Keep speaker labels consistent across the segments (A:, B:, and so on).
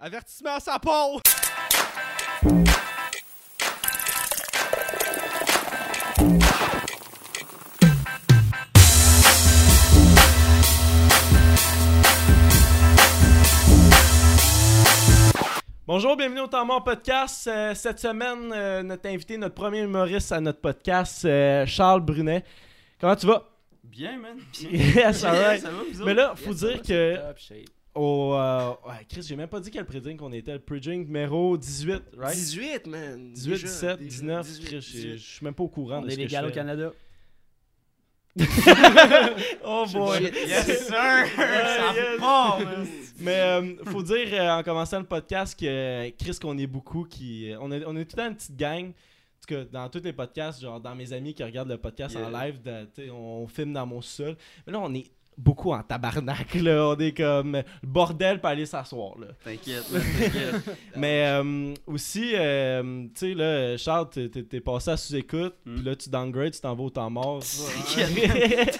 A: Avertissement, ça part! Bonjour, bienvenue au Temps Mort Podcast. Euh, cette semaine, euh, notre invité, notre premier humoriste à notre podcast, euh, Charles Brunet. Comment tu vas?
B: Bien, man. Bien.
A: Yes, all right.
B: Ça va, vous
A: Mais
B: autres?
A: là, faut
C: Yes,
A: dire
C: ça,
A: que...
C: c'est top shape.
A: au, euh, ouais, Chris, j'ai même pas dit quel pre-drink on était. Le pre-drink numéro 18, right?
C: 18, man.
A: 18, 17, 19, Chris, je- je suis même pas au courant
C: On
A: de
C: est
A: ce que je
C: légal au
A: fais.
C: Canada.
A: Oh boy!
B: Yes, sir. ça
A: yes.
B: part, man.
A: Mais euh, faut dire euh, en commençant le podcast que euh, Chris, qu'on est beaucoup qui. euh, on, est, on est tout le temps une petite gang. En tout cas, dans tous les podcasts, genre dans mes amis qui regardent le podcast en
B: Yeah.
A: live, de- tu sais, on, filme dans mon sol. Mais là, on est beaucoup en tabarnak. Là. On est comme euh, le bordel pour aller s'asseoir. Là.
B: T'inquiète, man, t'inquiète.
A: Mais euh, aussi, euh, tu sais, là, Charles, t'es, t'es- t'es passé à sous-écoute,
B: Mm.
A: puis là, tu downgrades, tu t'en vas au temps mort.
B: T'inquiète.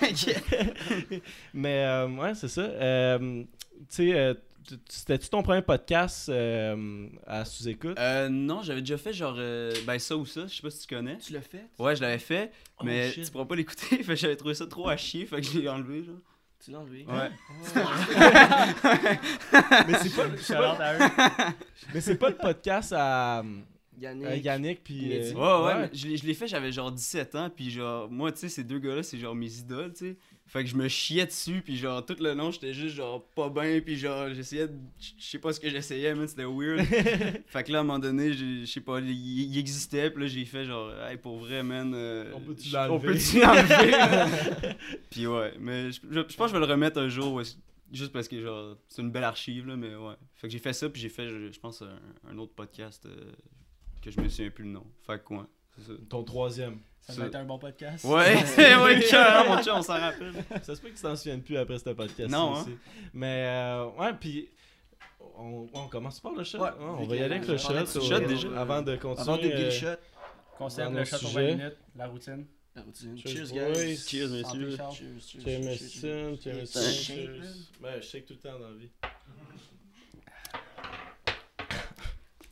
A: Mais euh, ouais, c'est ça. Euh, tu sais, euh, tu- tu- c'était-tu ton premier podcast euh, à sous-écoute?
B: Euh, non, j'avais déjà fait genre. euh, ben, ça ou ça, je sais pas si tu connais.
C: Tu l'as fait?
B: Ouais, je l'avais fait,
A: Oh,
B: mais
A: shit.
B: tu pourras pas l'écouter. fait que j'avais trouvé ça trop à chier, fait que je l'ai enlevé, genre.
C: Tu l'as enlevé?
B: Ouais.
A: mais c'est pas, c'est pas- mais c'est pas le podcast à, euh,
C: Yannick.
A: à Yannick puis...
C: Mehdi.
A: euh,
B: Ouais, ouais, mais je l'ai- je l'ai fait, j'avais genre 17 ans, puis genre, moi, tu sais, ces deux gars-là, c'est genre mes idoles, tu sais. Fait que je me chiais dessus, puis genre, tout le long, j'étais juste genre pas bien, puis genre, j'essayais, de- je je sais pas ce que j'essayais, mais c'était weird. fait que là, à un moment donné, j'ai- je sais pas, il, il existait, puis là, j'ai fait genre, hey, pour vrai, man. euh,
A: On peut-tu
B: je-
A: l'enlever?
B: On peut-tu l'enlever? puis ouais, mais je, je- je pense que je vais le remettre un jour, ouais, juste parce que genre, c'est une belle archive, là, mais ouais. Fait que j'ai fait ça, puis j'ai fait, je, je pense, un, un autre podcast. euh, que je me souviens plus le nom. Fait que ouais, c'est ça.
A: Ton troisième.
C: Ça doit être un bon podcast.
B: Ouais, ouais, cœur, mon chat, on s'en rappelle.
A: Ça se peut que tu t'en souviennes plus après ce podcast
B: Non, hein.
A: aussi. Mais euh, ouais, puis... On, on commence par le shot.
C: Ouais.
A: hein? on va y aller avec le
C: On va
A: shot,
C: parler
B: du shot
A: euh,
B: déjà.
A: avant de continuer.
C: Avant de
A: euh,
C: Bill Shot. Ah,
D: Concept,
A: Dans
D: le
A: nos
D: shot pour
A: sujets.
D: 20 minutes, la routine.
C: la routine.
A: Cheers,
C: Cheers,
A: boys.
C: guys.
B: Cheers, messieurs.
D: Santé, Charles.
C: Cheers, cheers,
A: Jameson, Jameson,
C: Cheers.
A: cheers.
C: Cheers.
A: Ben, je shake tout le temps dans la vie.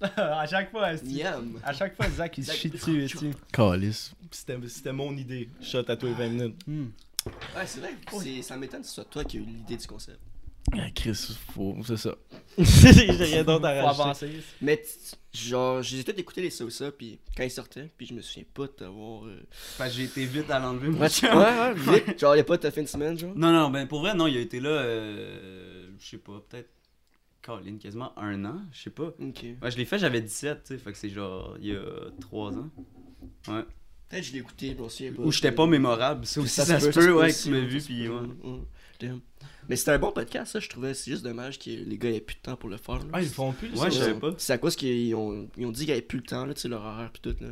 D: à chaque fois, esti.
C: Yum.
D: à chaque fois, Zach, il se
C: Zach.
D: chie dessus, esti.
A: Calice. C'était c'était mon idée. Shot à toi et 20 minutes.
C: Ouais, c'est vrai. c'est- Ça m'étonne que ce soit toi qui a eu l'idée du concept.
A: Ah, Chris, faut... c'est ça. J'ai rien d'autre à
D: Faut
A: rajouter.
D: avancer.
C: Mais t- t- genre, j'ai tout écouté les ça ou ça, puis quand ils sortaient, puis je me souviens pas de t'avoir. euh,
B: Fait que j'ai été vite à l'enlever, mon
C: Ouais,
B: chum.
C: ouais, vite. Genre, y'a pas ta fin de semaine, genre.
B: Non, non, ben pour vrai, non, il a été là, euh, je sais pas, peut-être, Colin, quasiment un an, je sais pas.
C: Ok.
B: Ouais, je l'ai fait, j'avais 17, tu sais, fait que c'est genre, il y a 3 ans.
C: Peut-être que je l'ai écouté, mais on s'y est pas.
B: Ou j'étais pas mémorable, ça aussi, ça, se peut, ouais, que tu m'as vu, puis ouais.
C: ouais. Mais c'était un bon podcast, ça, je trouvais. C'est juste dommage que les gars aient plus de temps pour le faire. là.
A: Ah, ils font plus. ça.
B: Ouais, je savais pas.
C: C'est à cause qu'ils ont, ils ont dit qu'ils avaient plus le temps, là, tu sais, leur horaire, puis tout, là.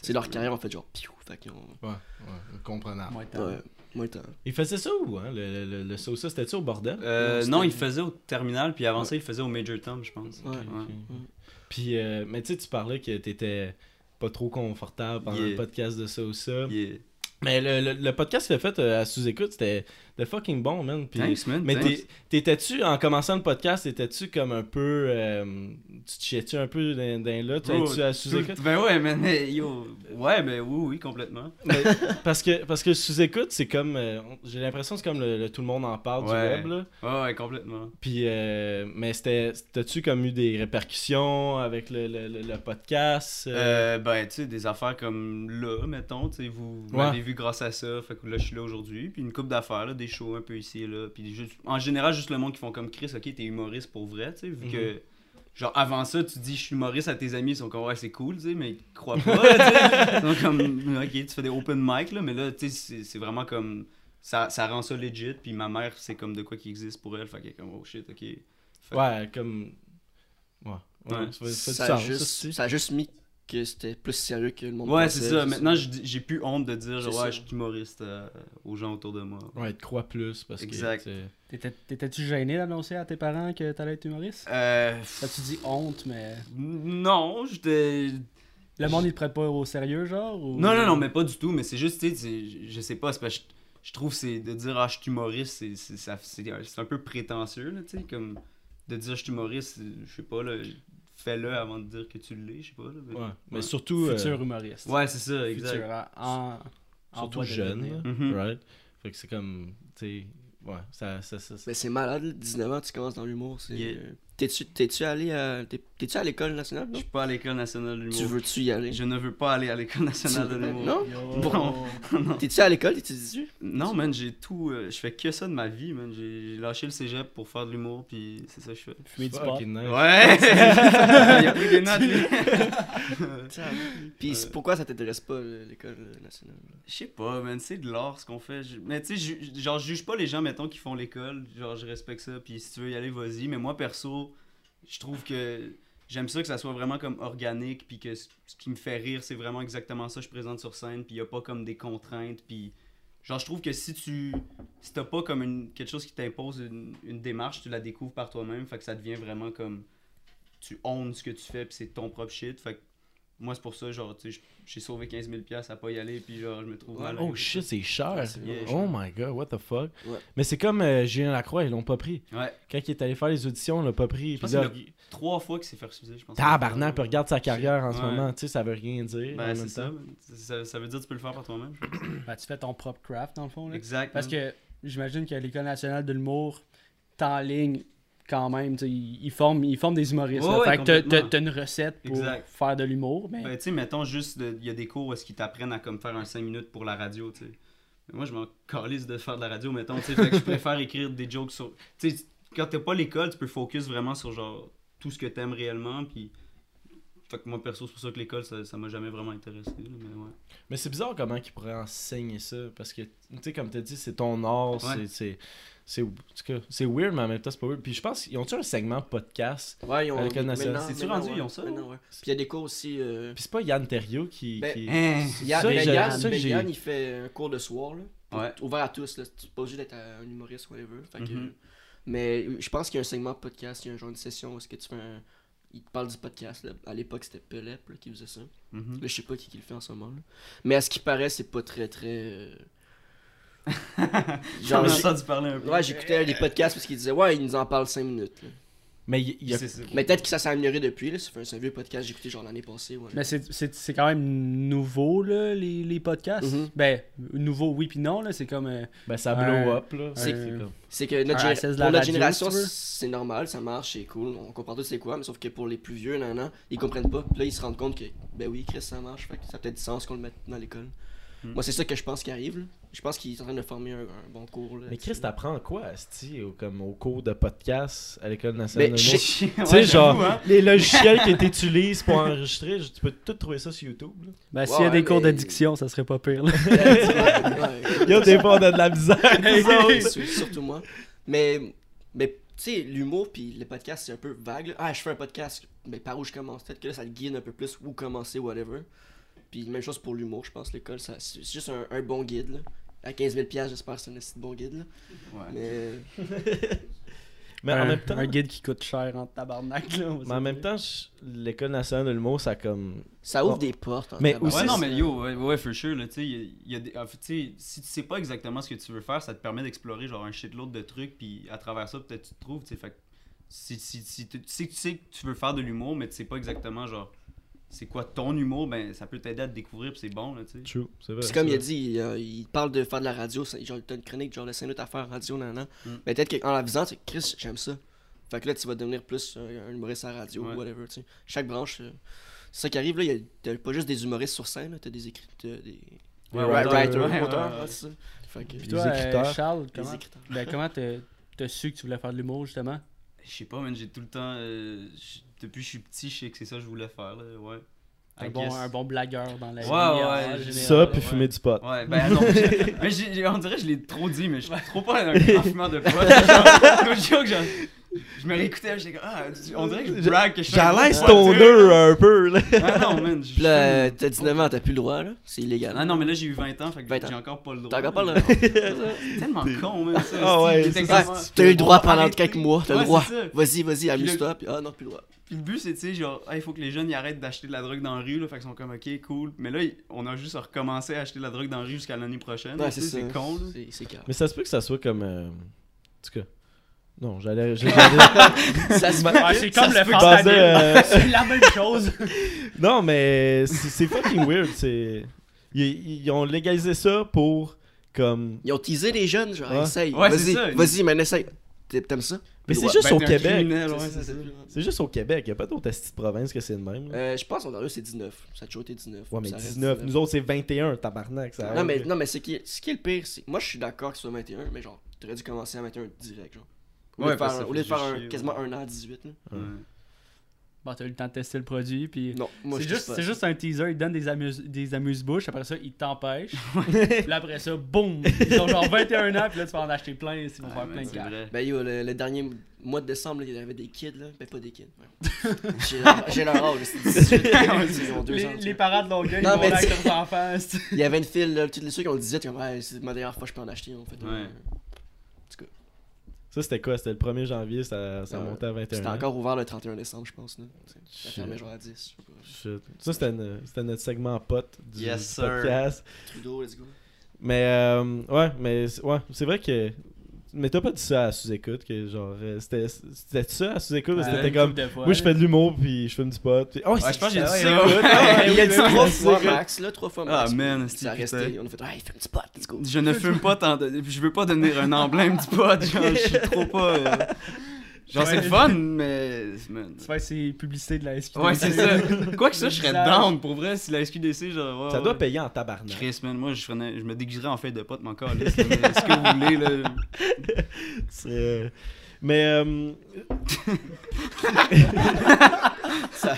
C: C'est leur carrière, en fait, genre, piou, fait qu'ils ont.
A: Ouais, ouais, comprenable.
D: Moi, t'as-
C: Ouais, moins de temps.
A: Il faisait ça où, hein? Le, le, le sauce, c'était-tu au bordel?
B: Euh,
C: Non,
B: non, il
C: c'était-
B: le faisait au terminal, puis avant ça, il le faisait au Major Tom, je pense.
C: Ouais.
A: Ok. Puis, euh, mais tu sais, tu parlais que t'étais pas trop confortable pendant
B: Yeah.
A: le podcast de ça ou ça.
B: Yeah.
A: Mais le, le, le podcast que t'as fait euh, à sous-écoute, c'était de fucking bon, man. Puis,
B: Thanks, man.
A: mais
B: thanks.
A: t'es- t'étais-tu, en commençant le podcast, t'étais-tu comme un peu. euh, tu te chiais-tu un peu d'un là?
B: Oh,
A: T'étais-tu à sous-écoute?
B: Ben ouais, man, eh, yo. Ouais, ben oui, oui, complètement.
A: Mais- parce que parce que sous-écoute, c'est comme euh, on- j'ai l'impression que c'est comme le, le tout le monde en parle
B: Ouais.
A: du web là.
B: Ouais, ouais, complètement.
A: Puis euh, mais c'était t'as-tu comme eu des répercussions avec le, le- le- le podcast euh,
B: Euh, ben, tu sais, des affaires comme là, mettons, tu sais, vous
A: Ouais.
B: m'avez vu grâce à ça, fait que là, je suis là aujourd'hui, puis une coupe d'affaires, là, des shows un peu ici et là, puis juste- en général, juste le monde qui font comme Chris, ok, t'es humoriste pour vrai, tu sais, vu que, genre, avant ça, tu dis je suis humoriste à tes amis, ils sont comme, ouais, c'est cool, tu sais, mais ils croient pas, tu sais, Ils sont comme, ok, tu fais des open mic, là, mais là, tu sais, c'est- c'est vraiment comme, ça, ça rend ça legit, puis ma mère, c'est comme de quoi qui existe pour elle, fait qu'elle est comme, oh shit, ok. fait-
A: Ouais, comme ouais. Ouais,
B: Ouais.
A: ça fait- ça fait du
C: Ça a
A: sens, ça,
C: juste-
A: c'est-
C: ça a juste mis que c'était plus sérieux que le monde.
B: Ouais,
C: pensait,
B: c'est ça. Maintenant, je dis- j'ai plus honte de dire,
C: C'est
B: genre,
C: ça.
B: ouais, je suis humoriste euh, aux gens autour de moi.
A: Ouais, te crois plus parce que
B: Exact.
A: tu sais,
D: T'étais- T'étais-tu gêné d'annoncer à tes parents que t'allais être humoriste?
B: Euh,
D: Là, tu dis honte, mais.
B: non, j'étais.
D: Le monde, il te prête pas au sérieux, genre? Ou...
B: Non, non, non, mais pas du tout. Mais c'est juste, tu sais, c'est- je- je sais pas, c'est parce que je- je trouve que c'est de dire, ah, je suis humoriste, c'est- c'est ça- c'est un c'est un peu prétentieux, là, tu sais, comme. de dire je suis humoriste, je sais pas, là, fais-le avant de dire que tu l'es, je sais pas. Là, mais-
A: Ouais. Mais
B: Mm. Ouais.
A: surtout. euh,
D: Futur humoriste.
B: Ouais, c'est ça, exact.
D: Futur, en- en, en
A: surtout
D: voie de
A: jeune.
D: devenir.
A: là.
C: Mm-hmm.
B: Mhm.
A: Right? Fait que c'est comme. Tu sais. Ouais, ça. ça, ça, ça-
C: Mais Ben, c'est malade, là, 19 ans, tu commences dans l'humour. c'est-
B: Yeah.
C: euh, T'es-tu t'es-tu allé à. t'es- T'es-tu à l'école nationale,
B: Je
C: non?
B: suis pas à l'école nationale de l'humour.
C: Tu veux-tu y aller?
B: Je ne veux pas aller à l'école nationale de
C: Tu-
B: l'humour.
C: Non?
D: Yo.
B: Bon. Non.
C: T'es-tu à l'école? T'es-tu 18?
B: Non, man, j'ai tout. euh, je fais que ça de ma vie, man. J'ai j'ai lâché le cégep pour faire de l'humour, puis c'est ça que je fais.
D: Fumer du
A: Fuck,
D: pot.
A: il nice.
B: Ouais! Il a pris des notes, lui.
C: Puis c'est- pourquoi ça t'intéresse pas, le- l'école euh, nationale?
B: Je sais pas, man, c'est de l'art ce qu'on fait. Je- Mais tu sais, ju- genre, je juge pas les gens, mettons, qui font l'école. Genre, je respecte ça, puis si tu veux y aller, vas-y. Mais moi, perso, je trouve que j'aime ça que ça soit vraiment comme organique, puis que c- ce qui me fait rire, c'est vraiment exactement ça que je présente sur scène, puis y a pas comme des contraintes, puis. Genre, je trouve que si tu. Si t'as pas comme une, quelque chose qui t'impose une, une démarche, tu la découvres par toi-même, fait que ça devient vraiment comme. Tu owns ce que tu fais, puis c'est ton propre shit. Fait que moi, c'est pour ça, genre, tu sais, j'ai sauvé 15 000 à pas y aller, puis genre, je me trouve mal. à
A: Oh
B: l'aise.
A: shit, c'est cher.
C: Ouais, c'est
B: vraiment
A: oh my god, what the fuck.
C: Ouais.
A: Mais c'est comme euh, Julien Lacroix, ils l'ont pas pris.
B: Ouais.
A: Quand il est allé faire les auditions, on l'a pas pris. Puis
B: pense
A: là,
B: qu'il Trois fois qu'il s'est fait refuser, je pense.
A: tabarnak, puis regarde sa carrière en ce
B: Ouais.
A: moment, tu sais, ça veut rien dire. en
B: Ben,
A: même
B: c'est ça,
A: temps.
B: ça. Ça veut dire que tu peux le faire par toi-même. je pense.
D: Ben, tu fais ton propre craft, dans le fond. Là.
B: Exact.
D: Parce que j'imagine que l'École nationale de l'humour t'enligne quand même. tu sais, Ils ils forment, ils forment des humoristes.
B: Ouais,
D: là.
B: ouais,
D: fait que t'as-
B: complètement.
D: t'as- t'as une recette pour
B: Exact.
D: faire de l'humour. Mais...
B: Ben, tu sais, mettons juste, de- il y a des cours où est-ce qu'ils t'apprennent à comme faire un 5 minutes pour la radio, tu sais. Mais Moi, je m'en calisse de faire de la radio, mettons, tu sais. fait que je préfère écrire des jokes sur. Tu sais, quand t'es pas à l'école, tu peux focus vraiment sur genre tout ce que t'aimes réellement, puis. Fait que moi, perso, c'est pour ça que l'école, ça, ça m'a jamais vraiment intéressé. là, Mais ouais.
A: Mais c'est bizarre comment ils pourraient enseigner ça. Parce que, tu sais, comme tu dit, c'est ton art. c'est- C'est. C'est en tout cas, c'est weird, mais en même temps, c'est pas weird. Puis je pense, ils ont-tu un segment podcast
C: Ouais, ils
A: ont-
C: ont.
A: L'école nationale.
B: C'est-tu rendu, ils ont ça,
C: Maintenant, ouais. Puis il y a des cours aussi. euh,
A: Puis c'est pas Yann Terriot qui.
C: Ben,
A: qui-
C: Yann,
A: Ça,
C: mais
A: j'ai-
C: Yann-
A: ça,
C: mais
A: j'ai-
C: Yann, il fait un cours de soir, là. pour-
B: Ouais.
C: Ouvert à tous, là. Tu pas obligé d'être un humoriste, whatever. Fait que,
B: Mhm.
C: Mais je pense qu'il y a un segment podcast, il y a un genre de session où est-ce que tu fais un. Il te parle du podcast, là. À l'époque, c'était Pelep, là, qui faisait ça.
B: Mhm.
C: Là, je sais pas qui, qui le fait en ce moment, là. Mais à ce qui paraît, c'est pas très, très. euh,
B: J'en
C: genre,
B: ai
C: j'ai-
B: entendu parler un peu.
C: Ouais, j'écoutais un des podcasts parce qu'il disait, ouais, il nous en parle 5 minutes, là.
A: Mais il il y a
B: C'est- c'est-
C: Mais peut-être que ça s'est amélioré depuis, là. C'est un- c'est un vieux podcast que j'ai écouté genre l'année passée, ouais.
D: Mais c'est- c'est c'est quand même nouveau, là, les, les podcasts.
B: Mm-hmm.
C: Mhm.
D: Ben, nouveau, oui, puis non. là, C'est comme. euh,
A: Ben, ça
D: Un-
A: blow up, là.
D: c'est-
A: comme-
C: C'est que notre,
D: Un
C: géné-
D: access de
C: pour
D: la
C: notre
D: radio,
C: génération,
D: si tu veux.
C: c'est normal, ça marche, c'est cool, on comprend tous c'est quoi, mais sauf que pour les plus vieux, nan, nan, ils comprennent pas. Puis là, ils se rendent compte que, ben oui, Chris, ça marche, fait que ça a peut-être du sens qu'on le mette dans l'école.
D: Hmm.
B: Mm.
C: Moi, c'est ça que je pense qui arrive. là. Je pense qu'ils sont en train de former un, un bon cours. Là,
A: Mais Chris,
C: là-dessus.
A: t'apprends quoi, asti, au, comme au cours de podcast à l'école nationale
C: Mais
A: de
C: Ben, je-
A: l'humour? Tu sais, genre,
B: hein.
C: hein.
A: les logiciels que t'utilises pour enregistrer, je- tu peux tout trouver ça sur YouTube. là.
D: Ben, s'il y a
C: Ouais,
D: des cours
C: mais-
D: d'addiction, ça serait pas pire. là.
C: Ouais,
A: Yo, des fois, on a de la misère, nous
C: ouais,
A: autres.
C: sur- surtout moi. Mais, mais tu sais, l'humour puis le podcast, c'est un peu vague. là. Ah, je fais un podcast, mais par où je commence Peut-être que là, ça te guide un peu plus où commencer, whatever. Puis même chose pour l'humour, je pense, l'école, ça- c'est c'est juste un, un bon guide. là. À 15 000 j'espère que c'est un assez bon guide. Là.
B: Ouais.
C: Mais
A: Mais
D: un,
A: en même temps,
D: Un guide qui coûte cher en tabarnak. Là, on va
A: mais
D: se
A: en même
D: dire.
A: temps je- l'école nationale de l'humour, ça comme.
C: ça ouvre
A: Bon.
C: des portes. en
A: Mais
C: tabarnak.
A: aussi-
B: Ouais, non, mais yo, ouais, ouais, for sure, là, tu sais, il y a- il y a des- en fait, tu sais, si tu sais pas exactement ce que tu veux faire, ça te permet d'explorer, genre, un shitload de trucs, puis à travers ça, peut-être tu te trouves, tu sais, fait que si, si, si tu tu sais que tu sais que tu veux faire de l'humour, mais tu sais pas exactement, genre, c'est quoi ton humour, ben, ça peut t'aider à te découvrir, puis c'est bon, là, tu sais.
A: True, c'est vrai.
C: C'est comme il a
A: vrai.
C: dit, il, euh, il parle de faire de la radio, ça- genre t'as une chronique, genre de 5 minutes à faire radio, nan, nan.
B: Mm.
C: Mais peut-être qu'en la visant, tu sais, Chris, j'aime ça. Fait que là, tu vas devenir plus euh, un humoriste à la radio,
B: Ouais.
C: whatever, tu sais. Chaque branche, euh, c'est ça qui arrive, là, il y a- t'as pas juste des humoristes sur scène, là, t'as des écriteurs, des...
B: Ouais,
C: des
B: ouais,
C: writers,
B: ouais, ouais,
C: auteurs,
B: ouais.
C: ouais, c'est ça. Fait que...
D: Puis
A: Les
D: toi, euh,
A: écriteurs.
D: Charles,
C: Les
D: comment
C: écriteurs.
D: ben, comment t'as t'as su que tu voulais faire de l'humour, justement
B: Je sais pas, man, j'ai tout le temps, euh, je- depuis que je suis petit, je sais que c'est ça que je voulais faire, là, ouais. I
D: un bon,
B: guess.
D: un bon blagueur dans la
B: Ouais,
D: vie, en
B: ouais,
D: général.
A: Ça, puis
B: Ouais.
A: fumer du pot.
B: Ouais, ben non, j'ai- mais j'ai- j'ai- on dirait que je l'ai trop dit, mais je suis trop pas un grand fumeur de potes. L'autre jour, je- je me réécoutais, j'étais comme, ah, on dirait que je brague que je suis un
A: J'allais
B: bon poteur.
A: stoner un peu, là.
B: Ah non, man, je
C: Puis là, euh, t'as 19 ans, t'as plus le droit, là, c'est illégal.
B: Ah non, mais là, j'ai eu 20 ans, fait que
C: 20 ans.
B: j'ai encore pas le droit.
C: T'as encore pas le
B: C'est tellement con, man, ça.
A: Ah ouais,
B: c'est-
A: c'est
B: c'est-
C: Ouais,
B: c'est-
C: T'as eu le droit pendant
B: Arrêtez.
C: quelques mois, t'as
B: Ouais,
C: le droit.
B: c'est ça.
C: Vas-y, vas-y,
B: le-
C: amuse-toi, puis ah non, plus le droit.
B: Puis le but, c'est, tu sais, genre, il faut que les jeunes ils arrêtent d'acheter de la drogue dans la rue, là, fait qu'ils sont comme, ok, cool. Mais là, ils- on a juste recommencé à acheter de la drogue dans la rue jusqu'à l'année prochaine.
C: Ouais,
B: tu sais, C'est Ah, con, là.
C: C'est- C'est grave.
A: Mais ça se peut que ça soit comme. euh, En tout cas, Non, j'allais. j'ai- j'allais-
C: Ça se
D: Ouais, Ah, c'est comme
A: se
D: le
A: peut que ça
D: fentanyl.
A: soit, euh,
D: C'est la même chose.
A: non, mais c'est c'est fucking weird. C'est ils, ils ont légalisé ça pour comme.
C: Ils ont teasé les jeunes, genre,
A: Ouais.
C: essaye.
B: Ouais, c'est
C: vas-y,
B: ça.
C: vas-y, man, essaye. T'aimes t'aimes ça?
A: Mais c'est
C: Ouais,
A: juste
B: ben,
A: au
B: t'es un
A: Québec.
B: criminel, ouais,
C: Ça,
B: c'est
C: ça,
B: ça.
C: c'est plus grand.
A: C'est juste au Québec. Il n'y a pas d'autres astuces de province que c'est le même. là.
C: Euh, je pense en Ontario c'est 19. Ça a toujours été 19.
A: ouais, mais
C: Ça reste
A: 19. Nous autres, c'est 21, tabarnak. Ça
C: Non, mais, non, mais c'est qui, ce qui est le pire, c'est. Moi, je suis d'accord que ce soit 21, mais genre, t'aurais dû commencer à 21 direct, genre. Au lieu
B: Ouais,
C: de
B: parce que
C: faire,
B: ça
C: au lieu de
B: fait
C: faire
B: juste
C: un-
B: chier,
C: quasiment
B: ouais.
C: un an à 18. Là.
B: Ouais.
D: Bon, t'as eu le temps de tester le produit, puis.
C: Non, moi,
D: C'est
C: je
D: juste,
C: touche pas
D: c'est
C: à ça.
D: juste un teaser, ils donnent des, amuse, des amuse-bouches, après ça, ils t'empêchent. puis là, après ça, boum! Ils ont genre 21 ans, puis là, tu vas en acheter plein, ils vont
B: Ah, Ouais,
D: faire
B: man,
D: plein de
B: c'est
D: cash.
B: vrai.
C: Ben, yo, le, le dernier mois de décembre, là, il y avait des kids, là. Ben, pas des kids. ouais. J'ai leur- J'ai leur âge, c'est 18. Ils ont deux ans.
D: Les,
C: tu
D: les
C: sais.
D: parents de Longueuil, ils
C: Non,
D: vont
C: mais
D: là avec
C: tu-
D: leurs enfants. c'est-
C: Il y avait une file, là, tous ceux qui ont 18, ils ont dit, ouais, c'est ma dernière fois, que je peux en acheter, en fait.
B: Ouais.
C: Ouais.
A: Ça, c'était quoi C'était le 1er janvier, ça, ça
C: Ouais.
A: montait à 21.
C: C'était encore ouvert le 31 décembre, je pense, là. tu sais. Ça
A: Shit.
C: fermait genre à 10. je sais pas.
A: Shit. Ça, c'était no- c'était notre segment pote du
B: Yes,
A: du
B: sir.
A: podcast.
C: Trudeau, let's go.
A: Mais, euh, ouais, mais c'est- ouais, c'est vrai que. Mais t'as pas dit ça à sous-écoute, que genre. euh, C'était c'était ça à sous-écoute, parce que
D: Ouais,
A: t'étais
D: une
A: comme.
D: couple de fois,
A: Moi, je
D: là.
A: fais de l'humour, puis je fume du pot. Puis... Oh,
B: Ouais, je pense que j'ai dit
D: Ouais,
B: ça.
C: Ah,
D: ouais, ouais.
B: Il a dit ça
C: Trois
B: trois
C: fois
B: fois.
C: max, là, trois fois
B: Ah,
C: max.
B: man,
C: Ça a
B: c'est
C: resté.
B: putain.
C: On a fait, ouais, fais un petit pot, let's go.
B: Je ne fume pas tant. de- Je veux pas devenir un emblème du pot. Genre, je suis trop pas. euh, Genre, c'est le fun, mais. man.
D: Tu vois, c'est publicité de la SQ.
B: Ouais, c'est ça. Quoi que ça, je serais
D: Visage.
B: down pour vrai si la SQDC, genre. ouais,
A: Ça doit
B: ouais.
A: payer en tabarnak.
B: Chris, man, moi, je, prenais- je me déguiserais en feuille de pote, mon corps. Est-ce que vous voulez, là.
A: C'est- Mais euh,
C: Ça,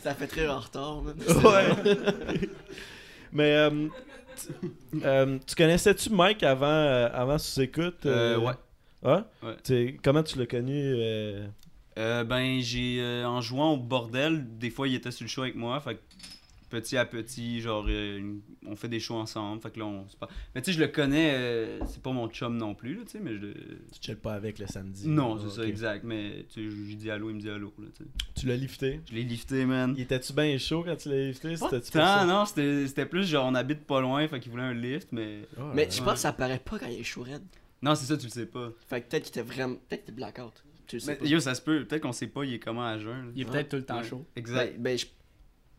C: ça fait très en retard, man.
A: ouais. Mais euh, tu- euh, tu connaissais-tu Mike avant euh, avant sous écoute
B: Euh, ouais.
A: Hein?
B: Ouais.
A: Tu- comment tu l'as connu euh,
B: Euh, ben, j'ai. euh, en jouant au bordel, des fois, il était sur le show avec moi. Fait que petit à petit, genre, euh, une- on fait des shows ensemble. Fait que là, on se parle. Mais tu sais, je le connais, euh, c'est pas mon chum non plus, là, tu sais, mais je le.
A: Tu chilles pas avec le samedi.
B: Non,
A: Ah,
B: c'est ça,
A: ok.
B: exact. Mais tu sais, je lui dis allô, il me dit allô, là, tu sais.
A: Tu l'as lifté.
B: Je l'ai lifté, man.
A: Il était-tu bien chaud quand tu l'as lifté?
B: Pas
A: C'était-tu
B: tant, non, c'était c'était plus genre, on habite pas loin, fait qu'il voulait un lift, mais.
C: Mais je pense que ça paraît pas quand il est chaud raide.
B: Non, c'est ça, tu le sais pas.
C: Fait que peut-être qu'il était vraiment. Peut-être qu'il était blackout. Tu le sais
B: Mais,
C: pas.
B: yo, ça se peut. Peut-être qu'on sait pas, il est comment à jeun. là.
D: Il est peut-être tout le temps chaud.
B: Exact.
C: Ben, ben, je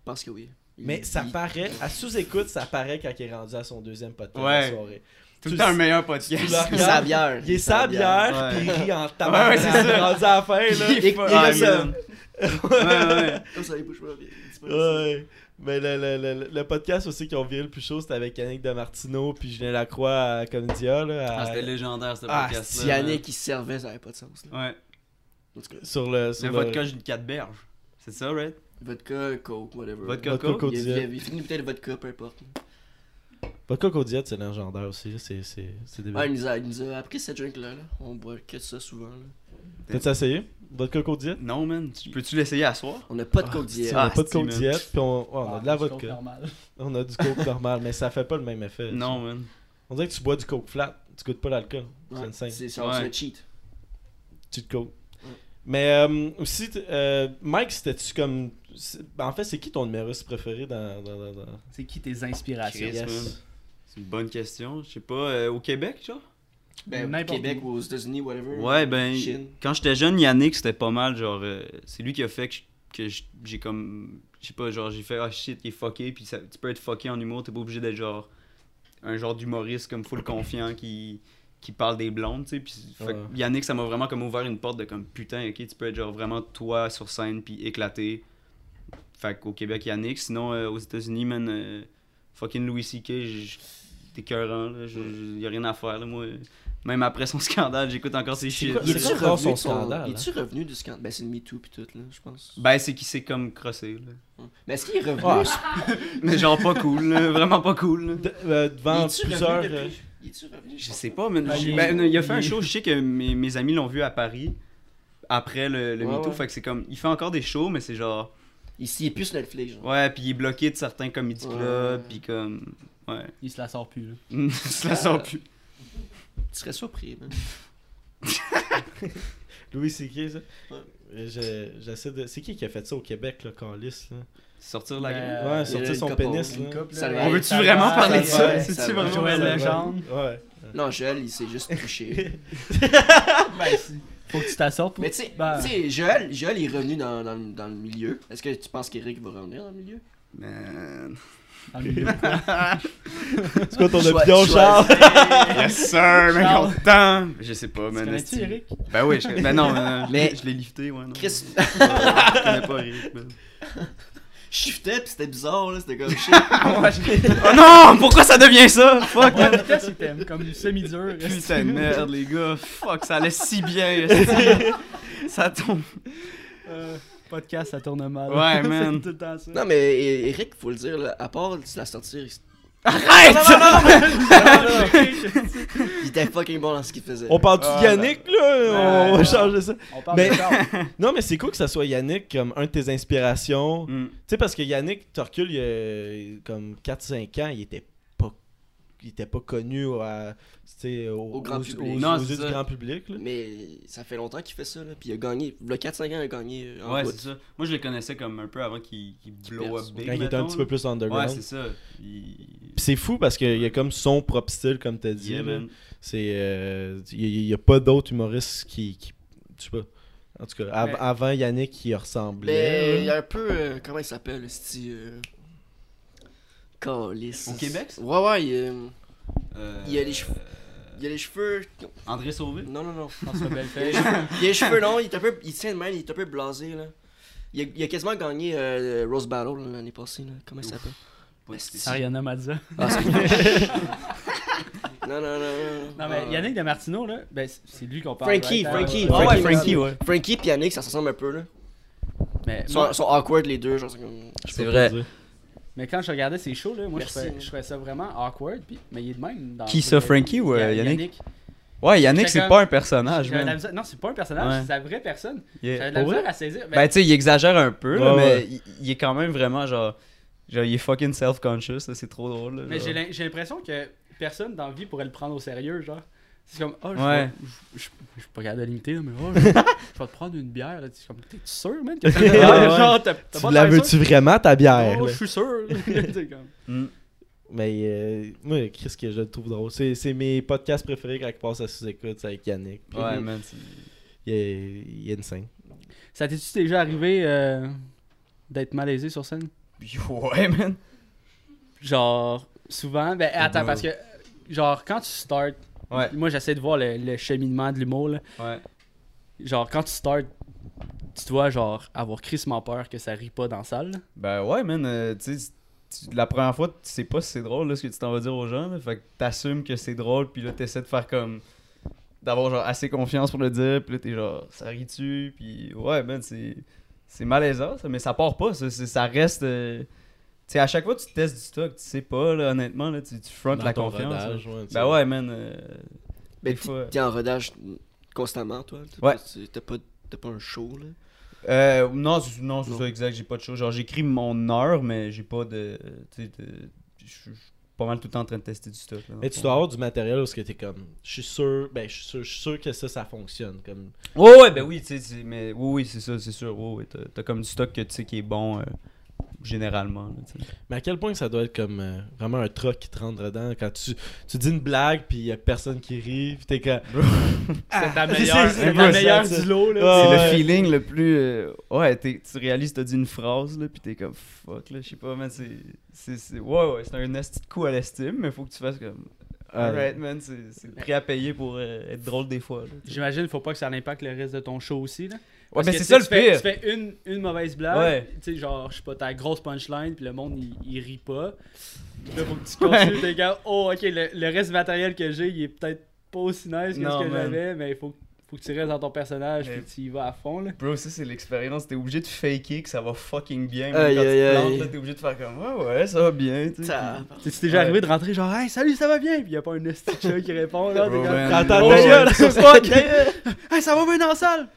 C: pense que oui. Il-
A: Mais ça
C: il-
A: paraît, à sous-écoute, ça paraît quand il est rendu à son deuxième podcast
B: Ouais.
A: de la soirée. tu
B: tout le temps
A: le-
B: un meilleur
A: tu le
B: podcast.
C: Il est
A: regardes,
C: sa bière.
A: Il est sa bière,
B: Ouais.
A: puis il rit en tabac.
B: Ouais, ouais, c'est ça.
A: rendu à la fin, là.
B: Il est
A: Il
B: pas-
A: est
B: Ah,
A: comme ça.
B: man. Ouais, ouais.
C: Comme Oh, ça, il bouge pas. il- il se passe.
B: Euh,
A: Ouais. Mais le, le, le, le podcast aussi qui ont viré le plus chaud, c'était avec Yannick Damartino puis Julien Lacroix à Comédia. Là, à-
B: Ah, c'était légendaire ce
A: Ah,
B: podcast.
C: Si Yannick il se servait, ça avait pas de sens. Là.
B: Ouais.
C: En tout cas,
A: Sur le. Sur
B: Le vodka, j'ai une 4 berges. C'est ça, right?
C: vodka, coke, whatever.
B: Vodka,
A: Vodka
B: Coke.
A: Coke
C: Il,
A: Diet.
C: il, il finit peut-être vodka, peu importe.
A: Vodka Coke Diet, c'est légendaire aussi. C'est, c'est, c'est débile.
C: Ah, il nous a, il nous a appris cette drink-là. Là. On boit que ça souvent. Là.
A: T'as-tu essayé Vodka Coke Diet
B: Non, man. tu- Peux-tu l'essayer à soir?
C: On a pas de
A: Ah,
C: coke d'hier.
A: On a
B: Ah,
A: pas de Coke
B: man.
A: Diet, puis on, ouais, on a de la
D: Ah, c'est
A: vodka.
D: normal.
A: On a du Coke normal, mais ça fait pas le même effet.
B: Non, man.
A: On dirait que tu bois du Coke flat. Tu goûtes pas l'alcool. C'est une
C: Ouais,
A: scène.
C: C'est c'est un
B: Ouais.
C: cheat.
A: Petite côte.
C: Ouais.
A: Mais euh, aussi, t- euh, Mike, c'était-tu comme. c'est- ben, En fait, c'est qui ton numerus préféré dans. dans, dans, dans-
D: C'est qui tes inspirations?
B: Chris, man. C'est une bonne question. Je sais pas, euh, au Québec, genre?
C: Ben, au
D: N'importe
C: Québec ou
D: où.
C: aux États-Unis, whatever.
B: Ouais, ben,
C: Chine.
B: quand j'étais jeune, Yannick, c'était pas mal, genre, euh, c'est lui qui a fait que j- que j- j'ai comme, je sais pas, genre, j'ai fait, ah shit, il est fucké, puis ça, tu peux être fucké en humour, t'es pas obligé d'être genre, un genre d'humoriste comme full confiant qui, qui parle des blondes, tu sais, puis fait que
A: Ouais.
B: Yannick, ça m'a vraiment comme ouvert une porte de comme, putain, ok, tu peux être genre vraiment toi sur scène, puis éclaté. Fait qu'au Québec, Yannick, sinon, euh, aux États-Unis, man, euh, fucking Louis C.K., j- j- t'es cœurant, là, je- je- y a rien à faire, là, moi. Même après son scandale, j'écoute encore ses
A: C'est
B: shit.
A: quoi-
B: là.
C: Il
A: c'est
C: est-tu
A: quoi encore son
C: revenu, de son...
A: scandale,
C: il est-tu revenu du scandale? Ben, c'est le Me Too pis tout, là, je pense.
A: Bah.
B: Ben, c'est qu'il s'est comme crossé, là.
C: Mais est-ce qu'il est revenu?
A: Ah,
B: Mais genre pas cool, là. Vraiment pas cool, là.
A: de- euh, devant
C: est-tu
A: plusieurs.
C: revenu
A: euh,
C: depuis? Il est-tu revenu?
B: Je sais pas, mais
D: Ben, il-
B: ben, non, il a fait
D: il-
B: un show, je sais que mes, mes amis l'ont vu à Paris après le, le
C: Ouais,
B: MeToo,
C: ouais.
B: fait que c'est comme, il fait encore des shows, mais c'est genre,
C: Il s'y est plus sur Netflix, genre.
B: ouais, puis il est bloqué de certains comédie
C: Ouais.
B: clubs, puis comme, ouais,
D: Il se la sort plus. là.
B: ça la sort plus.
C: Tu serais surpris, man.
A: Louis C.K., ça. Je- J'essaie de. C'est qui qui a fait ça au Québec, là, Calis là?
B: Sortir la
D: Mais-
B: gueule.
D: Euh,
A: Ouais,
D: il
A: sortir
C: une
A: son
C: couple,
A: pénis.
E: Une
A: là.
E: couple,
C: Ça
E: là.
C: va.
B: On veut-tu
D: ça
B: vraiment
D: va,
B: parler de
A: ça va,
B: ça?
C: ça
B: C'est-tu
C: va.
B: vraiment
D: Joël
A: Ça va.
D: Legendre.
A: Ouais.
C: Non, Joël, il s'est juste touché.
D: Ben, si. Faut que tu t'assortes pour.
C: Mais tu sais,
D: Ben.
C: tu sais, Joël, Joël est revenu dans, dans, le- dans le milieu. Est-ce que tu penses qu'Eric va revenir dans le milieu
B: Man.
D: dans le milieu.
A: C'est quoi ton
C: Choi-
A: opinion, Charles?
B: Yes sir, mais
D: Charles.
B: content! Je sais pas,
D: Tu
B: man.
D: connais-tu
B: est-ce-
D: Eric
B: Ben oui, je connais. Ben non, euh, je l'ai-
C: Mais-
B: je l'ai lifté, ouais. Non.
C: Chris,
B: Je connais pas ben. Eric, man.
C: shiftait pis c'était bizarre, là. C'était comme shit.
B: Oh non! Pourquoi ça devient ça? Fuck!
D: Ouais, vitesse, il t'aime, comme du semi-dur.
B: Putain de merde, les gars. Fuck, ça allait si bien. esti. ça tombe.
D: Euh, podcast, ça tourne mal.
B: Ouais,
D: C'est
B: man.
D: tout le temps ça.
C: non, mais E- Eric, faut le dire, là, à part tu la sortir, il était fucking bon dans ce qu'il faisait.
A: On parle-tu
B: Ah,
A: de Yannick, là?
D: Ouais,
A: On va
D: ouais.
A: changer ça.
D: On parle
A: Mais-
D: de Charles.
A: Non, mais c'est cool que ça soit Yannick comme un de tes inspirations. Tu
B: Mm.
A: sais, parce que Yannick, tu recules il y a euh, comme 4-5 ans, il était pas il était pas connu à, tu sais, au,
C: Au grand
A: aux-
C: public.
A: aux-
B: Non,
A: aux
B: c'est
A: yeux du
B: ça.
A: grand public. là.
C: Mais ça fait longtemps qu'il fait ça, là. Puis il a gagné. Le 4-5 ans, il a gagné. euh, En
B: Ouais,
C: route.
B: c'est ça. Moi, je le connaissais comme un peu avant qu'il qu'il blow
C: perce.
B: up
A: Quand
B: big.
A: il était un
B: mettons,
A: petit peu
B: là.
A: plus
B: Ouais,
A: underground.
B: c'est ça. Il-
A: Puis c'est fou parce qu'il y a comme son propre style, comme t'as dit.
B: Yeah,
A: là.
B: man.
A: C'est euh, il y, a pas d'autres humoristes qui, qui je sais pas. En tout cas, av-
D: Mais-
A: avant Yannick qui y ressemblait.
C: Mais il y a un peu. euh, comment il s'appelle, Sti euh... Calice.
B: Au Québec, ça?
C: Ouais, ouais. Il, euh,
B: Euh,
C: Il a les cheveux- il a les cheveux.
B: André Sauvé?
C: Non, non, non.
D: François Bellefeuille.
C: Il a les cheveux longs, il est un peu. Il tient de même, il est un peu blasé, là. Il a, il a quasiment gagné euh, Rose Battle là, l'année passée, là. Comment il
B: Ouf.
C: s'appelle
B: Pas si-
D: Ariana Mazza.
C: Ah, c'est- Non, non, non, non.
D: Non, mais Yannick de Martino, là, ben, c'est- c'est lui qu'on parle.
C: Frankie,
D: right?
C: Frankie,
D: Ah ouais,
C: Frankie.
D: Frankie, ouais.
C: Frankie et Yannick, ça se ressemble un peu, là.
D: Mais,
C: Ils sont, ils sont awkward, les deux, genre, c'est comme.
A: c'est
B: vrai.
D: mais quand je regardais ses shows, là, moi, je
C: Merci.
D: trouvais, je trouvais ça vraiment awkward. Puis, mais il est de même. Dans
B: Qui ça, Frankie ou, euh,
D: Ya-
B: Yannick? Ouais, Yannick,
D: Chacun-
B: c'est pas un personnage,
D: J'avais de la
B: man.
D: misère- Non, c'est pas un personnage,
B: Ouais.
D: c'est sa vraie personne.
B: Yeah.
D: J'avais de la
A: Pour vrai?
D: misère à saisir.
B: Ben, tu sais, il exagère un peu, là,
A: Ouais,
B: mais
A: ouais.
B: Il, il est quand même vraiment genre. Genre, il est fucking self-conscious, là, c'est trop drôle. là,
D: Mais
B: genre.
D: j'ai l'im- j'ai l'impression que personne dans la vie pourrait le prendre au sérieux, genre. C'est comme, oh, je
B: Ouais.
D: vais- je- je je suis pas capable de limiter, là, mais oh, je, je vais te prendre une bière. là. C'est comme, t'es sûr, man? Que t'as une bière?
B: Ouais, ouais.
D: Genre, t'as- t'as pas
A: Tu la
D: l'air
A: veux-tu
D: sûr?
A: vraiment ta bière?
D: Oh,
A: là?
D: je suis sûr. là. T'es comme-
B: Mm.
A: Mais euh, moi, Chris, que je le trouve drôle. C'est, c'est mes podcasts préférés quand ils passent à sous-écoute, c'est avec Yannick. Puis,
B: Ouais, man. c'est-
A: Il est, il est insane.
D: Ça t'es-tu déjà arrivé euh, d'être malaisé sur scène?
B: Ouais, man.
D: Genre, souvent. Ben, attends,
B: Ouais.
D: parce que, genre, quand tu starts,
B: Ouais,
D: moi, j'essaie de voir le, le cheminement de l'humour, là.
B: ouais.
D: Genre, quand tu starts, tu dois, genre, avoir crissement peur que ça rit pas dans la salle. là.
B: Ben ouais, man. euh, tu sais, tu- la première fois, tu sais pas si c'est drôle là, ce que tu t'en vas dire aux gens. là. fait que t'assumes que c'est drôle, puis là, t'essaies de faire comme. d'avoir genre assez confiance pour le dire, puis là, t'es genre, ça rit-tu, puis ouais, man, c'est. C'est malaisant, ça, mais ça part pas, ça, c'est- ça reste. euh, Tu sais, à chaque fois, tu testes du stock, tu sais pas, là, honnêtement, là, tu, tu frontes
A: Dans
B: la
A: ton
B: confiance.
A: rodage,
B: là.
A: ouais, tu
B: ben
A: sais.
B: ouais, man. euh,
C: Mais
B: des fois.
C: Ben, t'es en rodage constamment, toi. t'es-
B: Ouais.
C: t'es- T'as pas, t'as pas un show, là.
B: Euh, non, c'est- non, c'est
C: Non.
B: ça exact, j'ai pas de choses. Genre, j'écris mon heure, mais j'ai pas de. Tu sais, de- je suis je suis pas mal tout le temps en train de tester du stuff. là, dans
A: Mais
B: le
A: tu
B: fond.
A: dois avoir du matériel où ce que t'es comme, je suis sûr, ben je suis sûr, je suis sûr que ça, ça fonctionne. Comme,
B: Ouais, ouais, ben oui, tu sais, c'est- mais oui, oui, c'est ça, c'est sûr. Ouais, ouais, t'as, t'as comme du stock que tu sais qui est bon euh, généralement. là, tu sais.
A: mais à quel point ça doit être comme euh, vraiment un truc qui te rentre dedans quand tu, tu dis une blague puis y a personne qui rit, puis t'es comme,
D: C'est la
A: Ah, c'est-
D: meilleure,
A: c'est
D: c'est
A: vrai,
D: la meilleure
A: ça, ça.
D: du lot, là.
A: Ah,
B: c'est
A: ouais.
B: le feeling le plus. euh, ouais, t'es- tu réalises, t'as dit une phrase, là, pis t'es comme fuck, là, je sais pas, man, c'est, c'est, c'est- Ouais, ouais, c'est un esti de coup à l'estime, mais faut que tu fasses comme. Alright, man, c'est, c'est le prix à payer pour euh, être drôle des fois. là, tu sais.
D: J'imagine, faut pas que ça impacte le reste de ton show aussi, là.
B: Ouais,
D: Parce
B: mais
D: que,
B: c'est
D: tu
B: ça le
D: sais, tu
B: pire.
D: fais- Tu fais une, une mauvaise blague,
B: Ouais.
D: tu sais, genre, je sais pas, ta grosse punchline, puis le monde, il, il rit pas. Puis là, faut que tu continues, t'es comme, oh, ok, le, le reste du matériel que j'ai, il est peut-être pas aussi nice que
B: Non,
D: ce que
B: man.
D: j'avais, mais il faut, faut que tu restes dans ton personnage,
B: Mais-
D: puis tu y vas à fond, là.
B: Bro, ça c'est l'expérience. T'es obligé de faker que ça va fucking bien. Même
C: Aïe,
B: quand
C: aïe,
B: tu te
C: aïe.
B: plantes, là, t'es obligé de faire comme ouais, ouais, ça va bien. tu sais,
C: Ça-
D: Tu sais, tu t'es déjà
B: Ouais.
D: arrivé de rentrer, genre, hey, salut, ça va bien, puis y a pas un esti de chat qui répond, là,
B: puis-
D: t'es
B: Bro,
D: comme,
B: man.
D: Oh,
A: T'entends ta
B: Ouais, ouais.
A: gueule,
D: fuck, hey, ça va bien dans la salle!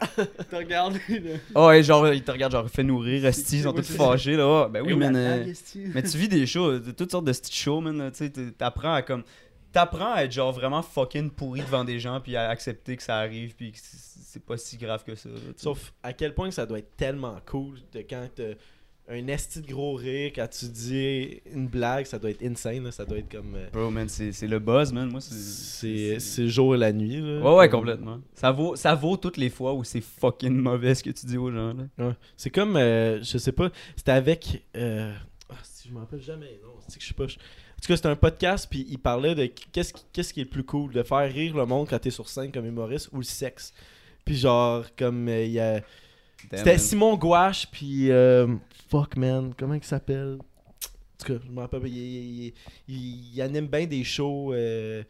D: T'as regardé, là.
B: Ah ouais, genre, ils te regardent, genre, fais nourrir, resti, ils sont tous
D: C'est-
B: fâchés, là. Ouais, ben oui,
D: Eh,
B: man.
D: la
B: euh,
D: blague, esti.
B: mais tu vis des shows, de toutes sortes de petites shows, man. là, Tu sais, t'es- t'apprends à comme. t'apprends à être genre vraiment fucking pourri devant des gens, puis à accepter que ça arrive, puis que c'est- c'est pas si grave que ça. là, tu sais.
A: Sauf à quel point que ça doit être tellement cool de quand t'as un esti de gros rire, quand tu dis une blague, ça doit être insane, là, ça doit être comme. euh,
B: Bro, man, c'est c'est le buzz, man. Moi,
A: c'est c'est jour et la nuit. Là,
B: Ouais, ouais,
A: Comme-
B: complètement. Euh, Ça vaut, ça vaut toutes les fois où c'est fucking mauvais ce que tu dis aux gens. Là.
A: Ouais. C'est comme, euh, je sais pas, c'était avec. euh, ah, si je m'en rappelle jamais, non, c'est que je suis pas. En tout cas, c'était un podcast, puis il parlait de qu'est-ce qui, qu'est-ce qui est le plus cool, de faire rire le monde quand t'es sur scène comme humoriste ou le sexe. Puis genre, comme euh, il y a.
B: Damn,
A: C'était
B: man.
A: Simon Gouache, puis. euh, fuck, man. Comment il s'appelle En tout cas, je me rappelle pas. Il, il- il- il- il anime bien des shows. euh,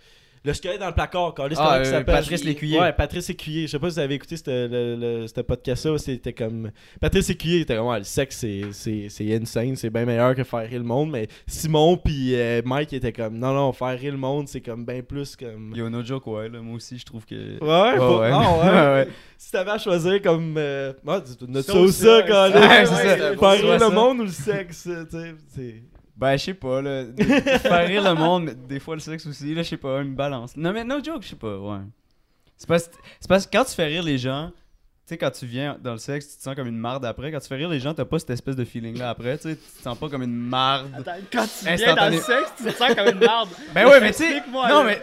A: le squelette dans le placard, quand
B: Ah, euh, Patrice Lécuyer.
A: Ouais, Patrice Lécuyer. Je sais pas si vous avez écouté ce le- le- ce podcast-là. C'était comme. Patrice Lécuyer était comme. Ouais, le sexe, c'est- c'est c'est insane. C'est bien meilleur que faire rire le monde. Mais Simon, puis euh, Mike étaient comme. Non, non, faire rire le monde, c'est comme bien plus comme.
B: Yo, no joke, ouais, là, moi aussi, je trouve que. Ah,
A: Ouais, ouais, faut-
B: ouais.
A: non, ouais.
B: Ouais, ouais.
A: Si t'avais à choisir comme. Euh, ah, tu- notre
D: Ça
A: sauce,
D: ou ça,
A: ça, quand
D: ouais,
A: même.
B: c'est
D: ouais,
B: ça.
D: ouais,
A: Faire
B: Soit
A: rire
B: ça.
A: le monde ou le sexe, euh, tu sais. c'est-
B: Ben, je sais pas, là. de- Faire rire le monde, mais des fois le sexe aussi, là, je sais pas, une balance. Non, mais no joke, je sais pas, ouais. C'est parce, c'est parce que quand tu fais rire les gens, tu sais, quand tu viens dans le sexe, tu te sens comme une marde après. Quand tu fais rire les gens, t'as pas cette espèce de feeling-là après, tu sais. Tu te sens pas comme une marde.
D: Attends, quand tu viens dans le
B: Instantané.
D: sexe, tu te sens comme une merde.
B: Ben ouais, mais tu sais.
D: Explique-moi,
B: Non,
D: là.
B: mais.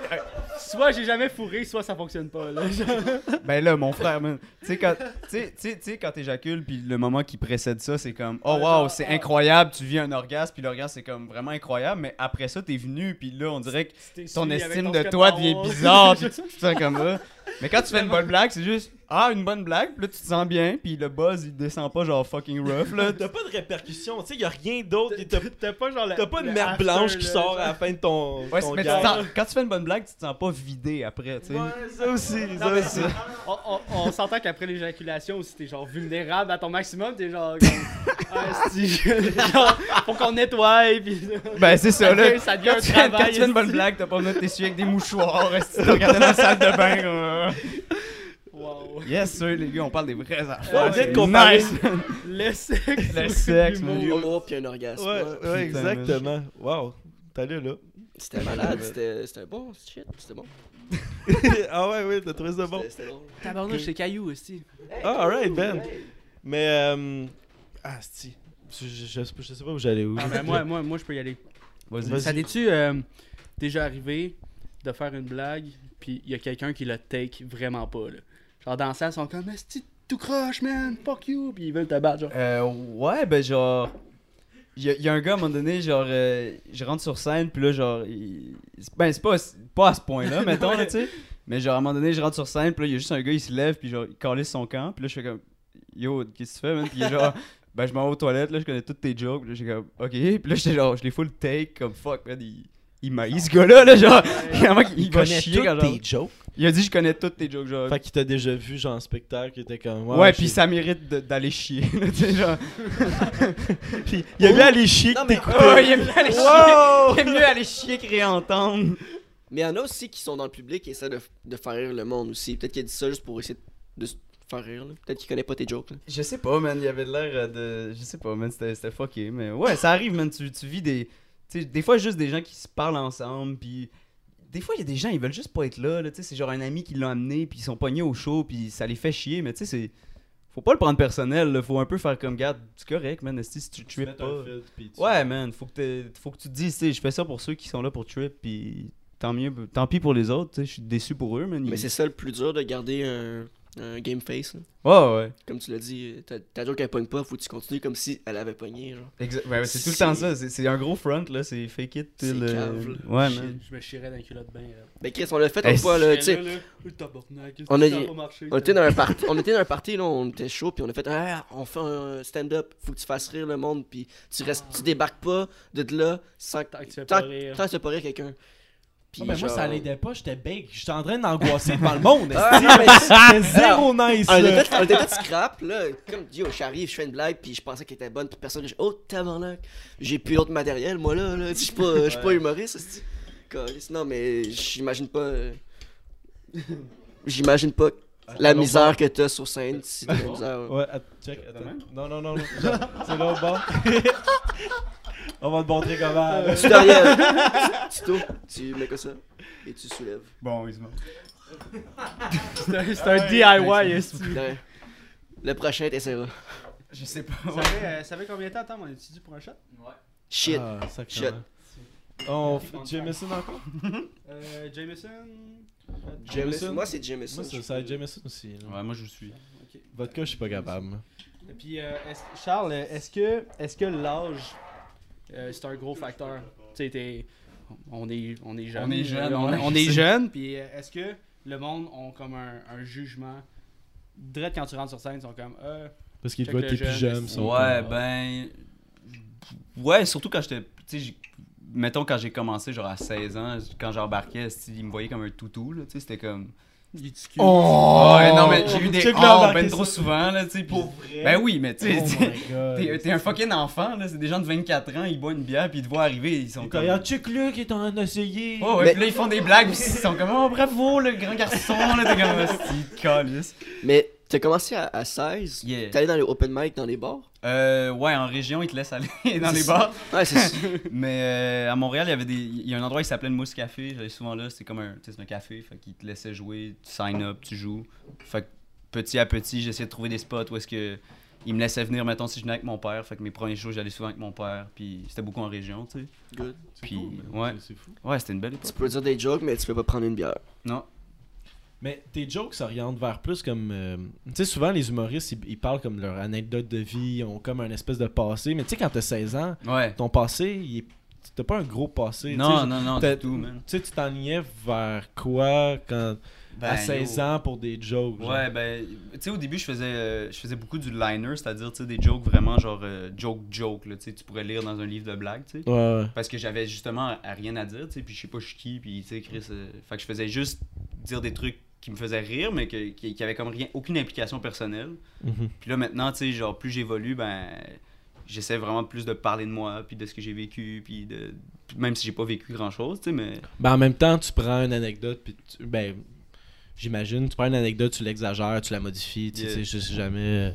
D: Soit j'ai jamais fourré, soit ça fonctionne pas. Là.
B: Ben là, mon frère, man. Tu sais, quand, tu sais- tu sais- tu sais, quand t'éjacules, puis le moment qui précède ça, c'est comme, oh wow, c'est incroyable, tu vis un orgasme, puis l'orgasme, c'est comme vraiment incroyable, mais après ça, t'es venu, puis là, on dirait que ton estime de toi devient bizarre, puis tu te sens comme ça. Mais quand tu fais une bonne blague, c'est juste, ah, une bonne blague, puis là, tu te sens bien, puis le buzz, il descend pas, genre fucking rough, là.
A: T'as pas de répercussions, tu sais. Y'a rien d'autre. qui te-
D: T'as pas genre la-
A: T'as pas une
D: la
A: merde
D: after,
A: blanche qui
D: là,
A: sort
D: genre.
A: à la fin de ton.
B: Ouais,
A: ton
B: mais tu te
A: gag.
B: sens- quand tu fais une bonne blague, tu te sens pas vidé après, tu sais.
A: Ouais, ça aussi,
D: Non,
A: ça
D: mais
A: aussi.
D: on, on- on s'entend qu'après l'éjaculation, si t'es genre vulnérable à ton maximum, t'es genre. Comme, ah, si, genre, faut qu'on nettoie, puis.
B: Ben, c'est ça,
D: Ça
B: là.
D: devient- ça devient
B: quand,
D: un
B: tu fais, quand
D: travail,
B: tu fais une bonne
D: esti.
B: blague, t'as pas besoin de t'essuyer avec des mouchoirs, esti, t'as regardé dans la salle de bain, comme,
D: Wow.
B: Yes, sir, les gars, on parle des vraies
A: Faut
B: affaires.
D: Ouais,
A: bien
D: c'est
A: comparer.
B: nice.
D: Le sexe.
B: Le sexe,
D: l'humour.
B: mon
C: Un humour puis un orgasme.
A: Ouais,
C: ouais.
A: ouais,
B: Putain, man.
A: exactement. Wow. T'allais là.
C: C'était malade, c'était c'était bon, shit, c'était bon.
A: ah ouais, ouais, t'as trouvé ça bon.
C: C'était- C'était drôle.
D: Tabarnouche, c'est Caillou aussi.
A: Ah, alright, Ben. Mais. euh, Ah, si. Je, je- je sais pas- je sais pas où j'allais. Où.
D: Ah, ben, moi, moi, moi je peux y aller.
A: Vas-y.
D: Ça t'es-tu euh, déjà arrivé de faire une blague, puis il y a quelqu'un qui la take vraiment pas, là? Genre dans la salle, ils sont comme, Esti, tout croche, man, fuck you, puis ils veulent te battre, genre.
B: Euh, ouais, ben genre. Il y, a- y a un gars à un moment donné, genre, euh, je rentre sur scène, puis là, genre. il- Ben, c'est pas, pas à ce point-là, mettons, là, tu sais. Mais genre, à un moment donné, je rentre sur scène, puis là, il y a juste un gars, il se lève, puis genre, il calisse son camp, puis là, je fais comme. Yo, qu'est-ce que tu fais, man? Puis il est genre. Ben, je m'en vais aux toilettes, là, je connais toutes tes jokes, puis là, j'ai comme. Ok. Puis là, j'étais genre, je les full take, comme fuck, man, il. Il maïs ce gars-là, là, genre. Vraiment, il, va chier quand genre-
A: tes jokes.
B: Il a dit, je connais toutes tes jokes, genre.
A: Fait qu'il t'a déjà vu, genre, en spectacle, qui était comme.
B: ouais, puis
A: je-
B: ça mérite de- d'aller chier, là, tu sais, genre.
A: Puis il y a eu à les chier que t'écoutais.
B: Ouais, Oh! il aime mieux aller chier. Il aime mieux aller chier que réentendre.
C: Mais il y en a aussi qui sont dans le public et essaient de, de faire rire le monde aussi. Peut-être qu'il a dit ça juste pour essayer de, de se faire rire. là. Peut-être qu'il connaît pas tes jokes. là.
B: Je sais pas, man. Il y avait de l'air euh, de. Je sais pas, man. C'était c'était fucké. Mais ouais, ça arrive, man. Tu, tu vis des. Tu sais, des fois, juste des gens qui se parlent ensemble. Puis. Des fois, il y a des gens, ils veulent juste pas être là. là tu sais, c'est genre un ami qui l'a amené. Puis ils sont pognés au show. Puis ça les fait chier. Mais tu sais, c'est. Faut pas le prendre personnel. là, Faut un peu faire comme, garde, c'est correct, man. esti, Si tu
A: Tu
B: trip
A: mets
B: pas.
A: un filtre, puis tu-
B: Ouais, man, faut que, t'aies- faut que tu te dises, tu sais, je fais ça pour ceux qui sont là pour trip, puis tant mieux, tant pis pour les autres, tu sais, je suis déçu pour eux, man.
C: Mais
B: Ils-
C: c'est ça le plus dur de garder un, un game face. là.
B: Ouais, ouais.
C: Comme tu l'as dit, euh, ta, ta joke elle pogne pas, faut que tu continues comme si elle avait pogné. Genre.
B: Exa- ouais, ouais, c'est tout le
C: C'est-
B: temps ça, c'est- c'est un gros front, là, c'est fake it till. euh,
C: C'est cave, là.
B: Ouais,
D: Je-
B: man.
D: Je me chierais d'un culotte bain. là.
C: Ben Chris, on l'a fait
B: Eh,
C: une fois, là, Euh, tu sais.
D: Là, là, le tabarnak, qu'est-ce
C: on
D: que
C: a-
D: ça a pas marché,
C: On était dans un party, on était dans un party, là, on était chaud, puis on a fait ah, on fait un stand-up, faut que tu fasses rire le monde, puis tu restes, tu débarques pas de là sans
D: Tant que tu fais
C: tant
D: pas
C: que
D: rire.
C: tant que tu fais pas rire quelqu'un. Puis
A: Ah, ben moi,
C: genre-
A: ça l'aidait pas, j'étais big. J'étais en train d'angoisser devant le monde.
C: Ah, non, mais-
A: C'était zéro nice.
C: Ah, on
A: là.
C: était on était tous scrap, là. Comme, yo, j'arrive, je fais une blague, puis je pensais qu'elle était bonne, puis personne. je- Oh, tabarnak. J'ai plus d'autre matériel, moi, là. là. Je suis pas, je suis pas humoriste, c'est-tu. Calisse, Non, mais j'imagine pas. euh, J'imagine pas la
A: Attends,
C: misère que t'as sur scène. si t'as de la misère.
A: Ouais, att- check, attends. Non, non, non, non. C'est là au bord.
E: On va te montrer comment. là.
C: Tutoriel. Tuto, tu mets comme ça et tu soulèves.
E: Bon, il se moque.
D: C'est un, c'est un DIY, est-ce que-
C: Ouais. Le prochain, t'essaieras.
E: Je sais pas.
D: Ça fait, euh, ça fait combien de temps, attends, on est dû pour un shot?
C: Shit.
A: Ah, sacrément.
C: Shit.
A: On fait Jameson encore
D: Euh, Jameson.
A: Jameson?
C: Moi, c'est Jameson.
A: Moi, ça,
C: je
A: ça va être
C: peux-
A: Jameson aussi. là.
B: Ouais, moi je vous suis.
D: Ok.
A: Vodka, je suis pas capable.
D: Et puis, euh, est-ce- Charles, euh, est-ce que, est que l'âge, euh, c'est un gros facteur? Tu sais, t'es- on est, on est jeune.
B: On est jeune,
D: on,
B: ouais,
D: on
B: je
D: est
B: sais.
D: jeune, puis euh, est-ce que le monde ont comme un, un jugement? Direct quand tu rentres sur scène, ils sont comme, euh,
A: Parce qu'il
D: Check
A: doit
D: le
A: être plus
D: jeune,
A: jeune.
D: c'est-
A: son-
B: Ouais, ben. Ouais, surtout quand j'étais. Tu sais, j'ai- mettons quand j'ai commencé, genre à 16 ans, quand j'embarquais, esti, ils me voyaient comme un toutou, là. Tu sais, c'était comme.
D: il est
A: Oh!
B: Ah ouais, non, mais j'ai eu des.
A: Check
B: Oh,
A: l'embarqué,
B: ben trop
A: ça.
B: souvent, là, tu sais. puis-
A: Pour vrai?
B: Ben oui, mais tu sais.
A: Oh
B: t'es-
A: my god.
B: T'es t'es un fucking enfant, là. C'est des gens de 24 ans, ils boivent une bière, puis ils te voient arriver, ils sont
A: Ils
B: comme.
A: regardent, check Luc qui est en train d'essayer.
B: Oh, ouais,
C: Mais-
B: puis là, ils font des blagues, puis ils sont comme, oh, bravo, le grand garçon, là, t'es comme, hostie, calice.
C: Mais t'as commencé à, à 16.
B: Yeah.
C: T'es allé dans les open mic, dans les bars.
B: Euh, ouais, en région, ils te laissent aller dans les bars.
C: Ouais, c'est
B: Mais euh, à Montréal, il y avait des. Il y a un endroit qui s'appelait le Mousse Café. J'allais souvent là, c'était comme un. tu sais, c'est un café. Fait qu'ils te laissaient jouer, tu sign up, tu joues. Fait que petit à petit, j'essayais de trouver des spots où est-ce que. Ils me laissaient venir, mettons, si je venais avec mon père. Fait que mes premiers shows, j'allais souvent avec mon père. Puis c'était beaucoup en région, tu sais.
C: good.
A: C'est
B: puis,
A: cool, man.
B: ouais.
A: C'est- C'est fou.
B: Ouais, c'était une belle
C: Tu
B: époque.
C: peux dire des jokes, mais tu peux pas prendre une bière.
B: Non.
A: Mais tes jokes s'orientent vers plus comme. euh, tu sais, souvent les humoristes, ils, ils parlent comme de leur anecdote de vie, ils ont comme un espèce de passé. Mais tu sais, quand t'as 16 ans,
B: Ouais.
A: ton passé, il est- t'as pas un gros passé. tu sais,
B: Non, non, non,
A: t'as-
B: du tout, man.
A: Tu sais, tu t'enlignais vers quoi quand à 16 ans pour des jokes? genre?
B: Ben, Ouais, ben, tu sais, au début, je faisais, euh, je faisais beaucoup du liner, c'est-à-dire, tu sais, des jokes vraiment genre joke-joke, là, tu sais, tu pourrais lire dans un livre de blagues, tu sais.
A: Ouais, ouais.
B: Parce que j'avais justement à- à rien à dire, tu sais, puis je sais pas je suis qui, puis tu sais, Chris. euh, fait que je faisais juste dire des trucs qui me faisaient rire, mais que- qui, qui avaient comme rien, aucune implication personnelle.
A: Mhm.
B: Puis là, maintenant, tu sais, genre, plus j'évolue, ben, j'essaie vraiment plus de parler de moi, puis de ce que j'ai vécu, puis de. Même si j'ai pas vécu grand chose, tu sais, mais.
A: Ben, en même temps, tu prends une anecdote, puis tu- ben, j'imagine, tu prends une anecdote, tu l'exagères, tu la modifies, tu sais,
B: Yeah.
A: tu sais, je sais jamais. euh,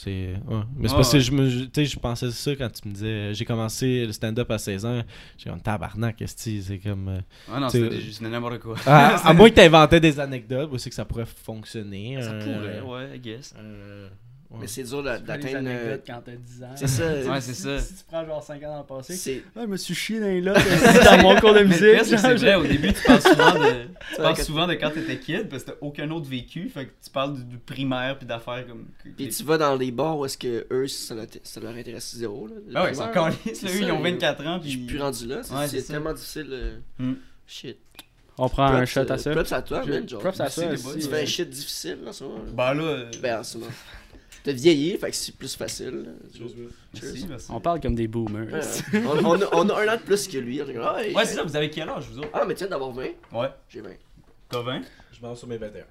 A: C'est. ouais. Mais c'est
B: Ouais,
A: parce que
B: ouais.
A: je me. je- Tu sais, je pensais ça quand tu me disais. euh, J'ai commencé le stand-up à 16 ans. J'ai comme tabarnak, esti, c'est comme. euh,
B: Ah non,
A: Tu-
B: c'était juste n'importe quoi.
A: Ah, À, à moins que tu inventais des anecdotes, aussi que ça pourrait fonctionner.
B: Ça
A: euh,
B: pourrait, ouais, I guess.
A: euh, ouais.
C: Mais c'est dur d'a-
D: T'as des
C: d'atteindre. euh,
D: anecdotes quand t'as 10 ans.
C: C'est ça.
B: Ouais, c'est ça.
D: Si tu prends genre 5 ans dans le passé,
C: C'est.
D: ah, je me suis chié dans les lots dans mon cours de
B: Mais le pire, c'est
D: musique.
B: que c'est vrai, au début, tu parles souvent de, tu
C: vrai
B: parles
C: que-
B: souvent de quand t'étais kid parce que t'as aucun autre vécu. Fait que tu parles du, du primaire puis d'affaires comme. que-
C: Puis
B: des-
C: tu vas dans les bars où est-ce que eux, ça, leur- ça leur intéresse zéro. Là,
B: Ah ouais, ils sont calices, là,
C: C'est
B: eux, ils
C: ça,
B: ont 24 ans.
C: Je suis
B: Puis...
C: plus rendu là. c'est-
B: Ouais,
C: c'est
B: c'est ça.
C: tellement difficile. euh,
B: Hmm.
C: Shit.
D: On prend un
C: Props,
D: shot
C: euh,
D: à ça.
C: Props à toi, man. genre.
D: Props à
B: Merci,
D: ça.
B: les
D: aussi.
B: boys.
C: Tu fais un shit difficile, là, en ce moment. là.
B: Ben là. euh,
C: Ben, en ce moment. T'as vieilli, fait que c'est plus facile. là.
B: merci, merci.
D: On parle comme des boomers.
C: Ouais, on, on a, on a un an de plus que lui. on est comme, Ah,
B: Ouais, c'est ça, vous avez quel âge, vous autres
C: Ah, mais tiens, d'avoir 20.
B: Ouais.
C: J'ai 20.
B: T'as 20
A: Je m'en sur mes 21.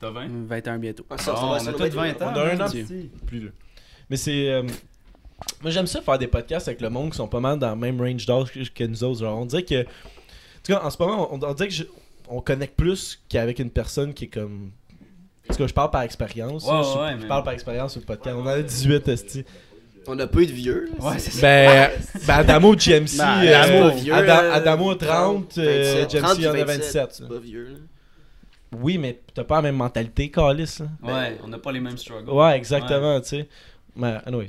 B: T'as 20
D: 21 bientôt.
C: Ah,
B: Bon, on a
C: nous
B: tous
C: mettre-
B: 20 ans. hein,
A: On a un an
D: Dieu.
A: plus vieux. Mais c'est. euh, moi, j'aime ça faire des podcasts avec le monde qui sont pas mal dans le même range d'âge que- que nous autres. Genre, on dirait que. En tout cas, en ce moment, on, on dirait que je- on connecte plus qu'avec une personne qui est comme. En tout cas, je parle par expérience.
B: Ouais,
A: je,
B: ouais,
A: je
B: mais-
A: parle par expérience sur le podcast. on en a 18, Esti.
C: On a peu de vieux. là.
B: Ouais, c'est ça.
A: Ben, ben Adamo GMC.
D: Ben,
A: euh,
D: Adamo,
A: Ada-
C: vieux, euh,
A: Adamo 30, euh,
C: 27,
A: GMC en a
C: 30,
A: 27.
C: C'est pas vieux, là.
A: Oui, mais t'as pas la même mentalité, Calis.
B: Ouais, on n'a pas les mêmes struggles.
A: Ouais, exactement, tu sais. Mais, anyways.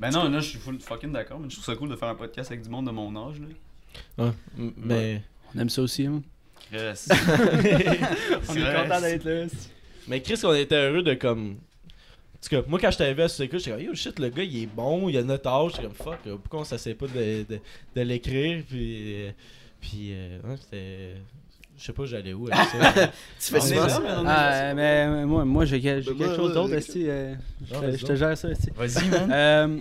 B: Ben non, là, je suis full fucking d'accord. mais Je trouve ça cool de faire un podcast avec du monde de mon âge, là.
A: Ouais, m- mais.
D: On aime ça aussi. Hein.
B: Chris.
D: On est content d'être là.
A: Mais Chris, on était heureux de comme. En tout cas, moi quand j'étais arrivé à ce coup, j'étais comme yo shit, le gars il est bon, il a notre âge. J'étais comme fuck, euh, pourquoi on s'essaie pas de, de, de l'écrire? Puis. euh, Puis. euh, ouais, c'était. Je sais pas, j'allais où avec ça.
C: Tu
B: On
C: fais
B: est
C: souvent
B: là,
C: ça.
B: mais on est là.
D: Ah, mais mais moi, moi j'ai quel- j'ai
C: Ben,
D: quelque
C: moi,
D: chose
C: moi,
D: d'autre.
C: j'ai
D: esti, euh, Je
A: Non,
D: te-
A: vas-y
D: je te
A: donc.
D: gère ça. esti.
B: Ah, ben Vas-y, man.
D: Euh,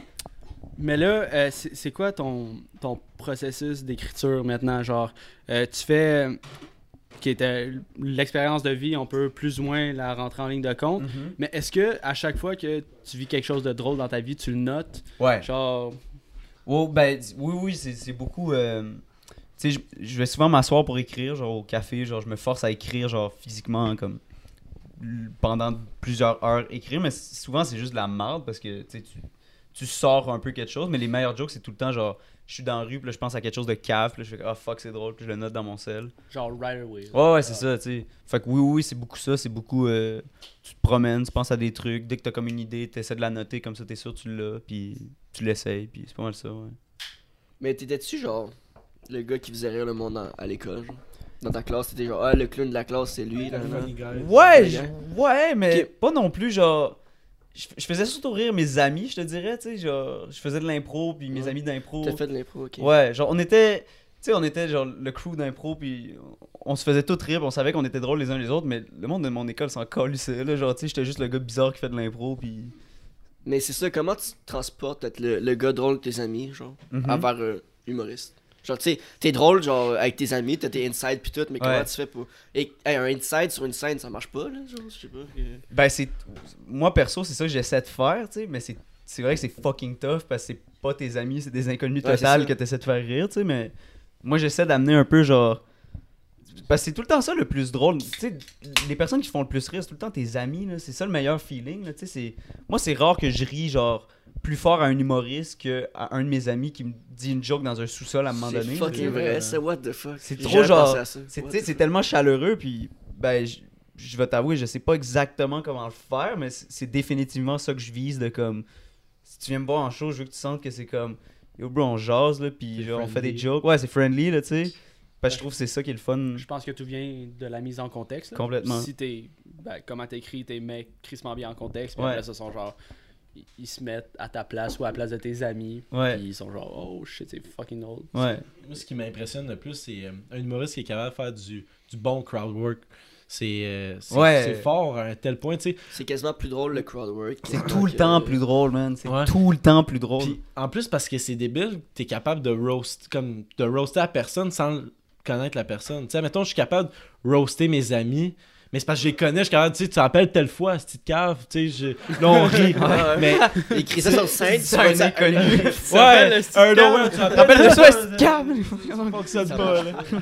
D: mais là, euh, c'est c'est quoi ton, ton processus d'écriture maintenant? Genre, euh, tu fais qui était l'expérience de vie, on peut plus ou moins la rentrer en ligne de compte.
B: Mhm.
D: Mais est-ce que à chaque fois que tu vis quelque chose de drôle dans ta vie, tu le notes?
B: Ouais.
D: Genre,
B: Oh, ben, d- oui, oui, c'est c'est beaucoup. euh, Tu sais, je- je vais souvent m'asseoir pour écrire, genre au café, genre je me force à écrire, genre physiquement, hein, comme l- pendant plusieurs heures écrire, mais c- souvent c'est juste de la merde parce que tu sais, tu- tu sors un peu quelque chose, mais les meilleurs jokes, c'est tout le temps genre, je suis dans la rue, puis là, je pense à quelque chose de cave, puis là, je fais, ah fuck, c'est drôle, puis je le note dans mon sel.
D: Genre right away. là.
B: Ouais, ouais, c'est ça, tu sais. Fait que oui, oui, c'est beaucoup ça, c'est beaucoup. euh, tu te promènes, tu penses à des trucs, dès que t'as comme une idée, t'essaies de la noter, comme ça, t'es sûr, que tu l'as, puis tu l'essayes, puis c'est pas mal ça, ouais.
C: Mais t'étais-tu genre le gars qui faisait rire le monde à, à l'école, genre? Dans ta classe, t'étais genre, ah, le clown de la classe, c'est lui. là, là.
B: Ouais,
C: Ouais,
B: je-
C: hein.
B: ouais, mais
C: Ok.
B: pas non plus genre. Je, je faisais surtout rire mes amis, je te dirais, tu sais, genre, je faisais de l'impro, puis mes
C: Ouais.
B: amis d'impro.
C: T'as fait de l'impro, ok.
B: Ouais, genre, on était, tu sais, on était genre le crew d'impro, puis on, on se faisait tout rire, puis on savait qu'on était drôles les uns les autres, mais le monde de mon école s'en calissait, là, genre, tu sais, j'étais juste le gars bizarre qui fait de l'impro, puis.
C: Mais c'est ça, comment tu te transportes d'être le, le gars drôle de tes amis, genre, à
B: Mhm.
C: vers euh, humoriste? Genre, tu sais, t'es drôle, genre, avec tes amis, t'as tes insides pis tout, mais comment
B: Ouais.
C: tu fais pour. Et, hey, un inside sur une scène, ça marche pas, là, genre, je sais pas. euh.
B: Ben, c'est. Moi, perso, c'est ça que j'essaie de faire, tu sais, mais c'est. C'est vrai que c'est fucking tough parce que c'est pas tes amis, c'est des inconnus
C: Ouais, c'est
B: totales
C: ça.
B: que t'essaies de faire rire, tu sais, mais moi j'essaie d'amener un peu genre. Parce que c'est tout le temps ça le plus drôle. Tu sais, les personnes qui font le plus rire, c'est tout le temps tes amis, là. C'est ça le meilleur feeling, là, tu sais. c'est- Moi, c'est rare que je ris genre plus fort à un humoriste qu'à un de mes amis qui me dit une joke dans un sous-sol à un moment
C: C'est
B: donné.
C: fucking
B: là.
C: vrai, ça, what the fuck.
B: C'est
C: J'ai
B: trop
C: jamais
B: genre-
C: pensé à ça.
B: C'est,
C: What
B: tu sais,
C: the
B: c'est
C: fuck.
B: tellement chaleureux, puis ben, je, je vais t'avouer, je sais pas exactement comment le faire, mais c'est, c'est définitivement ça que je vise de comme. Si tu viens me voir en show, je veux que tu sentes que c'est comme. Yo, bro, on jase, là, puis
D: C'est
B: genre, on fait des
D: friendly.
B: jokes. Ouais, c'est friendly, là, tu sais. Parce que je trouve que c'est ça qui est le fun.
D: Je pense que tout vient de la mise en contexte. là.
B: Complètement.
D: Si t'es. Ben, comment t'écris, t'es mets crissement bien en contexte. Puis
B: Ouais.
D: après, ça sont genre. ils- Ils se mettent à ta place ou à la place de tes amis.
B: Ouais.
D: Puis ils sont genre, oh shit, c'est fucking old.
B: Ouais.
A: Moi, ce qui m'impressionne le plus, c'est euh, un humoriste qui est capable de faire du, du bon crowd work. C'est euh, c'est-
B: Ouais.
A: c'est fort à un tel point, tu sais.
C: C'est quasiment plus drôle le crowd work.
B: C'est tout le temps plus drôle, man. C'est
A: Ouais.
B: tout le temps plus drôle.
A: Puis en plus, parce que c'est débile, t'es capable de roast, comme de roaster la personne sans connaître la personne. Tu sais, mettons, je suis capable de roaster mes amis. Mais c'est parce que je les connais, je suis capable, tu sais, tu t'appelles telle fois, cette petite cave, tu sais, je... là on rit, mais
C: Écris ça sur scène,
B: C'est
C: tu vas-
B: un inconnu.
A: ouais, un doigt, tu t'appelles
B: Rappelle-le
A: ça,
B: ça, c'est câble.
A: ça fonctionne
C: Ça
A: pas,
C: marche
A: là.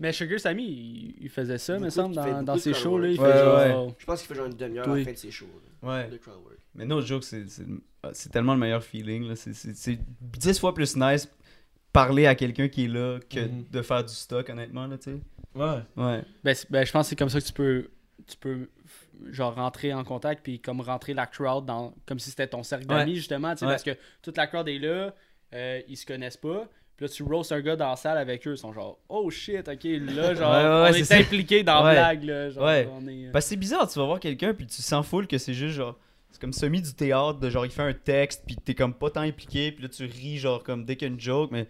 D: Mais Sugar Sammy, il, il faisait ça,
C: Beaucoup,
D: me semble,
C: il fait
D: dans,
C: beaucoup
D: dans
C: de
D: ses
C: crowd
D: shows. Là, il
B: work.
D: fait
B: Ouais,
D: genre.
C: Je pense qu'il fait genre une demi-heure à
D: Oui.
C: la fin de ses shows, là,
B: Ouais.
C: le crowd work.
B: Mais no joke, c'est, c'est, c'est tellement le meilleur feeling. Là. C'est, c'est, c'est 10 fois plus nice parler à quelqu'un qui est là que
A: Mhm.
B: de faire du stock, honnêtement. Là, tu sais.
A: Ouais.
B: ouais.
D: Ben, c'est- ben, je pense que c'est comme ça que tu peux. Tu peux f- genre rentrer en contact puis comme rentrer la crowd dans comme si c'était ton cercle
B: Ouais.
D: d'amis justement tu sais
B: Ouais.
D: parce que toute la crowd est là euh, ils se connaissent pas puis là tu roast un gars dans la salle avec eux ils sont genre oh shit ok là genre
B: Ouais, ouais, ouais,
D: on est,
B: c'est ça.
D: impliqué dans la
B: Ouais.
D: blague là genre,
B: Ouais.
D: on est, euh,
B: Parce que c'est bizarre, tu vas voir quelqu'un puis tu s'en foules que c'est juste genre. C'est comme semi du théâtre, de genre il fait un texte puis t'es comme pas tant impliqué puis là tu ris genre comme dès qu'il y a une joke. Mais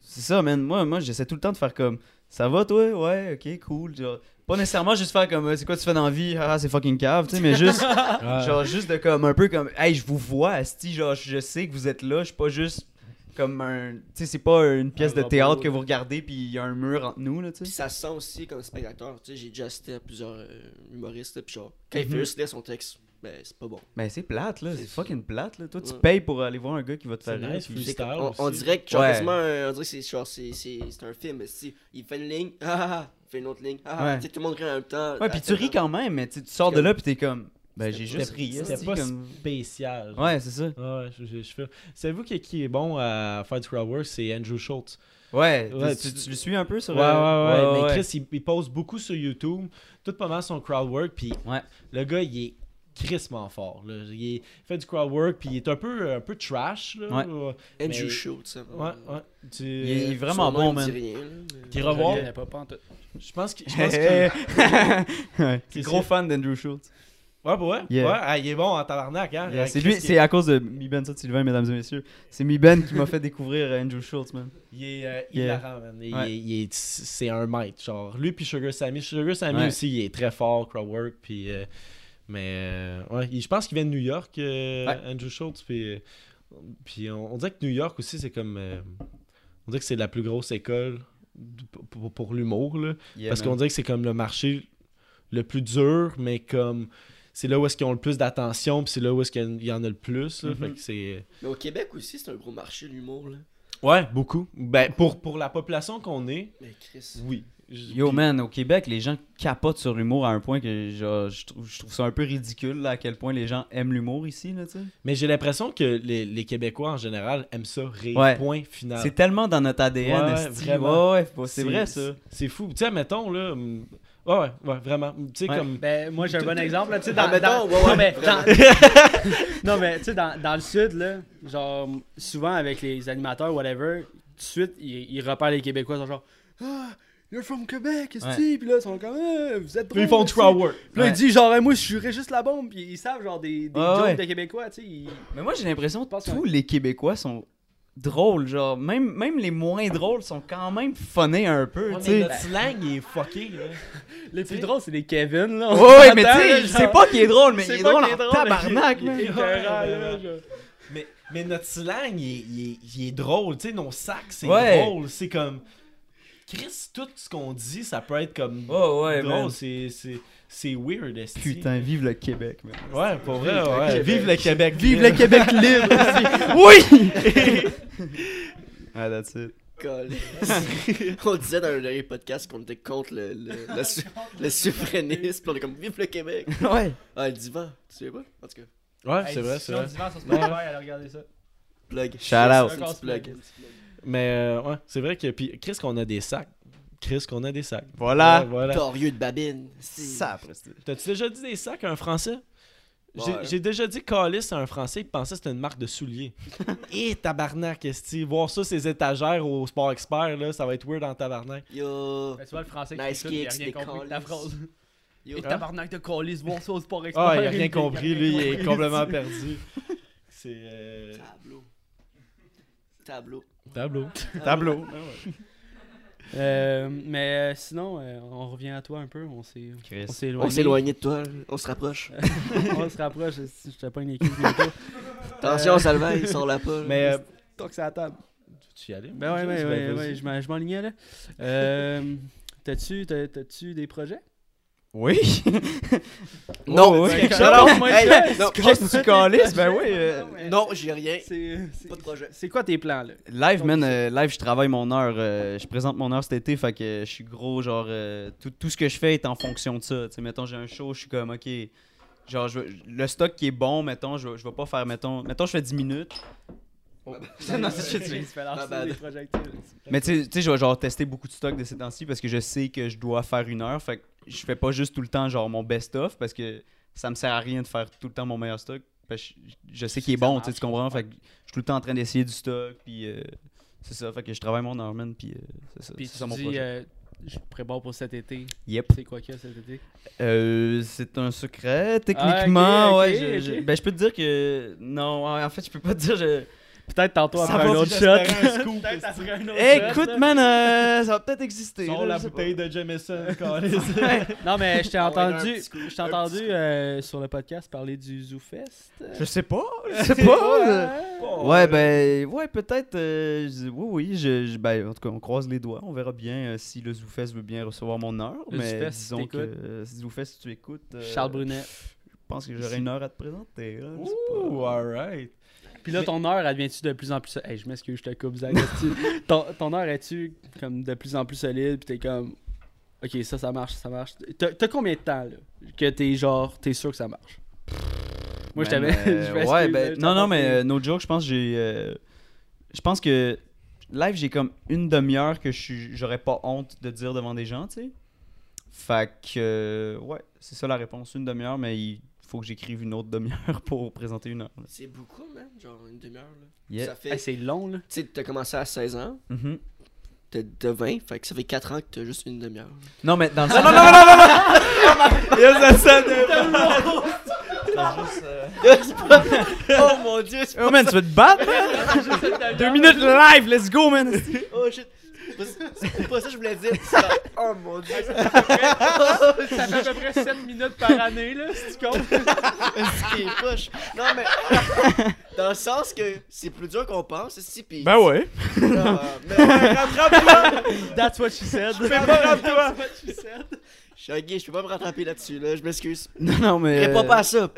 B: c'est ça, man. Moi, moi j'essaie tout le temps de faire comme ça va toi, ouais, ok, cool. Genre, pas nécessairement juste faire comme euh, c'est quoi tu fais dans la vie, ah c'est fucking cave, tu sais, mais juste.
A: Euh.
B: Genre juste de comme un peu comme hey je vous vois Asti genre je sais que vous êtes là je suis pas juste comme un tu sais c'est pas une pièce
A: Un
B: de
A: robot,
B: théâtre
A: là.
B: que vous regardez puis il y a un mur entre nous là tu
C: Puis
B: sais
C: ça se sent aussi comme spectateur. Tu sais, j'ai déjà assisté à plusieurs euh, humoristes. là, Puis genre, quand il fait
B: Mhm.
C: juste lire son texte, ben c'est pas bon.
B: mais c'est plate là
C: C'est
B: c'est
C: ça.
B: fucking plate là toi tu
C: Ouais.
B: payes pour aller voir un gars qui va te
A: C'est
B: faire rire
A: nice,
B: puis-
A: freestyle
C: On, on
A: aussi.
C: dirait que genre,
B: Ouais.
C: quasiment, euh, on dirait que c'est genre, c'est, c'est, c'est un film. Mais si il fait une ligne, ah, ah, ah, il fait une autre ligne, ah, ah,
B: Ouais.
C: tu sais, tout le monde rit en même temps.
B: ouais puis tu ris quand même mais tu tu sors de là puis t'es comme ben j'ai
C: C'était
B: juste
C: pas-
B: ri
A: C'était
B: asti,
A: pas
B: comme-
A: spécial. genre.
B: ouais c'est ça
A: Ouais, je, je, je fais. Savez-vous qui, qui est bon à faire du crowd work? C'est Andrew Schultz.
B: ouais
A: Ouais,
B: tu
A: tu-
B: tu le suis un peu sur
A: Ouais, ouais, ouais,
B: euh,
A: Mais Chris, il, il pose beaucoup sur YouTube. Tout pas mal son crowd work. Puis
B: Ouais.
A: le gars, il est crissement fort. là. Il est- il fait du crowd work. Puis il est un peu, un peu trash. Là.
B: Ouais.
A: Ouais,
C: Andrew
A: Mais-
C: Schultz, ça.
A: ouais. Tu-
B: Il est- il est
C: Euh,
B: vraiment bon, man.
A: T'es
D: je
A: revoir.
D: connais pas, pas en tout.
A: Je pense qu'il. je pense qu'il-
B: Ouais.
A: C'est
B: gros
A: ça.
B: fan d'Andrew Schultz.
A: Ouais, bah ouais.
B: Yeah.
A: ouais. ah, il est bon en tabarnak. Hein.
B: Yeah, c'est
A: Chris,
B: lui,
A: il-
B: c'est à cause de Mi Ben Sylvain, mesdames et messieurs. C'est Mi Ben qui m'a fait découvrir euh, Andrew Schultz, man.
A: Il est euh,
B: Yeah.
A: hilarant, man. Il,
B: Ouais.
A: est- il est- c'est un maître, genre. Lui puis Sugar Sammy. Sugar Sammy
B: Ouais.
A: aussi, il est très fort, crowd work, puis... euh, mais, euh, ouais, il- je pense qu'il vient de New York, euh,
B: Ouais.
A: Andrew Schultz, puis... euh, Puis on, on dirait que New York aussi, c'est comme... euh, on dirait que c'est la plus grosse école d- pour, pour- pour l'humour, là. Parce qu'on dirait que c'est comme le marché le plus dur, mais comme... C'est là où est-ce qu'ils ont le plus d'attention, puis c'est là où est-ce qu'il y en a le plus, là.
B: Mhm.
A: Fait que c'est...
C: Mais au Québec aussi, c'est un gros marché, l'humour. Là.
A: Ouais, beaucoup. Ben, pour, pour la population qu'on est...
C: Mais Chris.
A: Oui. Je-
B: Yo
A: puis-
B: man, au Québec, les gens capotent sur l'humour à un point que genre, je, trouve, je trouve ça un peu ridicule là, à quel point les gens aiment l'humour ici. Là, tu sais.
A: Mais j'ai l'impression que les, les Québécois en général aiment ça, rire,
B: Ouais.
A: point final.
B: C'est tellement dans notre ADN.
A: Ouais,
B: esti.
A: vraiment.
B: Ouais, ouais, faut- c'est vrai ça.
A: C'est fou. Tu sais, mettons, là. hum, Ouais, ouais, ouais, vraiment. Tu sais,
B: Ouais.
A: comme.
D: Ben, moi, j'ai un bon exemple. Là, tu sais,
C: Ah,
D: dans,
C: mettons,
D: dans-
C: ouais, ouais,
D: non, mais, dans- non, mais tu sais, dans, dans le sud, là, genre, souvent avec les animateurs, whatever, tout de suite, ils, ils repèrent les Québécois, ils sont genre, ah, you're from Québec, est-ce Puis là, ils sont comme, Ah, vous êtes drôles,
A: Ils font
D: esti.
A: du crowd work.
D: Puis là,
B: Ben, Ouais.
D: ils disent, genre, Hey, moi, je jurais juste la bombe, puis ils savent, genre, des, des
B: Ouais,
D: jokes
B: ouais.
D: de Québécois, tu sais. ils-
B: Mais moi j'ai l'impression que
D: pense
B: tous les Québécois sont drôles. genre Même, même les moins drôles sont quand même funnés un peu. tu sais.
A: slang il est fucké, là.
D: Les plus
A: sais-
D: drôles, c'est les Kevin, là.
B: Ouais,
D: on
B: ouais, mais tu
D: s'entend,
B: sais,
D: là,
B: je
D: genre,
B: sais pas qui est drôle, mais
D: je
B: il
D: sais
B: est
D: pas
B: drôle
D: qui
B: en
D: drôle, mais
B: tabarnak,
D: il-
B: man.
D: il est écœurant, là, genre.
A: Mais, mais notre slang, il, est- il est- il est drôle. Tu sais, nos sacs, c'est
B: Ouais.
A: drôle. C'est comme. Chris, tout ce qu'on dit, ça peut être comme.
B: Oh ouais, man.
A: drôle. C'est- C'est c'est weird, esti.
B: Putain, vive le Québec, man.
A: Ouais, pour vrai, ouais. Vive le Québec.
B: ben, Vive le Québec libre Oui Ah, that's it.
C: Colin. on disait dans le dernier podcast qu'on était contre le, le, le, su- le souverainisme. puis On est comme vive le Québec.
B: Ouais.
C: Ah, le divan, tu sais pas? En tout cas,
A: Ouais,
D: Hey,
A: c'est vrai, c'est
D: sinon,
A: vrai.
D: dimanche, sur Spotify, allez regarder ça.
C: plug.
B: Shout out.
C: C'est un petit plug.
A: Mais euh, ouais, c'est vrai que. Puis, Chris, qu'on a des sacs. Chris, qu'on a des sacs. Ouais,
B: Voilà.
A: voilà.
C: Glorieux de babine. Si.
B: prestige.
A: T'as-tu déjà dit des sacs à un Français? J'ai-
C: Ouais.
A: J'ai déjà dit Calis à un Français, il pensait que c'était une marque de souliers. Et tabarnak, esti. Voir ça, ces étagères au Sport Expert, là, ça va être weird en tabarnak.
C: Yo.
D: Ben, tu vois, le français qui
C: Nice
D: t'écoute, il a
C: kicks,
D: rien
C: des
D: compris de ta
C: calls.
D: phrase.
C: Yo.
D: Et tabarnak de colis, voir ça au sport expert.
A: Ah, il a rien compris, lui, il est
D: compris.
A: complètement perdu. C'est. euh,
C: Tableau. Tableau.
A: Tableau.
B: Tableau.
D: Euh, mais euh, sinon, euh, on revient à toi un peu. On s'est
B: Chris.
D: on s'est éloigné.
C: On s'est éloigné de toi, on se rapproche.
B: Euh,
D: on se rapproche. Si je t'ai pas une équipe bientôt,
C: Attention, Salvaille, il sort la poche.
A: Mais. euh,
D: toque à la table.
A: tu y allais?
D: Ben ouais,
A: James?
D: ouais, ouais,
A: Ben,
D: ouais,
A: vas-y.
D: je m'en- je m'enlignais là. Euh, T'as-tu t'as- t'as-tu des projets?
B: Oui.
C: Non,
B: Oh,
C: dis
B: ouais.
C: quelque
B: Shout
C: chose.
B: out.
D: Moi,
C: Hey,
D: je-
C: non,
B: Qu'est-ce que tu calisses? Ben oui. euh,
C: Non, j'ai rien.
D: C'est- c'est-
C: Pas de projet.
D: C'est quoi tes plans là?
B: Live, man, euh, live, je travaille mon heure. euh, je présente mon heure cet été, fait que je suis gros, genre, euh, tout, tout ce que je fais est en fonction de ça. Tu sais, mettons, j'ai un show, je suis comme, ok, genre, je veux- le stock qui est bon, mettons, je, vais- je vais pas faire, mettons, mettons, je fais 10 minutes. non, c'est shit,
D: Tu fais lancer
C: Ma bad.
D: des projets actifs.
B: Mais tu sais- tu sais, je vais genre tester beaucoup de stock de ces temps-ci parce que je sais que je dois faire une heure. Fait que je fais pas juste tout le temps genre mon best-of parce que ça me sert à rien de faire tout le temps mon meilleur stock. Parce que je, je sais qu'il est
D: Ça
B: bon,
D: marche.
B: tu sais, tu comprends? Fait que je suis tout le temps en train d'essayer du stock. Puis euh, c'est ça. Fait que je travaille mon Norman. Puis euh, c'est ça.
D: Puis
B: c'est ça
D: tu
B: mon
D: dis,
B: projet.
D: euh, je prépare pour cet été.
B: Yep.
D: C'est quoi qu'il y a cet été?
B: Euh, c'est un secret, techniquement.
D: ok,
B: ouais,
D: ok,
B: je- je-
D: ok.
B: ben je peux te dire que. Non, en fait, je peux pas te dire. Je...
D: Peut-être tantôt
A: Ça
D: après
A: va,
D: un autre
A: si
D: shot.
A: j'espérais un scoop,
D: Peut-être après un autre shot,
B: Écoute,
D: là.
B: man, euh, ça va peut-être exister.
A: Sors
B: là,
A: la
B: je sais pas.
A: bouteille de Jameson, Calis.
D: Non, mais je t'ai
C: Ah ouais, un
D: entendu,
C: petit coup,
D: je t'ai
C: un petit
D: entendu
C: coup.
D: euh, sur le podcast parler du ZooFest.
B: Je sais pas. Je sais pas. euh. Ouais, ben, ouais, peut-être. euh, je- oui, oui, je, je- ben, en tout cas, on croise les doigts. On verra bien euh, si le ZooFest veut bien recevoir mon heure.
D: Le
B: mais
D: ZooFest, si
B: disons que
D: t'écoutes.
B: euh, si ZooFest, si tu écoutes, euh,
D: Charles Brunet.
B: je pense que j'aurai une heure à te présenter. là, je sais pas.
A: Ouh, alright.
D: Puis là, ton heure, elle devient-tu de plus en plus. Hey, je m'excuse, je te coupe, Zach. Est-ce que- ton, ton heure, es-tu comme de plus en plus solide? Puis t'es comme. Ok, ça, ça marche, ça marche. T'as t'as combien de temps, là? Que t'es genre. T'es sûr que ça marche? Moi,
B: Man,
D: je t'avais.
B: euh,
D: je m'excuse,
B: ouais,
D: là,
B: ben,
D: je
B: non, non,
D: t'entends,
B: mais
D: c'est-
B: euh, no joke, je pense que j'ai. euh, je pense que live, j'ai comme une demi-heure que je suis- j'aurais pas honte de dire devant des gens, tu sais. Fait que, euh, ouais, c'est ça la réponse. Une demi-heure, mais il faut que j'écrive une autre demi-heure pour présenter une heure. là.
C: C'est beaucoup, man. Genre une demi-heure, là.
B: Yeah.
C: Ça
D: Hey,
C: fait. Tu
D: c'est long, là.
C: sais, t'as commencé à 16 ans,
B: Mhm.
C: t'as t'as 20, fait que ça fait 4 ans que t'as juste une demi-heure.
B: Non, mais dans le sens. Ah, Non, non, non, non, non, non! euh,
C: oh mon dieu, c'est
B: Oh man, tu veux te battre, man? Deux minutes live, let's go, man!
C: Oh shit. C'est pas ça- C'est pas ça que je voulais dire. C'est- Oh mon dieu.
D: Ça fait à peu près 7 minutes par année, là, si tu comptes.
C: ce qui est poche. Non, mais. Dans le sens que c'est plus dur qu'on pense, si pis.
B: Ben ouais.
C: euh, Ah, mais ouais, rattrape-toi!
D: That's what she said.
C: Rattrape-toi! suis un gay, je peux pas me rattraper là-dessus, là, je m'excuse.
B: Non, non, mais. euh,
C: Réponds pas à ça.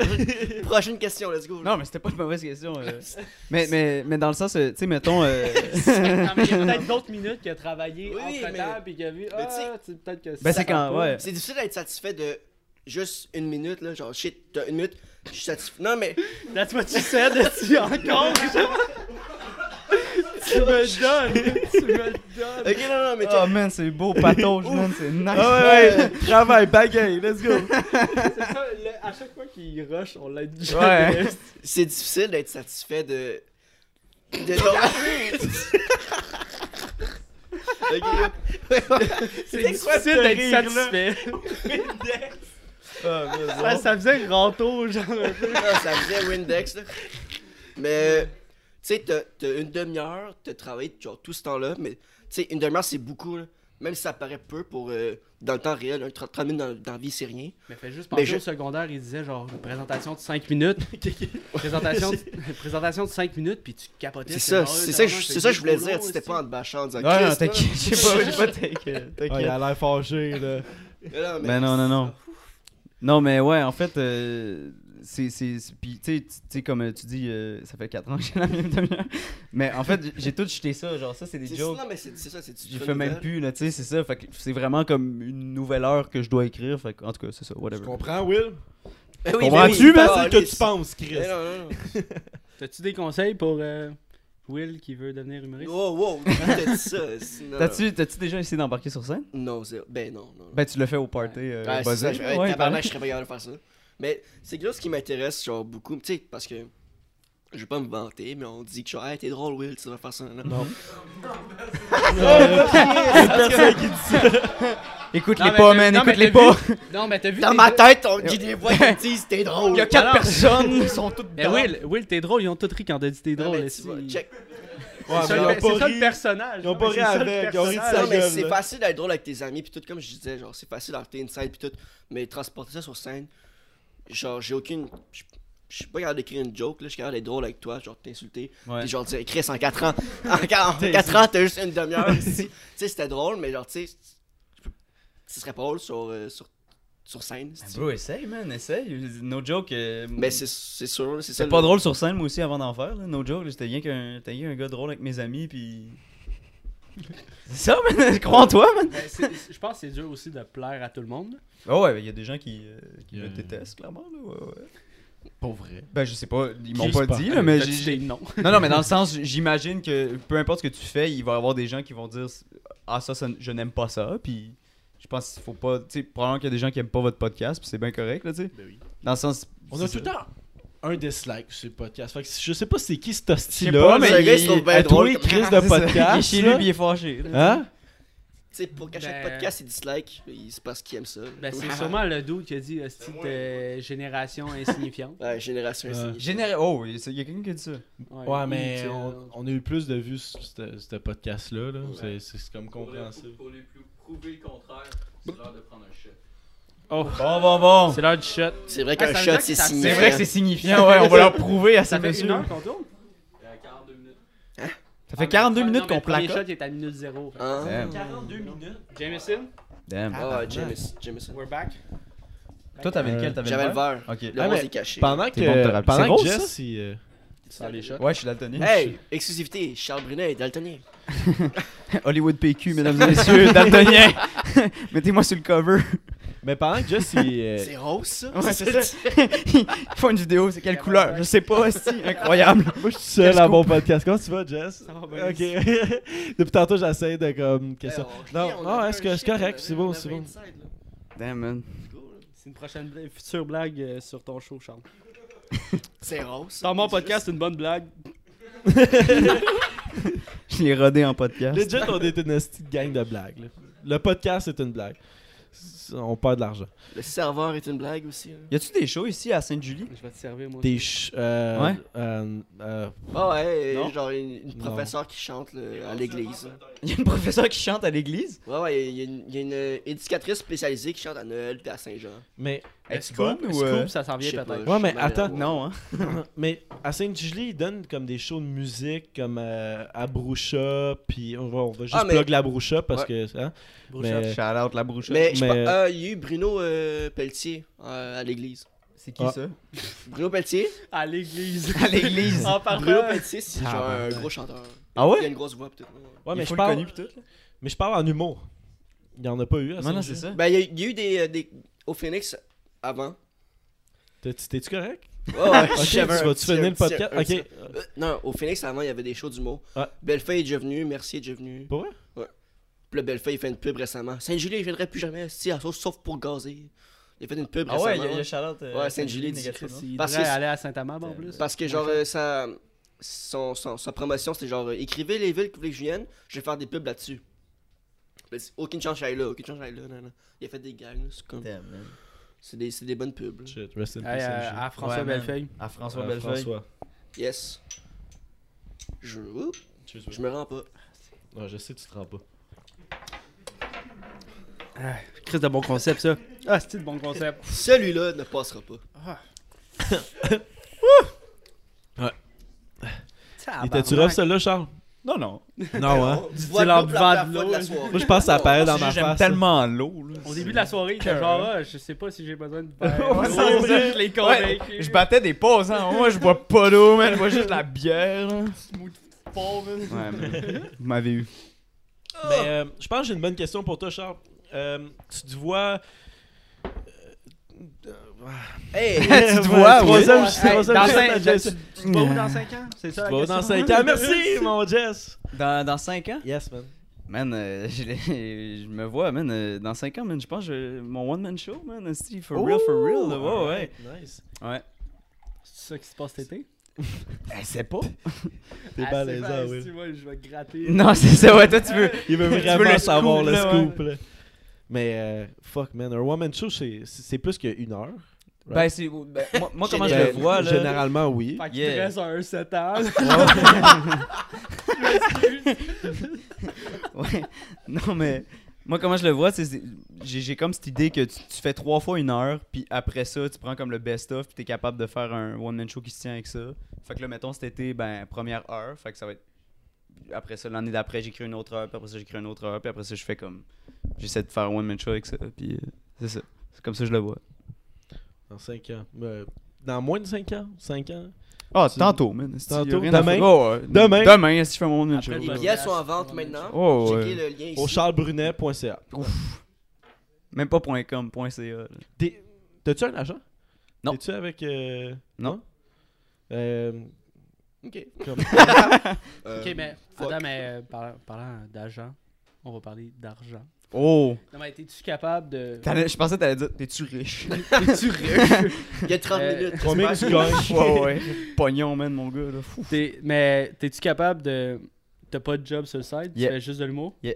C: Prochaine question, let's go.
B: Non, mais c'était pas une mauvaise question. euh. mais, mais, mais dans le sens, euh, tu sais, mettons. euh,
D: Ah, Il y a peut-être d'autres minutes qu'il a travaillé
C: Oui, mais-
D: entre-temps puis qu'il a vu,
C: Mais
D: ah,
C: tu sais-
D: tu sais, peut-être que
B: ben,
D: ça
B: c'est quand,
D: compte pas.
B: ouais.
C: C'est difficile d'être satisfait de juste une minute, là. Genre, shit, t'as une minute, je suis satisfait. Non, mais.
D: That's what you said, tu encore. tu me donnes, tu me donnes.
C: Ok, non, non, mais tu
B: Oh man, c'est beau, patauge, man, c'est nice.
C: Ah
A: ouais, ouais, travail, bagaille, let's go.
D: C'est ça, le- à chaque fois qu'il rush, on l'a dit.
B: Ouais.
C: c'est difficile d'être satisfait de. de ton. Ok,
D: C'est
A: quoi
D: difficile
A: ce
D: d'être
A: rire-là?
D: satisfait. ça, ça faisait râteau, genre un peu.
C: non, ça faisait Windex, là. Mais. Tu sais, t'as- t'as une demi-heure, t'as travaillé genre, tout ce temps-là, mais tu sais, une demi-heure, c'est beaucoup, là. Même si ça paraît peu pour. euh, dans le temps réel, hein, 30 minutes dans, dans la vie, c'est rien.
D: Mais fais juste
C: penser
D: penser
C: Mais je- au
D: au secondaire, il disait genre une présentation de 5 minutes. présentation, de, présentation de 5 minutes, puis tu Ah, capotais.
C: C'est ça, c'est ça, que je- c'est ça que je voulais dire. Tu t'es pas en te bâchant en disant.
B: Ouais, non,
C: Christ,
B: t'inquiète, j'ai pas, j'ai pas t'inquiète,
A: il
B: t'inquiète.
A: a l'air fâché, là.
C: Mais non, mais-
B: Ben non, non, non. Non, mais ouais, en fait, euh, c'est. c'est- c'est- Puis, tu sais, tu sais, comme euh, tu dis, euh, ça fait 4 ans que j'ai la même demi-heure. Mais en fait, j'ai tout jeté ça. Genre, ça, c'est des
C: C'est
B: jokes.
C: non, mais c'est c'est ça, c'est du
B: J'y
C: fun
B: fais même
C: nouvelle.
B: plus, là, tu sais, c'est ça. Fait que c'est vraiment comme une nouvelle heure que je dois écrire. Fait que, en tout cas, c'est ça,
A: Tu
B: whatever.
A: comprends, Will?
C: Ben oui, ben oui,
A: Comprends-tu, mais
C: ben
A: Bah, c'est
C: oui,
A: que tu
C: c'est-
A: penses, Chris?
C: Ben non, non, non.
D: T'as-tu des conseils pour euh, Will qui veut devenir humoriste?
C: Wow, Oh, wow, qui t'a dit ça? c'est- non,
B: T'as-tu t'as-tu déjà essayé d'embarquer sur scène?
C: Non, non, zéro. Ben non, non. non.
B: Ben, tu l'as fait au party. Euh,
C: Ouais, c'est
B: buzzé.
C: ça, je, ouais,
B: Ouais, ben.
C: tabarnak,
B: pareil.
C: je serais pas capable de faire ça. Mais c'est que là, ce qui m'intéresse, genre, beaucoup, tu sais, parce que je vais pas me vanter, mais on dit que genre, hey, t'es drôle, Will, tu vas faire ça. Non.
B: Écoute
D: Non,
B: les
D: mais
B: pas,
D: t'as-
B: man,
D: non, mais
B: écoute les
D: t'as
B: pas.
D: vu- Non, mais t'as vu.
C: Dans
D: les-
C: ma tête, on dit des voix qui disent t'es drôle.
B: Il y a 4 personnes, ils sont toutes
D: Mais Will, Will t'es drôle, ils ont tout ri quand t'as dit t'es
C: Non,
D: drôle.
C: mais tu
D: esti.
C: vois, check.
A: Ouais,
D: C'est
A: Ah, mais
D: ça,
A: ils
D: le-
A: ont
D: c'est
A: pas
D: ça
A: ri.
D: le personnage.
A: Ils ont
D: non,
A: pas
D: mais
A: ri
D: c'est ça le
A: avec, ils ont ri de
D: personnage.
A: sa
C: Non, mais
A: gueule,
C: c'est
A: là.
C: facile d'être drôle avec tes amis, puis tout, comme je disais, genre, c'est facile d'arrêter une scène, puis tout, mais transporter ça sur scène, genre, j'ai aucune. je- Je suis pas capable d'écrire une joke, là, je suis capable d'être drôle avec toi, genre, t'insulter,
B: Ouais.
C: puis genre, dire, Chris, en 4 ans, en 4 ans, t'as juste une demi-heure ici. tu sais, c'était drôle, mais genre, tu sais, je peux- ce serait pas drôle sur, euh, sur, sur scène. si tu-
B: Ben, Bro, essaye, man, essaye. No joke. euh,
C: Mais c'est c'est sûr, c'est ça.
B: C'était
C: le-
B: pas drôle sur scène, moi aussi, avant d'en faire. là. No joke, là, j'étais rien qu'un j'étais rien qu'un gars drôle avec mes amis, puis. C'est ça, man, je crois en toi, man.
D: Mais Ben, c'est- Je pense que c'est dur aussi de plaire à tout le monde.
B: Ah ouais, il y a des gens qui, euh, qui
A: Euh.
B: me détestent, clairement. Là, ouais, ouais.
A: Pour vrai.
B: Ben, je sais pas, ils
A: Qui
B: m'ont
A: se
B: pas
A: parle?
B: dit, là, mais
D: T'as-tu
B: j'ai-
D: des noms?
B: Non, non, mais dans le sens, j'imagine que peu importe ce que tu fais, il va y avoir des gens qui vont dire Ah, ça, ça- je n'aime pas ça. Puis je pense qu'il faut pas. Tu sais, probablement qu'il y a des gens qui aiment pas votre podcast, puis c'est bien correct, là, tu sais.
A: Ben oui.
B: Dans le sens.
A: On a tout
B: c'est
A: le
B: ça.
A: temps un dislike sur le podcast. Fait que je sais pas c'est qui cet
B: Je sais pas,
A: hostie-là,
B: mais
A: mais
C: le gars, il se
B: il-
C: trouve bien
B: à
A: tous
C: drôle
A: les
C: comme-
A: crises
B: C'est
A: de
B: ça.
A: podcast.
B: Il est chez lui,
A: là.
B: puis il est fâché. là.
A: Hein?
C: Tu sais, pour qu'à chaque
D: Ben-
C: podcast, il dislike, il- c'est parce qu'il aime ça.
D: Ben, c'est sûrement le dude qui a dit hostie de génération insignifiante.
C: Ouais, génération
A: Ouais.
C: insignifiante.
B: Généré. Oh, il y a- il y a quelqu'un qui a dit ça.
A: Ouais, mais
D: Ou que-
A: on, on a eu plus de vues sur ce ce podcast-là. là. C'est- C'est comme compréhensible.
F: Pour les plus prouver le contraire, c'est l'heure de prendre un shot.
D: Oh,
B: Bon, bon, bon.
D: c'est l'heure du shot.
C: C'est vrai qu'un
D: Ah, ça veut
C: shot,
D: dire que
C: c'est
D: ça-
C: signé.
B: C'est vrai que c'est signifiant, ouais. On va leur prouver à ces
D: Ça fait une
B: messieurs.
D: heure qu'on tourne?
F: Il y a 42 minutes.
B: Ça fait 42
D: Ah, non,
B: minutes
D: mais
B: qu'on
D: Le
B: plaque.
D: premier shot il est à minute zéro.
C: Hein?
B: Damn.
F: 42 minutes
D: Jameson,
B: Damn.
C: Ah, James- Jameson.
D: we're back.
B: Toi, t'avais lequel T'avais
C: J'avais le verre.
B: Ok.
C: Le
A: Ah,
C: rose
A: mais
C: est caché.
A: Pendant que,
B: C'est bon de te rappeler. C'est
A: pendant que
B: rose,
A: Jess, il, euh,
D: Sans les shots.
B: Ouais, je suis daltonien.
C: Hey, exclusivité, Charles Brunet est daltonien.
B: Hollywood PQ, mesdames et messieurs, daltonien. Mettez-moi sur le cover.
A: Mais pendant que Jess, il, euh,
C: C'est rose, ça? Eh,
B: Ouais, c'est ça. Ils font une vidéo, c'est quelle couleur Je sais pas, c'est incroyable.
A: Moi, je suis seul
B: Quel
A: à mon podcast. Comment tu vas, Jess?
D: Ça va bien,
A: Ok. Depuis tantôt, j'essaie de comme. question- Non, non, est-ce que c'est correct? C'est bon, c'est bon.
B: Damn, man.
D: C'est une prochaine bla- future blague euh, sur ton show, Charles.
C: C'est rose. ça.
D: Dans mon
C: C'est
D: podcast, c'est une bonne blague.
B: Je l'ai rodé en podcast.
A: Legit, on est une hostie de gang de blagues. là. Le podcast, c'est une blague. C'est- On perd de l'argent.
C: juste- Le serveur est une blague aussi. hein.
B: Y a-tu des shows ici à Sainte-Julie
D: Je vais te servir, moi.
A: Des ch. euh,
B: Ouais.
A: euh, euh,
C: Ah ouais,
B: Non?
C: genre une, une
A: Non.
C: professeure qui chante le- à l'église. hein.
B: Y a une professeure qui chante à l'église
C: Ouais, ouais, il y, a une- il y a une euh, éducatrice spécialisée qui chante à Noël puis à Saint-Jean.
A: mais
B: Est-ce
D: Scoop,
B: bonne ou, euh,
D: Scoop, ça s'en vient
C: Je sais pas,
D: peut-être.
C: je
A: Ouais,
C: suis
A: mais
C: mal à
A: attends,
C: voir.
B: Non, hein.
A: Mais à Sainte-Julie, ils donnent comme des shows de musique, comme euh, à Broucha, puis on va, on va juste
C: Ah, mais-
A: plug la Broucha parce que. hein,
D: Broucha.
A: mais-
B: Shout out la brouchette.
C: Mais, je
A: Mais,
C: pense-
A: euh,
C: euh, il y a eu Bruno euh, Pelletier euh, à l'église.
B: C'est qui
A: Ah.
B: ça
C: Bruno Pelletier
D: À l'église.
B: À l'église.
D: en partant.
C: Bruno Pelletier, c'est genre un
B: Tabarnak.
C: gros chanteur.
B: Ah
C: Il a
B: ouais
C: une grosse voix, peut-être.
A: Ouais,
B: Il
A: mais
B: faut
A: je
B: le
A: parle.
B: connu pis tout, là.
A: Mais je parle en humour. Il n'y en a pas eu à
B: Non, non, c'est
A: Sainte-Julie.
B: ça.
C: Ben, il y a, il y a eu des, euh, des. Au Phoenix avant.
A: T'es- T'es-tu correct?
C: Oh, ouais,
A: Ok, tu
C: j'avais un
A: vas-tu
C: petit-
A: finir
C: un
A: le
C: petit-
A: podcast?
C: un petit-
A: Ok.
C: Euh, Non, au Phoenix avant, il y avait des shows d'humour.
A: Ouais.
C: Bellefeuille est déjà venu, Mercier est déjà venu.
A: Pour vrai?
C: Ouais. Puis là, Bellefeuille, il fait une pub récemment. Saint-Julie, je viendrai plus jamais, si, à sauce, sauf pour gazer. Il a fait une pub
B: Ah ouais,
C: récemment.
B: il y a- il y a shout out. euh,
C: Ouais, Sainte-Julie,
B: négatif,
C: dit-
B: hein.
D: Il
C: Parce
D: devrait
C: que-
D: aller à Saint-Amand en plus.
C: Parce que, genre, euh, sa, son, son- sa promotion, c'était genre euh, écrivez les villes que vous voulez que je vienne, je vais faire des pubs là-dessus. Là, c'est- Aucune chance, j'aille là, aucune chance, j'aille là. nan, nan. Il a fait des gags, là, c'est comme.
B: Damn, man.
C: C'est des, c'est des bonnes pubs. là.
A: Shit, rest in peace,
D: Hey, euh,
A: Sainte-Julie.
D: à François
B: Ouais, man.
D: Bellefeuille.
B: À François
A: Euh,
B: Bellefeuille.
A: François.
C: Yes. Je, ouh,
A: Cheers,
C: je me rends pas.
A: ouais. Ouais, je sais, tu te rends pas.
D: Chris de bon concept, ça. Ah, c'est de bon concept.
C: Celui-là ne passera pas. Ah,
A: Il était-tu
C: bah,
A: rough, celle-là, Charles?
B: Non, non.
A: Non, hein?
C: Tu vois
D: leur
C: le peuple la
D: vent
C: première
D: de
C: fois
D: l'eau,
C: de
D: hein.
C: la soirée.
A: Moi, je pense que ça
C: Non.
A: apparaît dans
B: Si
A: ma
B: J'aime
A: face.
B: tellement l'eau. là.
D: Au début de la soirée, il était genre, ah, je sais pas si j'ai besoin de verre.
B: Ouais,
D: Oh,
B: c'est vrai.
D: je l'ai
B: Ouais,
D: convaincu.
B: Je battais des pauses, hein. Moi, je bois pas d'eau, man. Je bois juste de la bière, là. Ouais, man. Vous m'avez eu.
A: Mais euh, je pense que j'ai une bonne question pour toi, Charles. Euh, tu te vois. euh,
C: Hey!
B: Tu te vois, oui.
A: Troisième,
D: Hey,
A: troisième,
D: dans
A: troisième,
D: cinq-
A: Jess.
D: tu- tu te vois où dans 5 ans C'est ça
A: Tu
D: la
A: te vois
D: question.
A: dans 5 ans. Merci, mon Jess.
B: Dans, dans 5 ans?
A: Yes, man.
B: Man, euh, je, l'ai- je me vois, man, euh, dans 5 ans, man, je pense que je- mon one-man show, man, Steve, for real, for real, là, Oh, ouais, ouais.
A: Nice.
B: Ouais.
D: C'est ça qui se passe cet été
B: Ben, c'est pas.
A: T'es
D: Ah, c'est
A: balaisant,
D: vrai,
A: oui.
D: Tu vois, je vais gratter.
B: Non, c'est ça, ouais, toi, tu veux.
A: Il veut
B: Tu veux
A: vraiment
B: le
A: savoir
B: scoop,
A: le
B: là, ouais.
A: scoop. là. Mais euh, fuck, man. Un woman show, c'est- c'est plus qu'une heure.
B: Ben, c'est. ben, moi, moi, comment je
A: Ben,
B: le vois, là.
A: Généralement, oui.
D: Fait qu'il
B: Yeah.
D: te reste un 7 ans.
B: Ouais. Non, mais moi, comment je le vois, c'est c'est- j'ai j'ai comme cette idée que tu, tu fais trois fois une heure, puis après ça, tu prends comme le best-of, puis t'es capable de faire un one-man show qui se tient avec ça. Fait que là, mettons, cet été, ben, première heure, fait que ça va être. Après ça, l'année d'après, j'écris une autre heure, puis après ça, j'écris une autre heure, puis après ça, je fais comme. J'essaie de faire un one-man show avec ça, puis euh, c'est ça. C'est comme ça que je le vois.
A: Dans 5 ans. Euh, dans moins de 5 ans. 5 ans.
B: Ah,
A: Tu-
B: tantôt, man.
A: Tantôt,
B: Y a rien à
A: demain.
B: faire. Oh, ouais.
A: Demain.
B: Demain, si je fais mon one-man show.
D: Après,
C: Les
D: demain.
C: billets sont en vente maintenant.
B: Oh,
C: Checkez
B: ouais.
C: le lien ici.
A: Au charlesbrunet.ca.
B: Même pas .com, .ca. là.
A: T'es- T'as-tu un agent?
B: Non.
A: T'es-tu avec. euh,
B: Non.
A: Euh,
C: Ok.
A: comme-
C: Euh,
D: Ok, mais Adam, mais euh, par- parlant d'agent, on va parler d'argent.
B: Oh!
D: Non, mais t'es-tu capable de.
B: T'allais- Je pensais que t'allais dire, t'es-tu riche?
D: T'es-tu riche?
C: Il y a 30
D: Euh,
C: minutes.
B: Ah,
A: Combien tu gagnes?
B: ouais, ouais. Pognon, man, mon gars, là. Fou.
D: T'es- mais t'es-tu capable de. T'as pas de job sur le site,
B: Yeah.
D: tu fais juste de l'humour?
B: Yeah.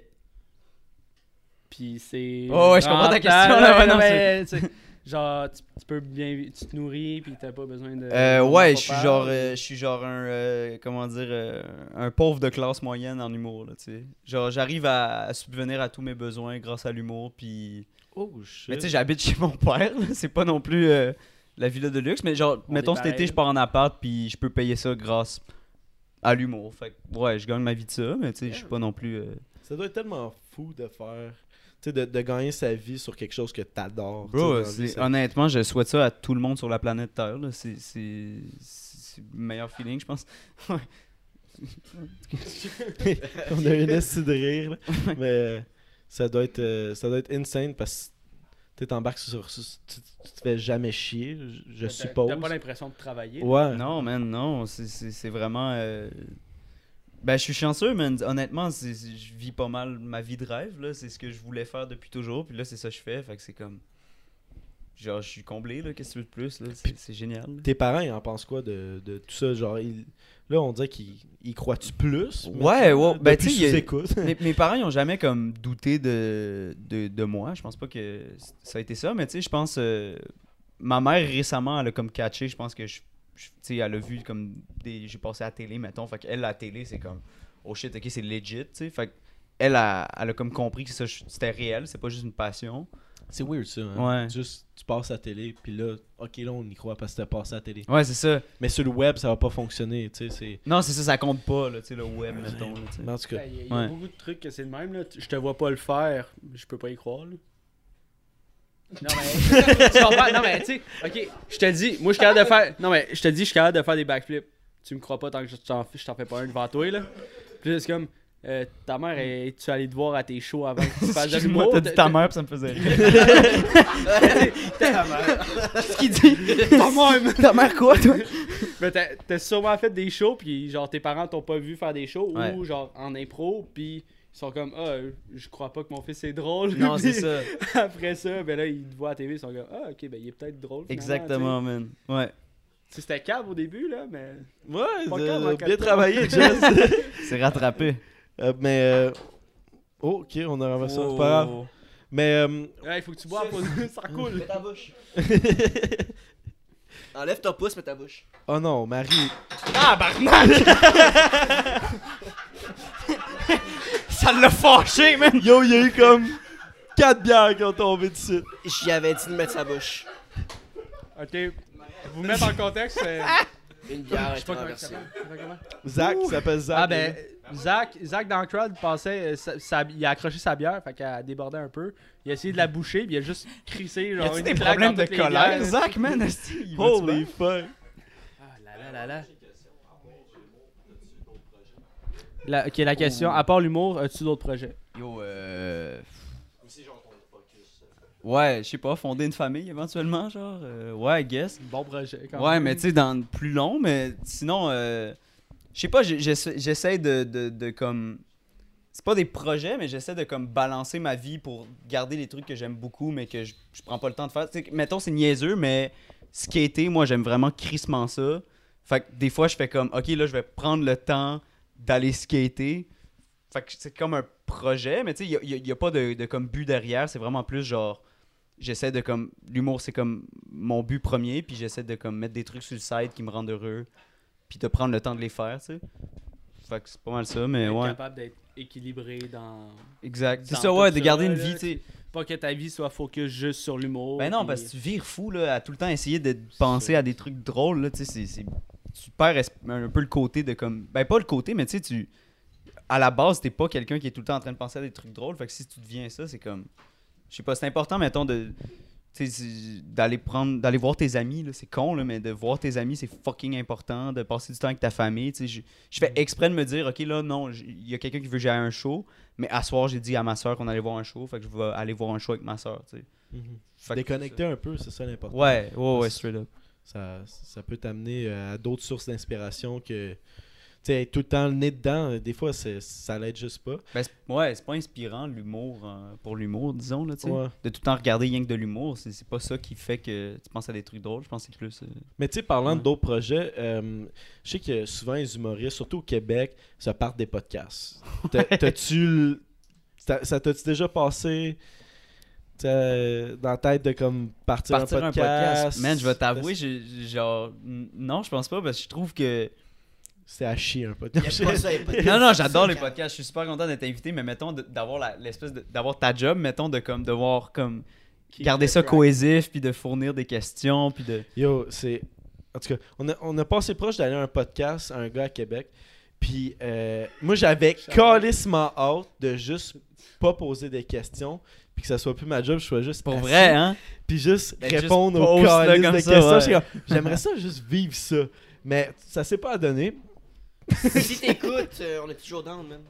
D: Puis c'est.
B: Oh, ouais, je comprends ta
D: rentable,
B: question, là, ouais,
D: non,
B: non,
D: mais, tu sais, genre, tu, tu peux bien. Tu te nourris, puis t'as pas besoin de.
B: Euh,
D: de
B: ouais,
D: ton
B: je suis
D: père.
B: genre, euh, je suis genre un, euh, comment dire, euh, un pauvre de classe moyenne en humour, là, tu sais. Genre, j'arrive à, à subvenir à tous mes besoins grâce à l'humour, puis...
A: Oh shit.
B: Mais tu sais, j'habite chez mon père, là, c'est pas non plus euh, la villa de luxe, mais genre,
D: On
B: mettons
D: est
B: cet
D: pareil,
B: été, je
D: là.
B: pars en appart, puis je peux payer ça grâce à l'humour. Fait que, ouais, je gagne ma vie de ça, mais tu sais, je suis pas non plus... euh,
A: Ça doit être tellement fou de faire. Tu sais, de, de gagner sa vie sur quelque chose que t'adores.
B: Bro,
A: tu sais, dans la
B: c'est-
A: vie, ça-
B: honnêtement, je souhaite ça à tout le monde sur la planète Terre. là. C'est c'est- c'est le meilleur feeling, je pense.
A: On a une esti de rire, là. Mais euh, ça doit être, euh, ça doit être insane parce que tu t'embarques sur. sur- tu, tu te fais jamais chier, je- je
D: T'as-
A: suppose.
D: T'as pas l'impression de travailler.
A: Ouais.
B: Non, man, non. c'est- C'est c'est vraiment. euh, Ben, je suis chanceux, man. Honnêtement, c'est- c'est- je vis pas mal ma vie de rêve. là. C'est ce que je voulais faire depuis toujours. Puis là, c'est ça que je fais. Fait que c'est comme. Genre, je suis comblé, là. Qu'est-ce que tu veux de plus? là? C'est- C'est génial. là.
A: Tes parents, ils en pensent quoi de, de tout ça? Genre, ils- là, on dirait qu'ils ils croient-tu plus?
B: Ouais,
A: maintenant,
B: ouais,
A: là,
B: ben,
A: depuis
B: tu sais,
A: sous
B: il y a-
A: écoute?
B: mes, mes parents, ils ont jamais comme douté de, de, de moi. Je pense pas que ça a été ça, mais tu sais, je pense. euh, ma mère récemment, elle a comme catché, je pense que je. je- tu sais, elle a vu comme. des J'ai passé à la télé, mettons. Fait qu'elle, la télé, c'est comme. Oh shit, ok, c'est legit, tu sais. Fait qu'elle, elle, a- elle a comme compris que ça, c'était réel, c'est pas juste une passion.
A: C'est weird ça. Hein?
B: Ouais.
A: Juste, tu passes à la télé, puis là, ok, là, on y croit parce que t'as passé à la télé.
B: Ouais, c'est ça.
A: Mais sur le web, ça va pas fonctionner, tu sais. c'est-
B: Non, c'est ça, ça compte pas, là, tu sais, le web, mettons. là, tu sais.
A: Mais En tout cas,
D: Ben, Il y a, y a
B: Ouais.
D: beaucoup de trucs que c'est le même. Là. Tu- Je te vois pas le faire, je peux pas y croire. là. Non mais, tu comprends? Non, mais, tu sais, ok, je te dis, moi je suis capable de faire, non mais, je te dis, je suis capable de faire des backflips. Tu me crois pas tant que je t'en je t'en fais pas un devant toi là. Puis là, c'est comme, euh, ta mère, est tu allée te voir à tes shows avant que tu fasses de
B: Excuse-moi,
D: l'humour?
B: t'as dit ta mère, puis ça me faisait rire.
D: ce qu'il dit, ta mère.
B: ta mère quoi, toi?
D: Mais t'as t'as sûrement fait des shows, puis genre tes parents t'ont pas vu faire des shows
B: Ouais.
D: ou genre en impro, puis ils sont comme, ah, euh, je crois pas que mon fils est drôle.
B: Non, c'est
D: Puis-
B: ça.
D: Après ça, ben là, ils te voient à TV, ils sont comme Ah, ok, ben il est peut-être drôle. finalement,
B: Exactement, man. Ouais.
D: tu sais. Tu sais, C'était cave au début, là, mais.
A: ouais,
D: Pas
A: de-
D: grave, hein,
A: bien
D: quatre-
A: travaillé, Jess.
B: C'est rattrapé.
A: Euh, mais. euh, Oh, ok, on a renversé ça, c'est pas grave.
B: Oh.
A: Mais. euh,
D: Ouais, il faut que tu bois pour ça coule.
C: Mets ta bouche. Enlève ton pouce, mets ta bouche.
A: Oh non, Marie.
B: Ça l'a fâché, man!
A: Yo, il y a eu comme 4 bières qui ont tombé dessus.
C: J'y avais dit de mettre sa bouche.
D: Ok, vous mettre en contexte. euh,
C: Une bière
D: je sais
C: est
D: pas comment
C: renversée.
D: ça s'appelle. Ça s'appelle comment?
A: Zach, il s'appelle Zach.
D: Ah, ben, Zach, Zach dans le crowd pensait. euh, sa- sa- il a accroché sa bière, fait qu'elle débordait un peu. Il a essayé de la boucher, puis il a juste crissé. Genre,
B: Y'a-tu
D: une
B: des
D: claque
B: problèmes
D: dans
B: de
D: toutes les
B: colère,
D: bières.
B: Zach, man? esti? Il va-tu
A: Holy
B: bien?
A: fuck.
D: Ah là là là là. La, ok, la question, à part l'humour, as-tu d'autres projets?
B: Yo, euh. Ouais, je sais pas, fonder une famille éventuellement, genre. euh, ouais, I guess.
D: Bon projet, quand
B: Ouais,
D: même.
B: mais tu sais, dans le plus long, mais sinon, euh, je sais pas, j'ai- j'essa- j'essaie de, de, de comme. C'est pas des projets, mais j'essaie de comme balancer ma vie pour garder les trucs que j'aime beaucoup, mais que je je prends pas le temps de faire. Tu sais, mettons, c'est niaiseux, mais skater, moi, j'aime vraiment crissement ça. Fait que des fois, je fais comme, ok, là, je vais prendre le temps d'aller skater. Fait que c'est comme un projet, mais tu sais, il n'y a, pas de, de comme but derrière. C'est vraiment plus genre, j'essaie de comme, l'humour, c'est comme mon but premier, puis j'essaie de comme mettre des trucs sur le site qui me rendent heureux, puis de prendre le temps de les faire, tu sais. Fait que c'est pas mal ça, mais
D: être
B: ouais.
D: capable d'être équilibré dans.
B: Exact. C'est
D: dans
B: ça, ouais,
D: tout
B: de
D: ça,
B: garder une
D: là,
B: vie, tu
D: c'est-
B: sais.
D: Pas que ta vie soit focus juste sur l'humour.
B: Ben non,
D: puis-
B: parce que tu vires fou, là, à tout le temps essayer de penser à des trucs drôles, là, tu sais, c'est- c'est- Tu perds es- un peu le côté de comme... Ben, pas le côté, mais tu sais, tu... À la base, t'es pas quelqu'un qui est tout le temps en train de penser à des trucs drôles, fait que si tu deviens ça, c'est comme... Je sais pas, c'est important, mettons, de... tu sais, c'est- D'aller prendre, d'aller voir tes amis, là, c'est con, là, mais de voir tes amis, c'est fucking important. De passer du temps avec ta famille, tu sais. Je, je fais exprès de me dire, ok, là, non, j- il y a quelqu'un qui veut que j'aille à un show, mais à soir, j'ai dit à ma soeur qu'on allait voir un show, fait que je vais aller voir un show avec ma soeur, tu sais.
A: Mhm.
B: Fait que-
A: Déconnecter un peu, c'est ça l'important.
B: Ouais, ouais,
A: ouais,
B: ouais,
A: straight
B: straight up.
A: Ça, ça peut t'amener euh, à d'autres sources d'inspiration que. Tu sais, être tout le temps le nez dedans, des fois, c'est- ça l'aide juste pas.
B: ouais, c'est pas inspirant l'humour euh, pour l'humour, disons, là, tu sais.
A: Ouais.
B: De tout le temps regarder rien que de l'humour, c'est- c'est pas ça qui fait que tu penses à des trucs drôles, je pense que c'est plus. euh,
A: Mais tu sais, parlant
B: Ouais.
A: d'autres projets, euh, je sais que souvent les humoristes, surtout au Québec, ça part des podcasts. T'as- T'as-tu. l- t'as- Ça t'a-tu déjà passé t'as- dans la tête de comme partir,
B: partir
A: un podcast?
B: Man, je vais t'avouer, j'ai- j'ai genre. n- Non, je pense pas, parce que je trouve que.
A: C'est à chier un podcast.
C: Y'a pas ça, y'a pas
B: Non, non, j'adore les podcasts, je suis super content d'être invité, mais mettons de- d'avoir la- l'espèce de- d'avoir ta job, mettons de comme devoir comme.
D: Keep
B: Garder
D: the
B: ça
D: track.
B: cohésif, puis de fournir des questions, puis de.
A: Yo, c'est. En tout cas, on a, on a passé proche d'aller à un podcast à un gars à Québec. Puis euh, moi, j'avais calissement hâte de juste pas poser des questions. Puis que ça soit plus ma job, je sois juste.
B: Pour
A: assis,
B: vrai, hein?
A: Puis juste
B: Ben,
A: répondre
B: juste
A: aux
B: pose, là,
A: calices
B: comme
A: de
B: ça,
A: questions.
B: ouais.
A: J'étais comme, J'aimerais ça juste vivre ça. Mais ça s'est pas donné.
C: si t'écoutes, euh, on est toujours down, man.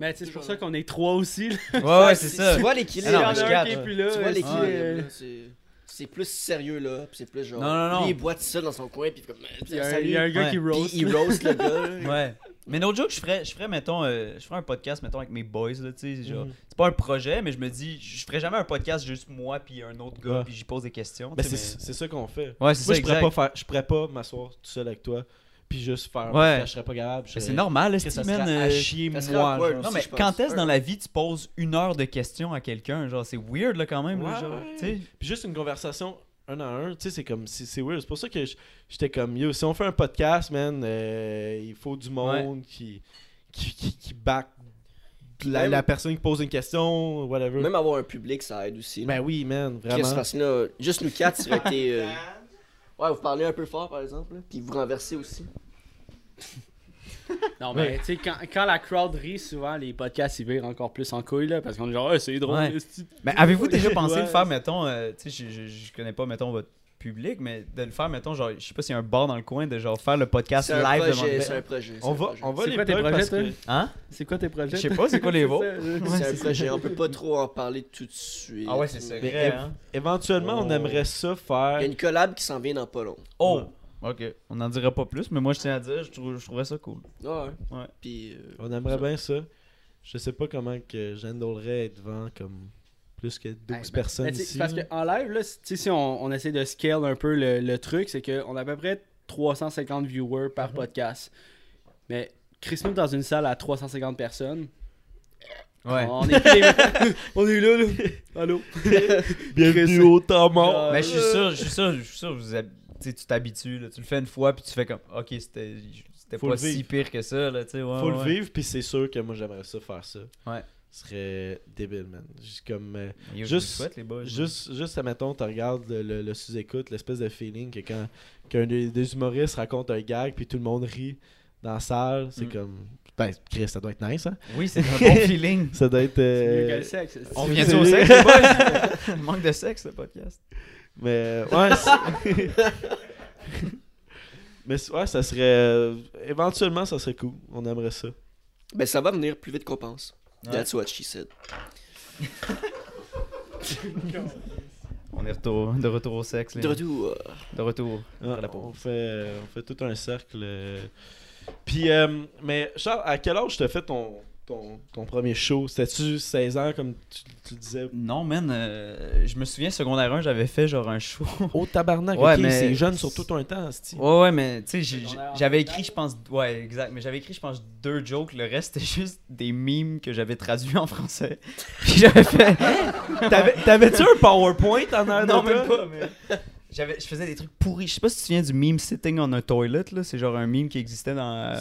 D: Mais tu sais, c'est pour ça qu'on est trois aussi. là.
B: Ouais, Ah ouais, c'est ça. Ah
C: Tu vois
D: S'il
C: l'équilibre.
D: y
B: non,
D: en
B: mais
D: a
B: je
D: un
B: capte,
D: qui est
A: ouais.
D: plus là, euh,
C: tu vois
D: est-ce
C: l'équilibre.
D: que-
C: là, c'est- C'est plus sérieux, là. Puis c'est plus genre.
B: Non, non, non.
C: Lui, il boit tout seul dans son coin. Puis comme. euh,
D: Il y a un-
C: salut.
D: il y a un gars
B: Ouais.
D: qui
C: Puis
D: roast.
C: il roast le gars. là.
B: Ouais. Mais no joke, je ferais, je ferais mettons, euh, je ferais un podcast, mettons, avec mes boys, là, tu sais, genre.
A: Mhm.
B: C'est pas un projet, mais je me dis, je ferais jamais un podcast juste moi, puis un autre gars,
A: Ouais.
B: puis j'y pose des questions,
A: Mais
B: tu
A: c'est
B: sais,
A: c'est ça qu'on fait.
B: mais- Ouais, c'est
A: Moi,
B: Ben, ça,
A: je pourrais
B: exact.
A: pas faire, je pourrais pas m'asseoir tout seul avec toi. Puis juste faire. un
B: Ouais.
A: podcast, Je serais pas capable. je
B: Mais Ben, C'est
A: serais-
B: normal,
A: que
B: est-ce
A: ça
B: que,
A: serait
B: man,
A: à
B: euh,
A: chier, moi.
C: ça serait
A: genre.
C: awkward.
B: Non,
C: aussi,
B: mais
C: je pense.
B: quand est-ce dans la vie tu poses une heure de questions à quelqu'un, genre, c'est weird, là, quand même, là, genre,
A: Ouais.
B: tu sais.
A: Puis juste une conversation un à un, tu sais, c'est comme, c'est c'est weird. C'est pour ça que je- j'étais comme, yo, si on fait un podcast, man, euh, il faut du monde qui, qui, qui, qui back la,
B: Ben
C: même-
A: la personne qui pose une question, whatever.
C: Même avoir un public, ça aide aussi. là.
A: Ben oui, man,
C: Chris,
A: vraiment.
C: parce que là, juste nous quatre, ça aurait été. euh, Ouais, vous parlez un peu fort, par exemple, là, puis vous renversez aussi.
D: Non, mais tu sais, quand, quand la crowd rit, souvent les podcasts ils virent encore plus en couille là, parce qu'on est genre, Ah, c'est drôle.
B: Ouais.
D: esti.
B: Mais avez-vous déjà
A: Ouais.
B: pensé de faire, mettons, euh, tu sais, je, je, je connais pas, mettons, votre public, mais de le faire, mettons, genre, je sais pas s'il y a un bar dans le coin, de genre faire le podcast
C: C'est un,
B: live
C: projet,
B: devant
C: c'est un projet. c'est
A: On
C: un
A: va,
C: projet.
A: on va
D: C'est
A: les
D: quoi tes
A: plug
D: projets,
A: parce
D: toi?
A: que...
B: Hein?
D: C'est quoi tes
B: Je
D: projets
B: sais pas, c'est quoi les vôtres?
D: C'est ça, je-
C: C'est un projet, on peut pas trop en parler tout de suite.
B: Ah ouais, c'est
C: ça.
B: secret,
C: Il
A: Mais-
B: hein?
A: Éventuellement, on
B: Oh.
A: aimerait ça
C: y a
A: faire.
C: une collab qui s'en vient dans pas long.
B: Oh! Ok, on en dira pas plus, mais moi je tiens à dire, je, trouve, je trouverais ça cool.
C: Ah Ouais.
B: Ouais.
C: Puis euh,
A: On aimerait bien ça. Je sais pas comment que j'endolerais être devant comme plus que 12
D: Ouais, ben,
A: personnes
D: mais tu sais,
A: ici.
D: Parce
A: là.
D: qu'en live, là, si- tu sais, si on, on essaie de scale un peu le, le truc, c'est qu'on a à peu près 350 viewers par
B: Mhm.
D: podcast. Mais Chris nous dans une salle à 350 personnes. On est plus les- on est là, là. Allô?
B: Euh,
A: Bienvenue au temps mort.
B: Mais je suis sûr, je suis sûr, je suis sûr, que vous hab- tu sais, tu t'habitues, là, tu le fais une fois, puis tu fais comme, ok, c'était c'était
A: Faut
B: pas
A: le vivre.
B: si pire que ça, là, tu sais, ouais,
A: Faut
B: ouais.
A: le vivre, puis c'est sûr que moi j'aimerais ça faire ça.
B: Ouais.
A: Ce serait débile, man. Juste comme. euh,
B: Yo, je vous
A: Juste-
B: le souhaite, les boys.
A: Juste, juste admettons, tu regardes le, le, le sous-écoute, l'espèce de feeling que quand qu'un des, des humoristes raconte un gag puis tout le monde rit dans la salle, c'est
B: Mm.
A: comme. Ben, Chris, ça doit être nice, hein?
B: Oui, c'est un bon feeling.
A: Ça doit être.
D: C'est mieux
A: euh,
D: que le sexe.
B: On
A: C'est-
B: vient
A: c'est-
B: au sexe, les boys. Manque de sexe, le podcast.
A: Mais euh, ouais. c'est- Mais c'est- ouais, ça serait. euh, éventuellement, ça serait cool. On aimerait ça.
C: ben ça va venir plus vite qu'on pense.
B: Ouais.
C: That's what she said.
B: On est retour, de retour au sexe. les-
C: De retour, euh,
B: De retour.
A: Ouais,
B: la pauvre.
A: on, fait, euh, on fait tout un cercle. euh. Puis, euh, mais Charles, à quel âge t'as fait ton, ton, ton premier show C'était-tu 16 ans, comme tu, tu le disais
B: Non, man, euh, je me souviens, secondaire 1, j'avais fait genre un show.
A: Oh tabarnak,
B: Ouais,
A: ok,
B: mais-
A: c'est jeune sur tout un temps, c'ti.
B: Ouais, ouais, mais tu sais, j'ai- j'ai-
D: Secondaire un.
B: j'avais écrit, je pense. Ouais, exact. Mais j'avais écrit, je pense, deux jokes. Le reste, c'était juste des mimes que j'avais traduits en français. Puis j'avais fait.
A: T'avais- T'avais-tu un PowerPoint en arrière
B: non,
A: de Ah, toi?
B: même pas, mais. J'avais, je faisais des trucs pourris. Je sais pas si tu te souviens du meme Sitting on a Toilet, là. C'est genre un meme qui existait dans. euh,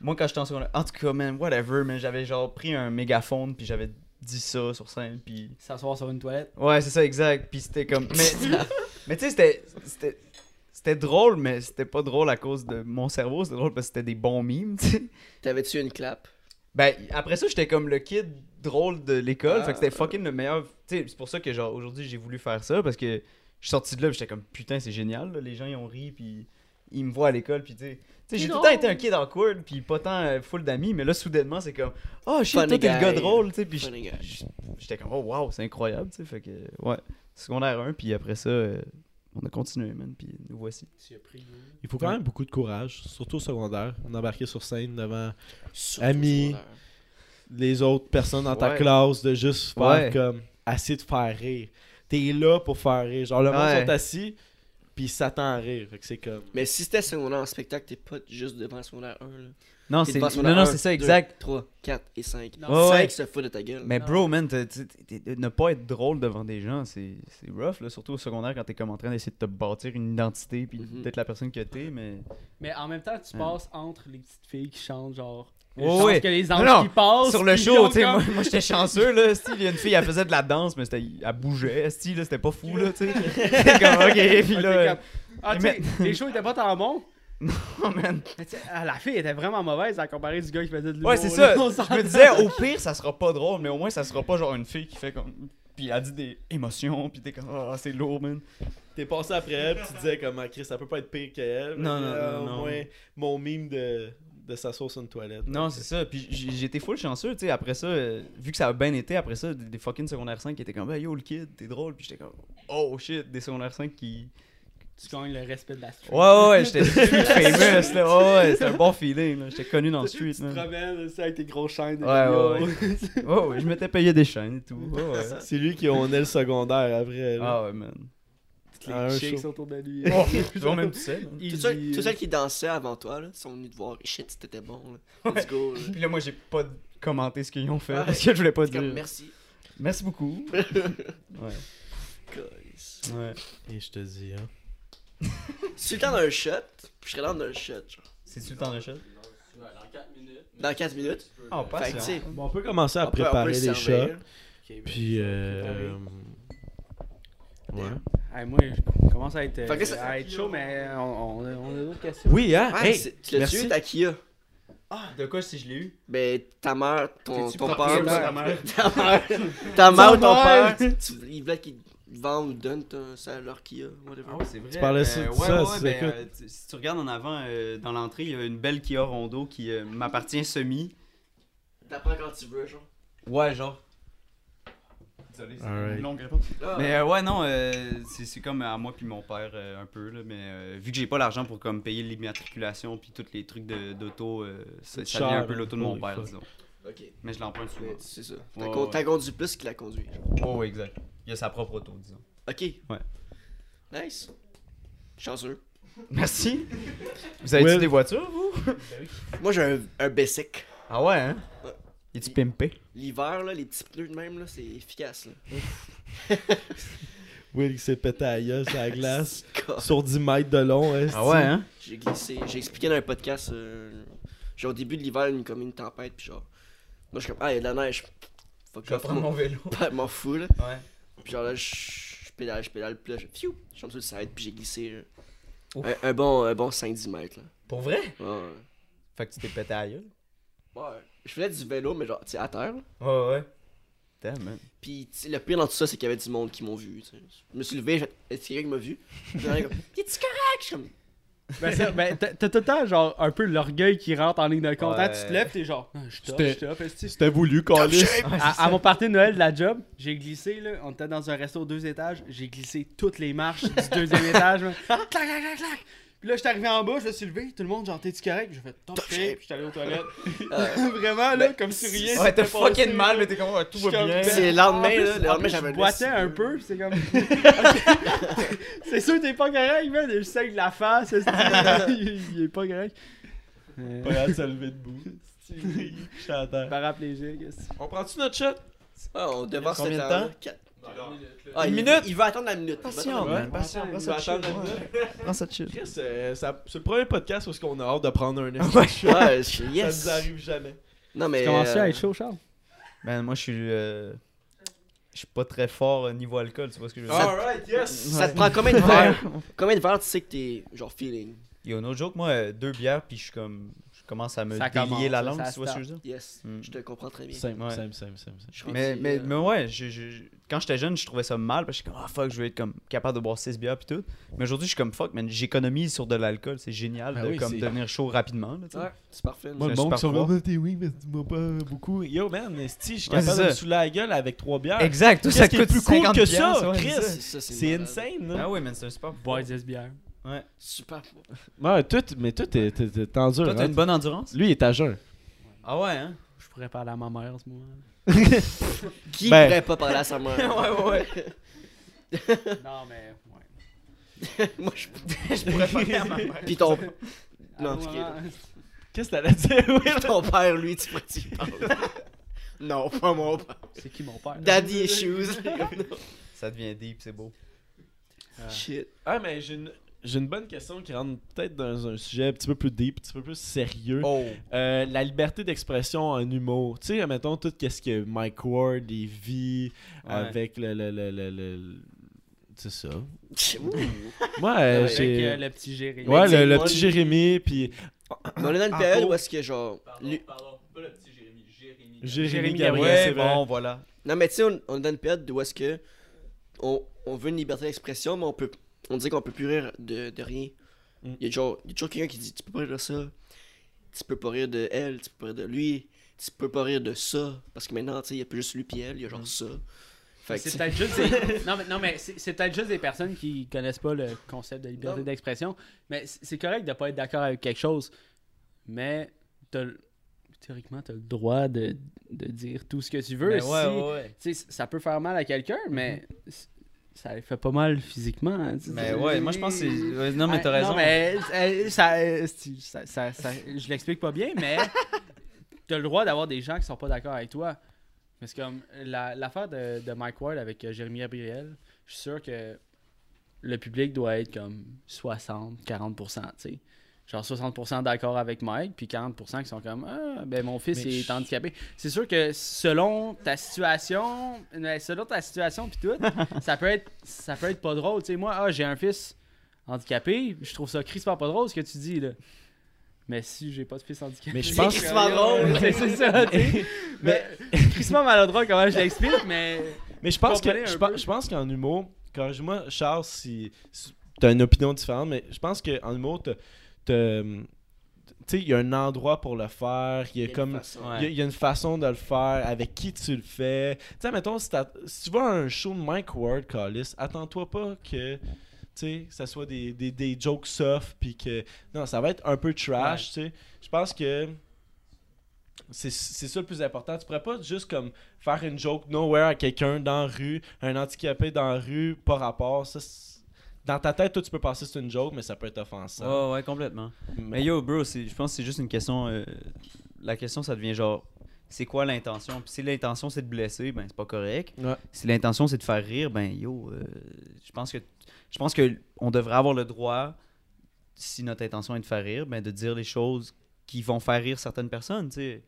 B: Moi, quand j'étais en secondaire. En tout cas, man, whatever, mais j'avais genre pris un mégaphone, puis j'avais dit ça sur scène, puis.
D: S'asseoir sur une toilette.
B: Ouais, c'est ça, exact. Puis c'était comme. Mais, mais tu sais, c'était- c'était. C'était drôle, mais c'était pas drôle à cause de mon cerveau. C'était drôle parce que c'était des bons mimes, tu sais.
C: t'avais-tu une clap?
B: Ben, après ça, j'étais comme le kid drôle de l'école.
C: Ah.
B: fait que c'était fucking le meilleur. Tu sais, c'est pour ça que, genre, aujourd'hui, j'ai voulu faire ça parce que je suis sorti de là, puis j'étais comme putain, c'est génial. là. Les gens, ils ont ri, puis ils me voient à l'école, puis tu sais. Tu sais, j'ai tout le temps été un kid awkward, puis pas tant euh, full d'amis, mais là, soudainement, c'est comme oh shit, toi,
C: Funny
B: t'es le gars
C: guy.
B: drôle, tu sais. Puis
C: Funny guy.
B: j- j'étais comme oh wow, c'est incroyable, tu sais. Fait que, ouais, secondaire 1, puis après ça, euh, on a continué, man, puis nous voici.
A: Il faut quand même beaucoup de courage, surtout au secondaire, d'embarquer sur scène devant Ami. les autres personnes dans ta
B: Ouais.
A: classe, de juste faire
B: Ouais.
A: comme assez de faire rire. T'es là pour faire rire. Genre, le monde
B: Ouais.
A: sont assis, puis ils s'attendent à rire. Fait que c'est comme.
C: Mais si c'était secondaire en spectacle, t'es pas juste devant secondaire 1. Là.
B: Non,
C: T'es
B: c'est
C: devant
B: non,
C: secondaire
B: non,
C: un,
B: c'est ça,
C: deux,
B: exact.
C: 3, 4 et 5.
D: Non.
B: Ouais,
C: 5
B: ouais.
C: se fout de ta gueule.
B: Mais
D: Non.
B: bro, man, t'as- t'sais, t'es- t'es- ne pas être drôle devant des gens, c'est c'est rough, là, surtout au secondaire quand t'es comme en train d'essayer de te bâtir une identité puis
D: Mm-hmm.
C: Mhm.
B: d'être la personne que t'es, mais...
D: Mais en même temps, tu
B: Ouais.
D: passes entre les petites filles qui chantent genre. Je
B: Ouais,
D: pense
B: ouais.
D: que les
B: Non,
D: anges
B: non,
D: qui passent.
B: Sur le
D: puis
B: show,
D: ils ont
B: t'sais,
D: Oh, comme-
B: moi, moi, j'étais chanceux, là, esti, il y a une fille, elle faisait de la danse, mais c'était- elle bougeait, esti, là, c'était pas fou, là, t'sais. C'était comme, ok, puis
D: Ah,
B: là... euh,
D: t'es comme- Ah, tu
B: mais-
D: sais, les shows étaient pas tant bons.
B: Oh, man.
D: Mais tu sais, ah, la fille était vraiment mauvaise à comparer du gars qui faisait de l'humour.
B: Ouais, c'est
D: là,
B: ça,
D: on
B: je
D: s'entend.
B: me disais, au pire, ça sera pas drôle, mais au moins, ça sera pas genre une fille qui fait comme... Puis elle dit des émotions, puis t'es comme, ah, c'est lourd, man.
A: T'es passé après elle, puis tu disais comme, Ah, Chris, ça peut pas être pire qu'elle. Mais,
B: Non, non,
A: euh,
B: non,
A: Au
B: non.
A: moins, mon mime de, de s'asseoir sur une toilette.
B: Non, c'est ça. Puis j- j'étais full chanceux, tu sais. Après ça, euh, vu que ça a bien été, après ça, des des fucking secondaire 5 qui étaient comme, hey, yo, le kid, t'es drôle. Puis j'étais comme, oh shit, des secondaire 5 qui.
D: Tu gagnes le respect de la street.
B: Ouais, ouais, ouais, j'étais street famous, là. Ouais, ouais, c'était un bon feeling, là. J'étais connu dans le street,
D: Tu te
B: man.
D: promènes, c'est avec tes grosses chaînes.
B: Ouais, ouais, Ouais, ouais, je m'étais payé des chaînes et tout. Ouais, ouais.
A: C'est lui qui on est le secondaire après. là.
B: Ah ouais, man.
D: Les
A: Ah, un
D: chicks
A: show.
D: autour de lui.
B: Oh, même tout seul. man.
C: Tous
D: Il
C: ceux,
D: dit-
C: tous ceux
B: euh,
C: qui dansaient avant toi, là, sont venus te voir. Shit, c'était bon. Là. Let's go. là.
B: Puis là, moi, j'ai pas commenté ce qu'ils ont fait
C: Ouais.
B: parce que je voulais pas
C: C'est comme
B: dire.
C: merci.
B: Ah, Merci beaucoup. Ouais,
C: guys.
B: ouais.
A: Et je te dis, hein.
C: Si tu le temps d'un shot, je serais dans d'un shot. Genre.
B: C'est-tu le temps de shot?
G: Ouais, dans 4 minutes.
C: Dans 4 minutes.
G: Tu peux,
B: Oh,
G: euh,
B: pas
C: Fait que, tu sais,
A: Bon, on peut commencer à
C: on peut- on peut
A: préparer
C: se
A: les
C: servir.
A: shots.
D: ben,
A: Puis. Euh, ouais.
D: Hey, moi, je commence à être, euh,
C: Fait que ça-
D: à être chaud, mais on, on, on a d'autres questions.
A: Oui, hein?
C: Ah,
A: hey,
C: c'est- tu l'as
A: merci.
C: tué, ta Kia.
B: ah, De quoi si je l'ai eu
C: Ben, ta mère, ton,
B: T'es-tu
C: ton
B: propriétaire?
C: père.
B: Ta mère.
C: Ta mère, ta mère ou ton
B: mère.
C: père. tu- Ils voulaient qu'ils vendent ou donnent ton- ça à leur Kia, whatever.
B: Ah oui, c'est vrai.
A: Tu parlais ça-
B: Euh,
A: de
B: ouais,
A: ça,
B: ouais,
A: c'est-
B: ben,
A: écoute.
B: euh, tu- si tu regardes en avant, euh, dans l'entrée, il y a une belle Kia Rondo qui euh, m'appartient semi.
C: T'apprends quand tu veux, genre.
B: Ouais, genre. Désolé, c'est
A: Alright.
B: une longue réponse.
C: Ah,
B: Mais euh, ouais, non, euh, c'est c'est comme à moi puis mon père euh, un peu, là, mais euh, vu que j'ai pas l'argent pour comme payer l'immatriculation puis tous les trucs de- d'auto, euh, ça,
A: C'est
B: ça devient
A: cher,
B: un peu
A: hein.
B: l'auto de mon
A: Holy
B: père,
A: fuck.
B: disons.
C: Ok.
B: Mais je l'emprunte souvent.
C: Mais C'est ça. T'as
B: Ouais,
C: con-
B: ouais.
C: t'as conduit plus qu'il a conduit. genre.
B: Oh, exact. Il a sa propre auto, disons.
C: Ok.
B: Ouais.
C: Nice. Chanceux.
B: Merci. Vous
A: avez-tu
B: avez-tu
A: des
B: des voitures, vous
C: Moi, j'ai un, un Bessic.
B: Ah ouais, hein
C: Ouais.
B: Es-tu pimpé
C: L'hiver, là, les petits pneus de même, là, c'est efficace. Là.
A: Will qui s'est pété à la gueule sur la glace.
C: God.
A: sur 10 mètres de long. hein,
B: Ah ouais, hein
C: J'ai glissé. J'ai expliqué dans un podcast, euh, genre au début de l'hiver, une, comme une tempête, puis genre, moi je suis comme, ah, il y a de la neige. Fuck off, moi.
B: vélo.
C: Ouais, m'en fous, là.
B: Ouais.
C: Puis genre là, je je pédale, je pédale, puis là, je, fiou, je tombe sur le side, puis j'ai glissé. là. Un, un bon, un bon 5-10 mètres, là.
B: Pour vrai
C: Ouais, Ouais.
B: Fait que tu t'es pété à gueule.
C: Ouais. Je faisais du vélo, mais genre, tu sais, à terre, là.
B: Ouais, ouais. Damn, man.
C: Puis tu sais, le pire dans tout ça, c'est qu'il y avait du monde qui m'ont vu, tu sais. Je me suis levé, j'ai- est-ce qu'il y a quelqu'un qui m'a vu? Puis j'en ai comme, t'es-tu correct? Je suis comme,
D: Ben, ça- ben, t'as t'as tout le temps, genre, un peu l'orgueil qui rentre en ligne de compte. Hein, Tu te
B: Ouais.
D: lèves, t'es genre, Ah, je suis top, je
A: C'était-
D: suis top, esti.
A: C'était voulu, Calis.
D: à, à mon party de Noël de la job, j'ai glissé, là, on était dans un resto deux étages, j'ai glissé toutes les marches du deuxième étage. man. Clac, clac, clac, clac. Puis là, j'étais arrivé en bas, je me suis levé, tout le monde, genre, t'es-tu correct? J'ai fait top shape, puis j'étais allé aux toilettes. Vraiment, là, comme si rien
B: Ouais, t'as
D: s'était passé,
B: fucking mal,
D: là.
B: mais t'es comme, ouais, tout
D: Je suis
B: va
D: comme-
B: bien.
C: C'est le lendemain,
D: En plus-
C: là, le
D: en
C: lendemain,
D: plus,
C: j'avais
D: Je
C: le
D: boitais
C: laisse-
D: un peu, puis c'est comme. c'est sûr, t'es pas correct, man. Je saigne de la face. esti. il, il est pas correct. Euh,
A: Pas capable de se lever debout. Je suis à terre.
D: paraplégique. esti.
A: Bah, On prend-tu notre shot?
C: ah, on devance
A: Combien
C: cette
A: de temps?
C: heure-là. Quatre-
G: Dans une minute, là.
C: Ah,
B: Une
C: il-
B: minute?
C: Il veut attendre la minute. Il veut attendre la minute.
A: man.
B: Patient, prends
A: Tu vas
B: ça chill.
A: attendre la minute.
B: Prends ça chill.
A: Chris, euh, ça- c'est le premier podcast où est-ce qu'on a hâte de prendre un esti de shot.
C: Ouais, je- yes.
A: Ça nous arrive jamais.
C: Non, mais.
D: Tu commences à
C: euh,
D: être chaud, Charles?
B: Ben, moi, je suis. euh, Je suis pas très fort au niveau alcool, tu vois ce que je veux
A: Ah
B: dire?
A: Alright, yes!
C: Ça te prend combien de verres Combien de verres tu sais que t'es genre feeling
B: Yo, no joke, moi, euh, deux bières, puis je suis comme. Je commence à me
D: Ça
B: délier
D: commence,
B: la
D: ça,
B: langue,
D: ça
B: tu vois ce que je veux dire?
C: Yes,
B: Mm.
C: je te comprends très bien.
A: Simple,
B: Ouais.
A: simple, simple, simple. simple.
C: Je
B: Mais,
C: rendu,
B: mais,
C: euh,
B: mais ouais, je- je- je- quand j'étais jeune, je trouvais ça mal parce que je suis comme, ah fuck, je veux être comme capable de boire 6 bières puis tout. Mais aujourd'hui, je suis comme fuck, man, j'économise sur de l'alcool, c'est génial
A: Ben
B: de
A: oui,
B: comme
A: c'est-
B: devenir chaud rapidement. Là, tu sais.
C: ouais, c'est parfait.
A: Moi,
B: C'est
A: le monde
B: un
A: qui
B: super
A: sont
B: pouvoir.
A: là, t'es oui, mais dis-moi pas beaucoup. Yo, man, esti, je suis
B: Ouais,
A: capable
B: c'est
A: de me
B: ça.
A: saouler la gueule avec trois bières.
B: Exact, tout
A: Qu'est-ce
B: ça
A: qui est
B: coûte
A: plus cool
B: 50
A: que
B: piastres,
A: ça,
B: ouais,
A: Chris?
B: c'est ça.
C: ça,
A: C'est
C: malade.
A: insane, là.
B: Ah oui, man, c'est un super pouvoir.
D: Boys 10 bières.
C: Super.
A: Ouais, tout, mais tout est t'es- t'es- t'es en dur,
B: Toi, t'as
A: hein.
B: une bonne endurance
A: Lui, il est à jeun.
B: Ah ouais, hein
D: Je pourrais parler à ma mère en ce moment.
C: Qui
A: Ben.
C: pourrait pas parler à sa mère
B: Ouais, ouais, ouais.
D: non, mais. Ouais.
C: Moi, je.
B: je pourrais pas faire ma mère.
C: Puis ton,
D: À
C: Non,
D: mon
C: ce qui est-
D: moment-
A: Qu'est-ce que t'allais dire, Will?
C: ton père, lui, tu pourrais t'y parler. non, pas mon père.
D: C'est qui mon père?
C: Daddy issues.
B: Ça devient deep, c'est beau.
C: Shit.
A: Ah, mais j'ai une, j'ai une bonne question qui rentre peut-être dans un sujet un petit peu plus deep, un petit peu plus sérieux.
B: Oh
A: Euh, la liberté d'expression en humour. Tu sais, mettons tout quest ce que Mike Ward, il vit
B: Ouais.
A: avec le. le, le, le, le- le- C'est ça.
C: Ouh.
A: Moi, euh,
C: Avec,
D: Avec
A: j'ai.
D: euh, le petit Jérémy.
A: ouais, le, le
C: moi,
A: petit
C: j'ai-
A: Jérémy, puis
C: Mais on est dans une
A: Ah,
C: période
A: oh.
C: où est-ce que genre.
G: Pardon,
C: lui-
G: pardon. Pas le petit Jérémy. Jérémy.
A: Jérémy
D: Jérémy
A: Gabriel,
B: Ouais,
A: c'est vrai.
B: bon, voilà.
C: Non, mais tu sais, on, on est dans une période où est-ce que. On, on veut une liberté d'expression, mais on peut. On dit qu'on peut plus rire de, de rien.
A: Mm.
C: Il y a toujours, il y a toujours quelqu'un qui dit Tu peux pas rire de ça. Tu peux pas rire de elle. Tu peux pas rire de lui. Tu peux pas rire de ça. Parce que maintenant, tu sais, il y a plus juste lui pis elle. Il
A: Mm.
C: y a genre ça. Fait que.
D: C'est peut-être juste des... non, mais, non, mais c'est c'est peut-être juste des personnes qui connaissent pas le concept de liberté
C: Non.
D: d'expression. Mais c'est c'est correct de pas être d'accord avec quelque chose. Mais t'as le- théoriquement, tu as le droit de, de dire tout ce que tu veux.
B: Mais
D: Si-
B: Ben ouais, ouais, ouais.
D: tu sais, Ça peut faire mal à quelqu'un, mais c- ça lui fait pas mal physiquement. hein, tu sais.
B: Mais Ben ouais, moi je pense que c'est. ouais, Ah, Non, mais
D: Ouais,
B: t'as raison.
D: Non, mais euh, ça, euh, c'est- ça- ça- ça- je l'explique pas bien, mais t'as le droit d'avoir des gens qui sont pas d'accord avec toi. Mais c'est comme la- l'affaire de, de Mike Ward avec euh, Jérémy Gabriel, je suis sûr que le public doit être comme 60, 40%, tu sais. genre 60% d'accord avec Mike, puis 40% qui sont comme Ah, ben mon fils
A: Mais
D: est
A: je-
D: handicapé. C'est sûr que selon ta situation, mais selon ta situation puis tout, ça peut être ça peut être pas drôle, tu sais moi ah, j'ai un fils handicapé, je trouve ça crispant pas drôle ce que tu dis là. Mais si j'ai pas de fils handicapé.
A: Mais je pense-
C: C'est crissement drôle.
D: c'est c'est ça, tu sais. Mais crispement maladroit comment je l'explique, mais
A: Mais je pense que
D: Comprenez un
A: je, pe-
D: peu.
A: je pense qu'en humour, corrige-moi Charles si, si t'as une opinion différente, mais je pense qu'en humour, t'as- t'as- tu sais, il y a un endroit pour le faire, il y a comme il y a- il y, a une façon de le faire, avec qui tu le fais. Tu sais, mettons, si, t'as- si tu vois un show de Mike Ward, Callis, attends-toi pas que. Tu sais, que ça soit des, des, des jokes soft, puis que. Non, ça va être un peu trash, tu sais. Je pense que. C'est c'est ça le plus important. Tu pourrais pas juste comme faire une joke nowhere à quelqu'un dans la rue, un handicapé dans la rue, pas rapport. Ça, c'est- dans ta tête, toi, tu peux penser que c'est une joke, mais ça peut être offensant.
B: Ouais, ouais, complètement.
A: Mais-
B: Mais yo, bro, c'est- je pense que c'est juste une question. euh, la question, ça devient genre, c'est quoi l'intention? Puis si l'intention, c'est de blesser, ben c'est pas correct.
A: Ouais.
B: Si l'intention, c'est de faire rire, ben yo, euh, je pense que je pense que on devrait avoir le droit, si notre intention est de faire rire, ben de dire les choses qui vont faire rire certaines personnes, tu sais.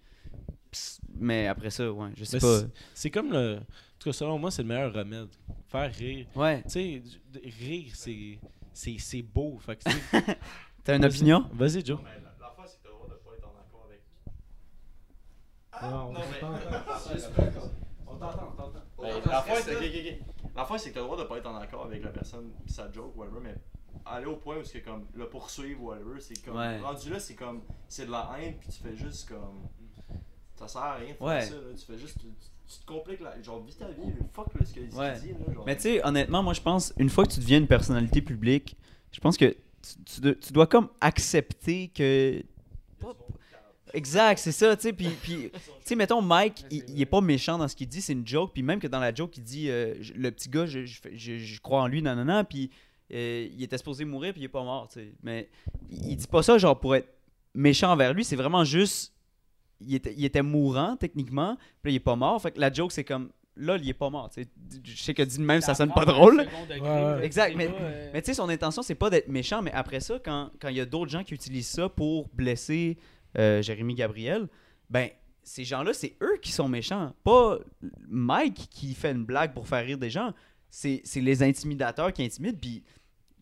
B: Psst, Mais après ça, ouais, je sais
A: Mais
B: pas.
A: c'est- C'est comme le. En tout cas, selon moi, c'est le meilleur remède. Faire rire.
B: Ouais,
A: Tu sais, d- rire, c'est. C'est, c'est beau. Fait que, tu sais,
B: t'as une
A: vas-y.
B: opinion?
A: Vas-y, Joe.
E: L'enfant, c'est que t'as le droit de pas être en accord avec.
A: Non,
E: mais-
A: on t'entend, on t'entend.
E: Ben, L'affaire, c'est ok, ok, ok. L'affaire, c'est que t'as le droit de pas être en accord avec la personne, pis sa joke, whatever, mais aller au point où c'est comme le poursuivre, whatever, c'est comme.
B: Ouais.
E: Rendu là, c'est comme. C'est de la haine, puis tu fais juste comme. Ça sert à rien de faire
B: Ouais.
E: ça, là. Tu fais juste. Tu, tu te compliques la. Genre, vis ta vie, fuck là, ce que
B: Ouais.
E: tu dis, là. Genre,
B: Mais tu sais, honnêtement, moi je pense, une fois que tu deviens une personnalité publique, je pense que tu, tu de- tu dois comme accepter que. pas- Exact, c'est ça, tu sais. Puis, puis tu sais, mettons, Mike, il, il est pas méchant dans ce qu'il dit, c'est une joke. Puis même que dans la joke, il dit euh, je- le petit gars, je, je, je- je crois en lui, nanana. Puis euh, il était supposé mourir, puis il est pas mort, tu sais. Mais il, il dit pas ça, genre, pour être méchant envers lui, c'est vraiment juste. Il était, il était mourant, techniquement, puis là, il est pas mort. Fait que la joke, c'est comme. Là, il est pas mort. tu sais. Je sais que dit de même, ça sonne pas drôle.
A: Ouais, ouais.
B: Exact,
D: euh,
B: Mais tu sais, son intention, c'est pas d'être méchant, mais après ça, quand quand il y a d'autres gens qui utilisent ça pour blesser euh, Jérémy Gabriel, ben, ces gens-là, c'est eux qui sont méchants. Pas Mike qui fait une blague pour faire rire des gens. C'est c'est les intimidateurs qui intimident, puis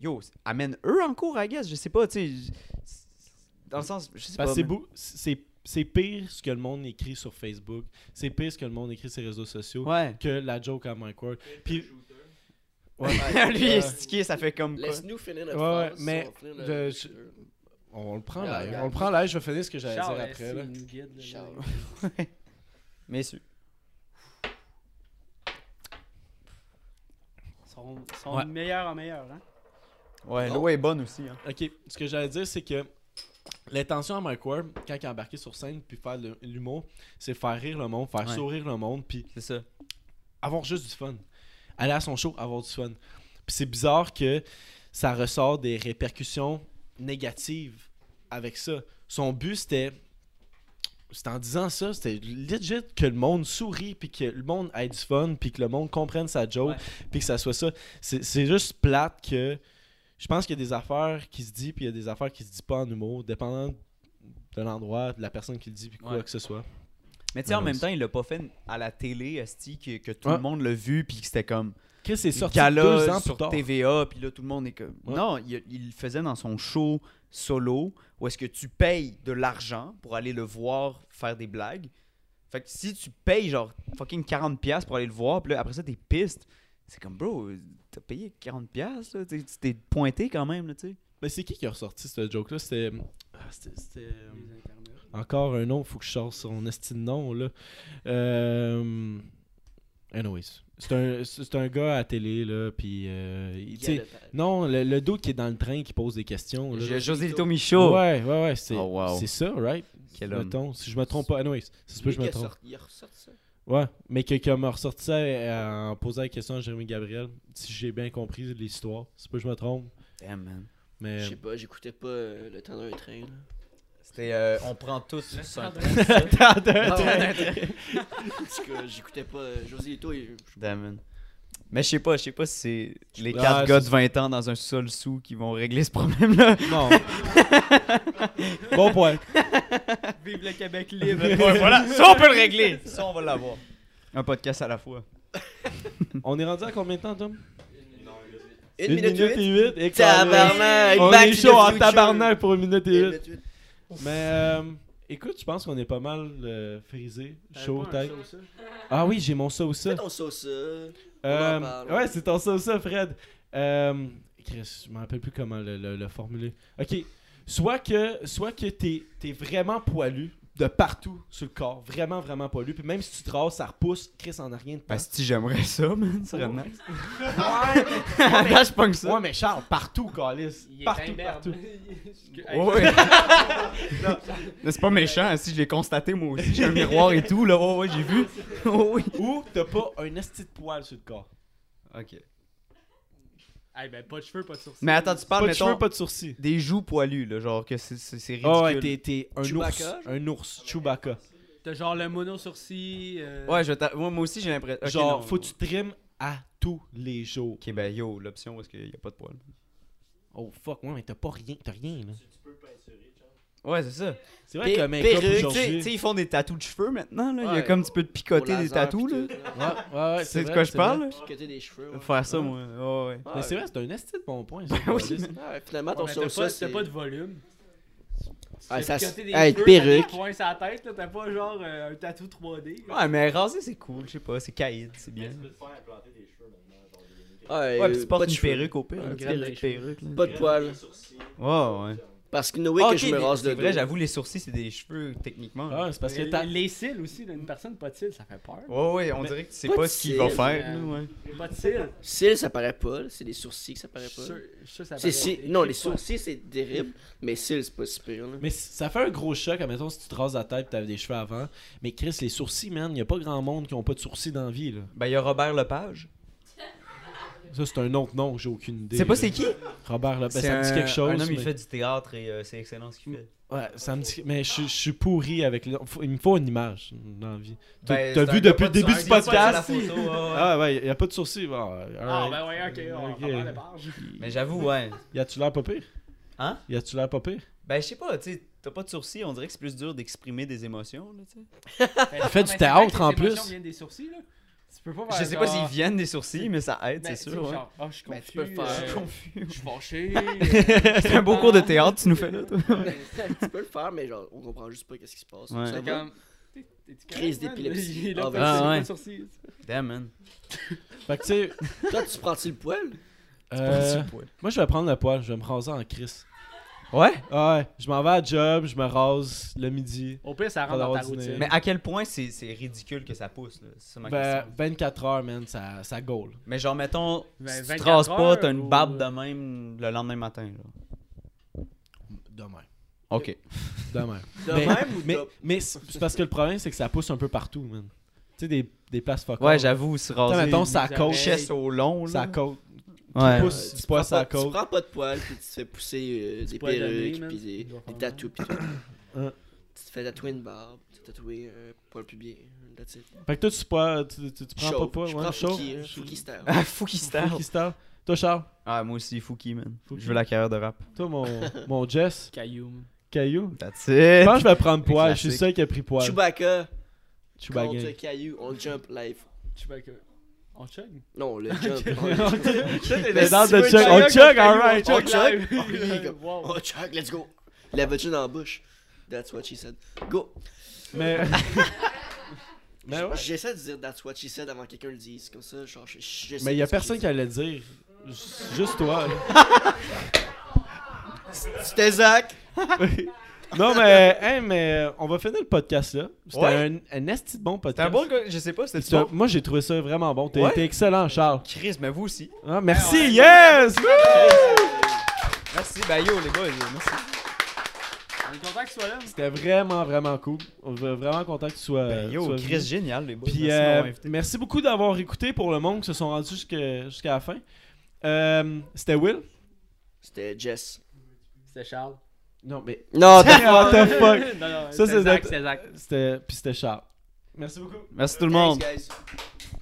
B: yo, amène eux en cours, I guess. Je sais pas, tu sais. je- Dans le sens, je sais
A: Parce
B: pas.
A: que c'est
B: mais-
A: beau- c'est, c'est pire ce que le monde écrit sur Facebook. C'est pire ce que le monde écrit sur les réseaux sociaux
B: Ouais.
A: que la joke à Mike Ward. Puis,
B: Lui, il est stické, ça fait comme quoi.
C: Laisse-nous finir notre
A: Ouais, ouais,
C: phrase,
A: mais
C: on va finir le-
A: je- on le prend
C: Ah,
A: là.
C: regarde.
A: On le prend là. Je vais finir ce que j'allais
D: Charles,
A: dire après. là.
D: s'il nous guide, là,
C: Charles.
D: là.
B: Messieurs.
D: Ils sont, ils sont
A: Ouais.
D: de meilleurs en meilleurs. Hein?
B: Ouais,
C: l'eau
B: est bonne aussi.
A: Ok, ce que j'allais dire, c'est que l'intention à Mike Ward, quand il est embarqué sur scène puis faire de l'humour, c'est faire rire le monde, faire
B: Ouais.
A: sourire le monde, puis
B: C'est ça.
A: avoir juste du fun. Aller à son show, avoir du fun. Puis c'est bizarre que ça ressort des répercussions négatives avec ça. Son but, c'était. C'est en disant ça, c'était legit que le monde sourit, puis que le monde ait du fun, puis que le monde comprenne sa joke,
B: Ouais.
A: puis que ça soit ça. C'est c'est juste plate que. Je pense qu'il y a des affaires qui se disent, puis il y a des affaires qui se disent pas en humour, dépendant de l'endroit, de la personne qui le dit, puis quoi
B: Ouais.
A: que ce soit.
B: Mais tu sais, en
A: Ouais,
B: même
A: aussi.
B: temps, il l'a pas fait à la télé, Asti, que, que tout
A: Ouais.
B: le monde l'a vu, puis que c'était comme
A: Chris est sorti
B: gala
A: deux ans
B: sur
A: plus tard.
B: TVA, puis là, tout le monde est comme.
A: Ouais.
B: Non, il, il le faisait dans son show solo, où est-ce que tu payes de l'argent pour aller le voir faire des blagues. Fait que si tu payes genre fucking 40$ pour aller le voir, puis là, après ça, t'es piste, c'est comme, bro, t'as payé 40$, là, t'sais, tu t'es pointé quand même, là, tu sais.
A: Mais c'est qui qui a ressorti ce joke-là? C'était. ah, c'était- c'était, euh, Encore un nom, faut que je sorte son esti de nom, là. Euh... Anyways. C'est un, c'est un gars à la télé, là, puis... euh, il- tu sais, non, le, le dos qui est dans le train qui pose des questions, là.
B: J'ai- José Lito Michaud.
A: Ouais, ouais, ouais, c'est
B: Oh, wow.
A: c'est ça, right?
B: Quel homme.
A: Mettons, si je me trompe pas, anyways, ça se peut que je me
C: Lui qui a
A: trompe.
C: sorti- Il a ressorti ça.
D: Euh.
A: Ouais, mais quelqu'un m'a ressorti ça euh, en posant la question à Jérémy Gabriel, si j'ai bien compris l'histoire, ça se peut que je me trompe,
B: Damn, man.
A: mais...
C: Je sais pas, j'écoutais pas euh, le temps d'un train. là.
B: C'était, euh, on prend tous sur un Ah train.
C: Ah,
A: Attends, attends,
C: En tout cas, j'écoutais pas euh, José Lito et
B: Damn, man. Mais je sais pas, je sais pas si Ah, c'est les
A: Ouais,
B: quatre
A: c'est
B: gars de
A: ça.
B: 20 ans dans un seul sou qui vont régler ce problème-là.
A: Non. bon point.
B: Vive le Québec libre. voilà, ça on peut le régler. Ça on va l'avoir. Un podcast à la fois.
A: On est rendu à combien de temps, Tom
C: Une minute, huit.
A: et huit. Et
C: Tabarnak,
A: On
C: back
A: est
C: to the
A: chaud en
C: future.
A: tabarnak pour une minute
C: Une
A: et huit.
C: minute huit.
A: Mais euh, écoute, je pense qu'on est pas mal euh, frisé. Chaud, tête. Ah oui, j'ai mon ça ou ça.
C: Fais ton sauce. euh.
A: Euh,
C: On en parle.
A: ouais, c'est ton ça ou ça, Fred. Euh, Chris, je me rappelle plus comment le, le- le formuler. Ok. Soit que, soit que t'es es vraiment poilu de partout sur le corps, vraiment, vraiment poilu. Puis même si tu te rases, ça repousse. Chris en a rien de
B: Bah
A: passe.
B: si j'aimerais ça, man, ça serait nice.
A: Ouais,
B: Attends, je pogne
A: ouais,
B: ça.
A: mais Charles, partout, Calis. Partout, partout.
B: Ouais, ouais. Mais c'est pas méchant, hein, si je l'ai constaté moi aussi, j'ai un miroir et tout, là, ouais, ouais, j'ai vu. Oh, oui.
A: Ou t'as pas un esti de poil sur le corps.
B: Ok.
D: Hey, ben, pas de cheveux, pas de sourcils.
B: Mais attends, tu
A: Pas
B: parles,
A: de
B: mettons,
A: cheveux, pas de sourcils.
B: des joues poilues, là, genre que c'est c'est- c'est ridicule.
A: Oh, ouais, t'es, t'es un
C: Chewbacca,
A: ours. Un ours. Chewbacca.
D: T'as genre le mono sourcil. euh,
B: Ouais, je t'a- moi, moi aussi j'ai l'impression. ok,
A: Genre,
B: non.
A: faut que tu trimes à tous les jours.
B: Ok, ben yo, l'option où est-ce qu'il y a pas de poils.
A: Oh fuck, ouais, mais t'as pas rien. T'as rien, là.
B: Ouais, c'est ça.
A: C'est vrai que
C: Pé-
A: le make-up
C: perruque,
B: Tu sais, tu
A: aujourd'hui.
B: sais, ils font des tatous de cheveux maintenant, là. Il y a
C: Ouais.
B: comme un petit peu de
C: Au
B: picoter des
C: laser,
B: tatous, là.
C: puis tout,
A: Ouais, ouais, ouais,
B: C'est de
A: vrai,
B: quoi je
A: vrai.
B: parle?
C: Picoter des cheveux. ouais.
B: Faire ça,
A: Ouais.
B: moi. Ouais, ouais.
A: Mais c'est vrai, c'est un esti de bon point. ça,
B: Ah oui,
A: Calis.
C: Ouais, Finalement,
D: ouais,
C: ton
D: mais
C: sauce.
D: t'as pas,
C: ça,
D: t'as
C: c'est-
D: pas de volume.
C: Ah, ça
D: T'as
C: se-
D: côté des
C: Hey,
D: cheveux,
C: perruque.
D: T'as des points sur la tête, là, t'as pas genre euh, un tatou 3D. là.
B: Ouais, mais raser, c'est cool, je sais pas, c'est caïd, c'est bien.
H: Tu peux te faire implanter des cheveux maintenant. genre des unités.
C: Ouais,
B: Ouais, puis tu
C: euh, pas
B: portes
C: de
B: une
C: cheveux.
B: perruque au pire.
C: Ouais,
B: une
C: une
B: grande
C: perruque.
B: perruque, là.
C: Pas de poils.
H: Des sourcils.
B: Ouais, ouais.
C: Parce que Noé,
B: Ah,
C: que
B: ok,
C: je me
B: mais
C: rase
B: c'est
C: le
B: vrai,
C: dos.
B: j'avoue, les sourcils, c'est des cheveux, techniquement.
A: Ah, c'est parce que
D: Mais
A: t'as.
D: Les cils aussi, là, une personne pas de cils, ça fait peur.
B: Ouais, ouais, on
A: Mais-
B: dirait que tu sais
C: Pas
B: pas
C: de
B: ce qu'il va
C: cils,
B: faire.
D: euh,
B: là, ouais.
D: Pas de cils.
C: Cils, ça paraît pas. là. C'est des sourcils que ça
D: Je
C: paraît
D: suis
C: pas.
D: sûr- je suis sûr que ça
C: C'est
D: paraît.
C: si- Non, les sourcils, c'est terrible. Mais cils, c'est pas si pire. là.
A: Mais c- ça fait un gros choc, admettons, si tu te rases la tête et t'avais des cheveux avant. Mais Chris, les sourcils, man, y a pas grand monde qui ont pas de sourcils dans la vie, là.
B: Ben, il y a Robert Lepage.
A: Ça, c'est un autre nom, j'ai aucune idée.
B: Tu sais pas
A: là.
B: c'est qui
A: Robert Lopez, ça me
B: un-
A: dit quelque chose.
B: Un homme, il
A: mais- Mm.
B: fait du théâtre et euh, c'est excellent ce qu'il fait.
A: Ouais, ça me dit. Mais je je suis pourri avec. le- faut- Il me faut une image dans la vie. T'as
B: Ben,
A: t'as
B: c'est
A: vu
B: un gars
A: depuis
B: pas
A: le début
B: de
A: du
B: sourcils,
A: podcast?
B: c'est pas de la photo, ouais, ouais.
A: Ah ouais, y a pas de sourcils. Bon,
D: Ah,
A: alright.
D: ben ouais, ok, on
A: Ok.
D: va parler de barge.
B: Mais j'avoue, ouais.
A: Y a-tu l'air pas pire?
B: Hein?
A: Y a-tu l'air pas pire?
B: Ben, je sais pas, tu sais, t'as pas de sourcils, on dirait que c'est plus dur d'exprimer des émotions, là, tu sais.
D: Il
A: fait du théâtre, en plus.
D: des sourcils, là. Tu peux pas
B: Je
D: faire
B: sais pas
D: genre-
B: s'ils viennent des sourcils, mais ça aide,
D: Ben,
B: c'est
D: tu sais,
B: sûr, ouais.
D: genre, Ah, je suis
C: Ben,
D: confus.
C: tu peux le faire.
D: euh,
C: Je suis
D: Je suis fâché. euh,
B: C'est un beau cours de théâtre, tu nous fais là, toi.
C: tu peux le faire, mais genre, on comprend juste pas qu'est-ce qui se passe.
B: Ouais.
C: Ça
D: C'est
C: va.
D: comme. T'es- t'es-tu
C: Crise
D: correct, man?
C: d'épilepsie.
D: Il est là,
C: Ah,
D: fait
C: ben,
D: que
B: c'est-
D: c'est
B: ouais.
D: pas sur six.
B: Damn, man.
A: Fait que tu sais.
C: Toi, tu prends-tu le poil?
A: euh, Moi, je vais prendre le poil, je vais me raser en crise. Ah,
B: Ouais?
A: Ouais, je m'en vais à job, je me rase le midi.
D: Au pire, ça
A: Pas
D: rentre dans ta
A: d'ordinaire.
D: routine.
B: Mais à quel point c'est c'est ridicule que ça pousse, là? C'est ça ma
A: Ben,
B: question.
A: 24 heures, man, ça, ça gaule.
B: Mais genre, mettons,
D: Ben,
B: si tu te
D: 24
B: rases pas, t'as
D: heures
B: une
D: ou- euh,
B: barbe de même le lendemain matin, là.
A: Demain.
B: Ok.
A: Demain.
C: De
A: Mais-
C: même ou
A: Mais,
C: de-
A: mais c'est c'est parce que le problème, c'est que ça pousse un peu partout, man. Tu sais, des, des places fuck
B: Ouais,
A: all.
B: j'avoue, se
A: Tu sais,
B: raser
A: mettons,
B: une
A: ça
D: les
A: coach.
D: oreilles.
B: chest au long, là.
A: Ça coach.
B: Ouais.
A: Pousse,
C: Euh, Tu
A: tu passes
C: prends
A: à
C: pas- Tu
A: coach.
C: prends pas de poil, puis tu te fais pousser euh, des
D: poils d'année,
C: perruques,
D: man.
C: puis des,
D: Tu dois
C: des
D: faire
C: tatous, puis tout.
A: Hein.
C: Tu te fais tatouer une barbe, tu te fais tatouer un poil pubien. That's it.
A: Fait que toi, tu, pas, tu, tu, tu prends
C: Chauve.
A: pas pas,
C: Je
A: ouais,
C: prends
A: chaud.
C: Fouki, hein, Fouki Star.
B: Ah, Fouki Star.
A: Fouki Star. Toi, Charles.
B: Ah, moi aussi, Fouki, man.
A: Fouki.
B: Je veux la carrière de rap.
A: Toi, mon, mon Jess.
D: Caillou.
A: Caillou.
B: That's
A: Je
B: it.
A: pense que je vais prendre poil. Je
B: Euh, Classique.
A: suis sûr qu'il a pris poil.
C: Chewbacca contre
A: Chewbacca.
C: Caillou, on jump live.
D: Tu vois que. On chug
C: Non, le jump. on le jump.
A: Les dents de Chuck.
C: si tu veux
A: On chug,
D: alright.
A: alright.
C: on chug.
D: live. Wow.
C: Oh, Chuck, let's go. Il avait une dans la bouche. That's what she said. Go.
A: Mais. Mais Ben ouais.
C: J'essaie de dire that's what she said avant que quelqu'un le dise. Comme ça, genre, je, je sais
A: Mais il y a
C: pas ce
A: personne
C: que
A: qui allait le dire. J- Juste toi. là.
C: je dis. C'était Zach.
A: non, mais, hey, mais on va finir le podcast là. C'était
B: Ouais.
A: un, un esti de bon
B: T'es un
A: podcast.
B: bon gars, je sais pas, c'était
A: C'était- Moi, j'ai trouvé ça vraiment bon. T'as
B: Ouais.
A: été excellent, Charles.
B: Chris, mais vous aussi.
A: Ah, merci, yes!
B: Merci, ben yo, les boys, merci.
A: Euh,
D: On est content que tu sois là.
A: C'était vraiment, vraiment cool. On est vraiment content que tu sois.
B: Ben yo,
A: tu sois
B: Chris,
A: venu.
B: génial, les boys.
A: Puis,
B: merci de
A: euh,
B: m'avoir
A: merci,
B: invité.
A: beaucoup d'avoir écouté pour le monde qui se sont rendus jusqu'à jusqu'à la fin. Euh, C'était Will?
C: C'était Jess.
D: C'était Charles.
A: Non, mais. Ah,
C: Non, t'as
A: What the fuck?
D: Non, non,
A: Ça,
D: c'était
A: c'est
D: Zach,
A: notre-
D: c'est Zach.
A: C'était- Puis c'était Charles. Merci beaucoup.
B: Merci tout le monde.
C: guys.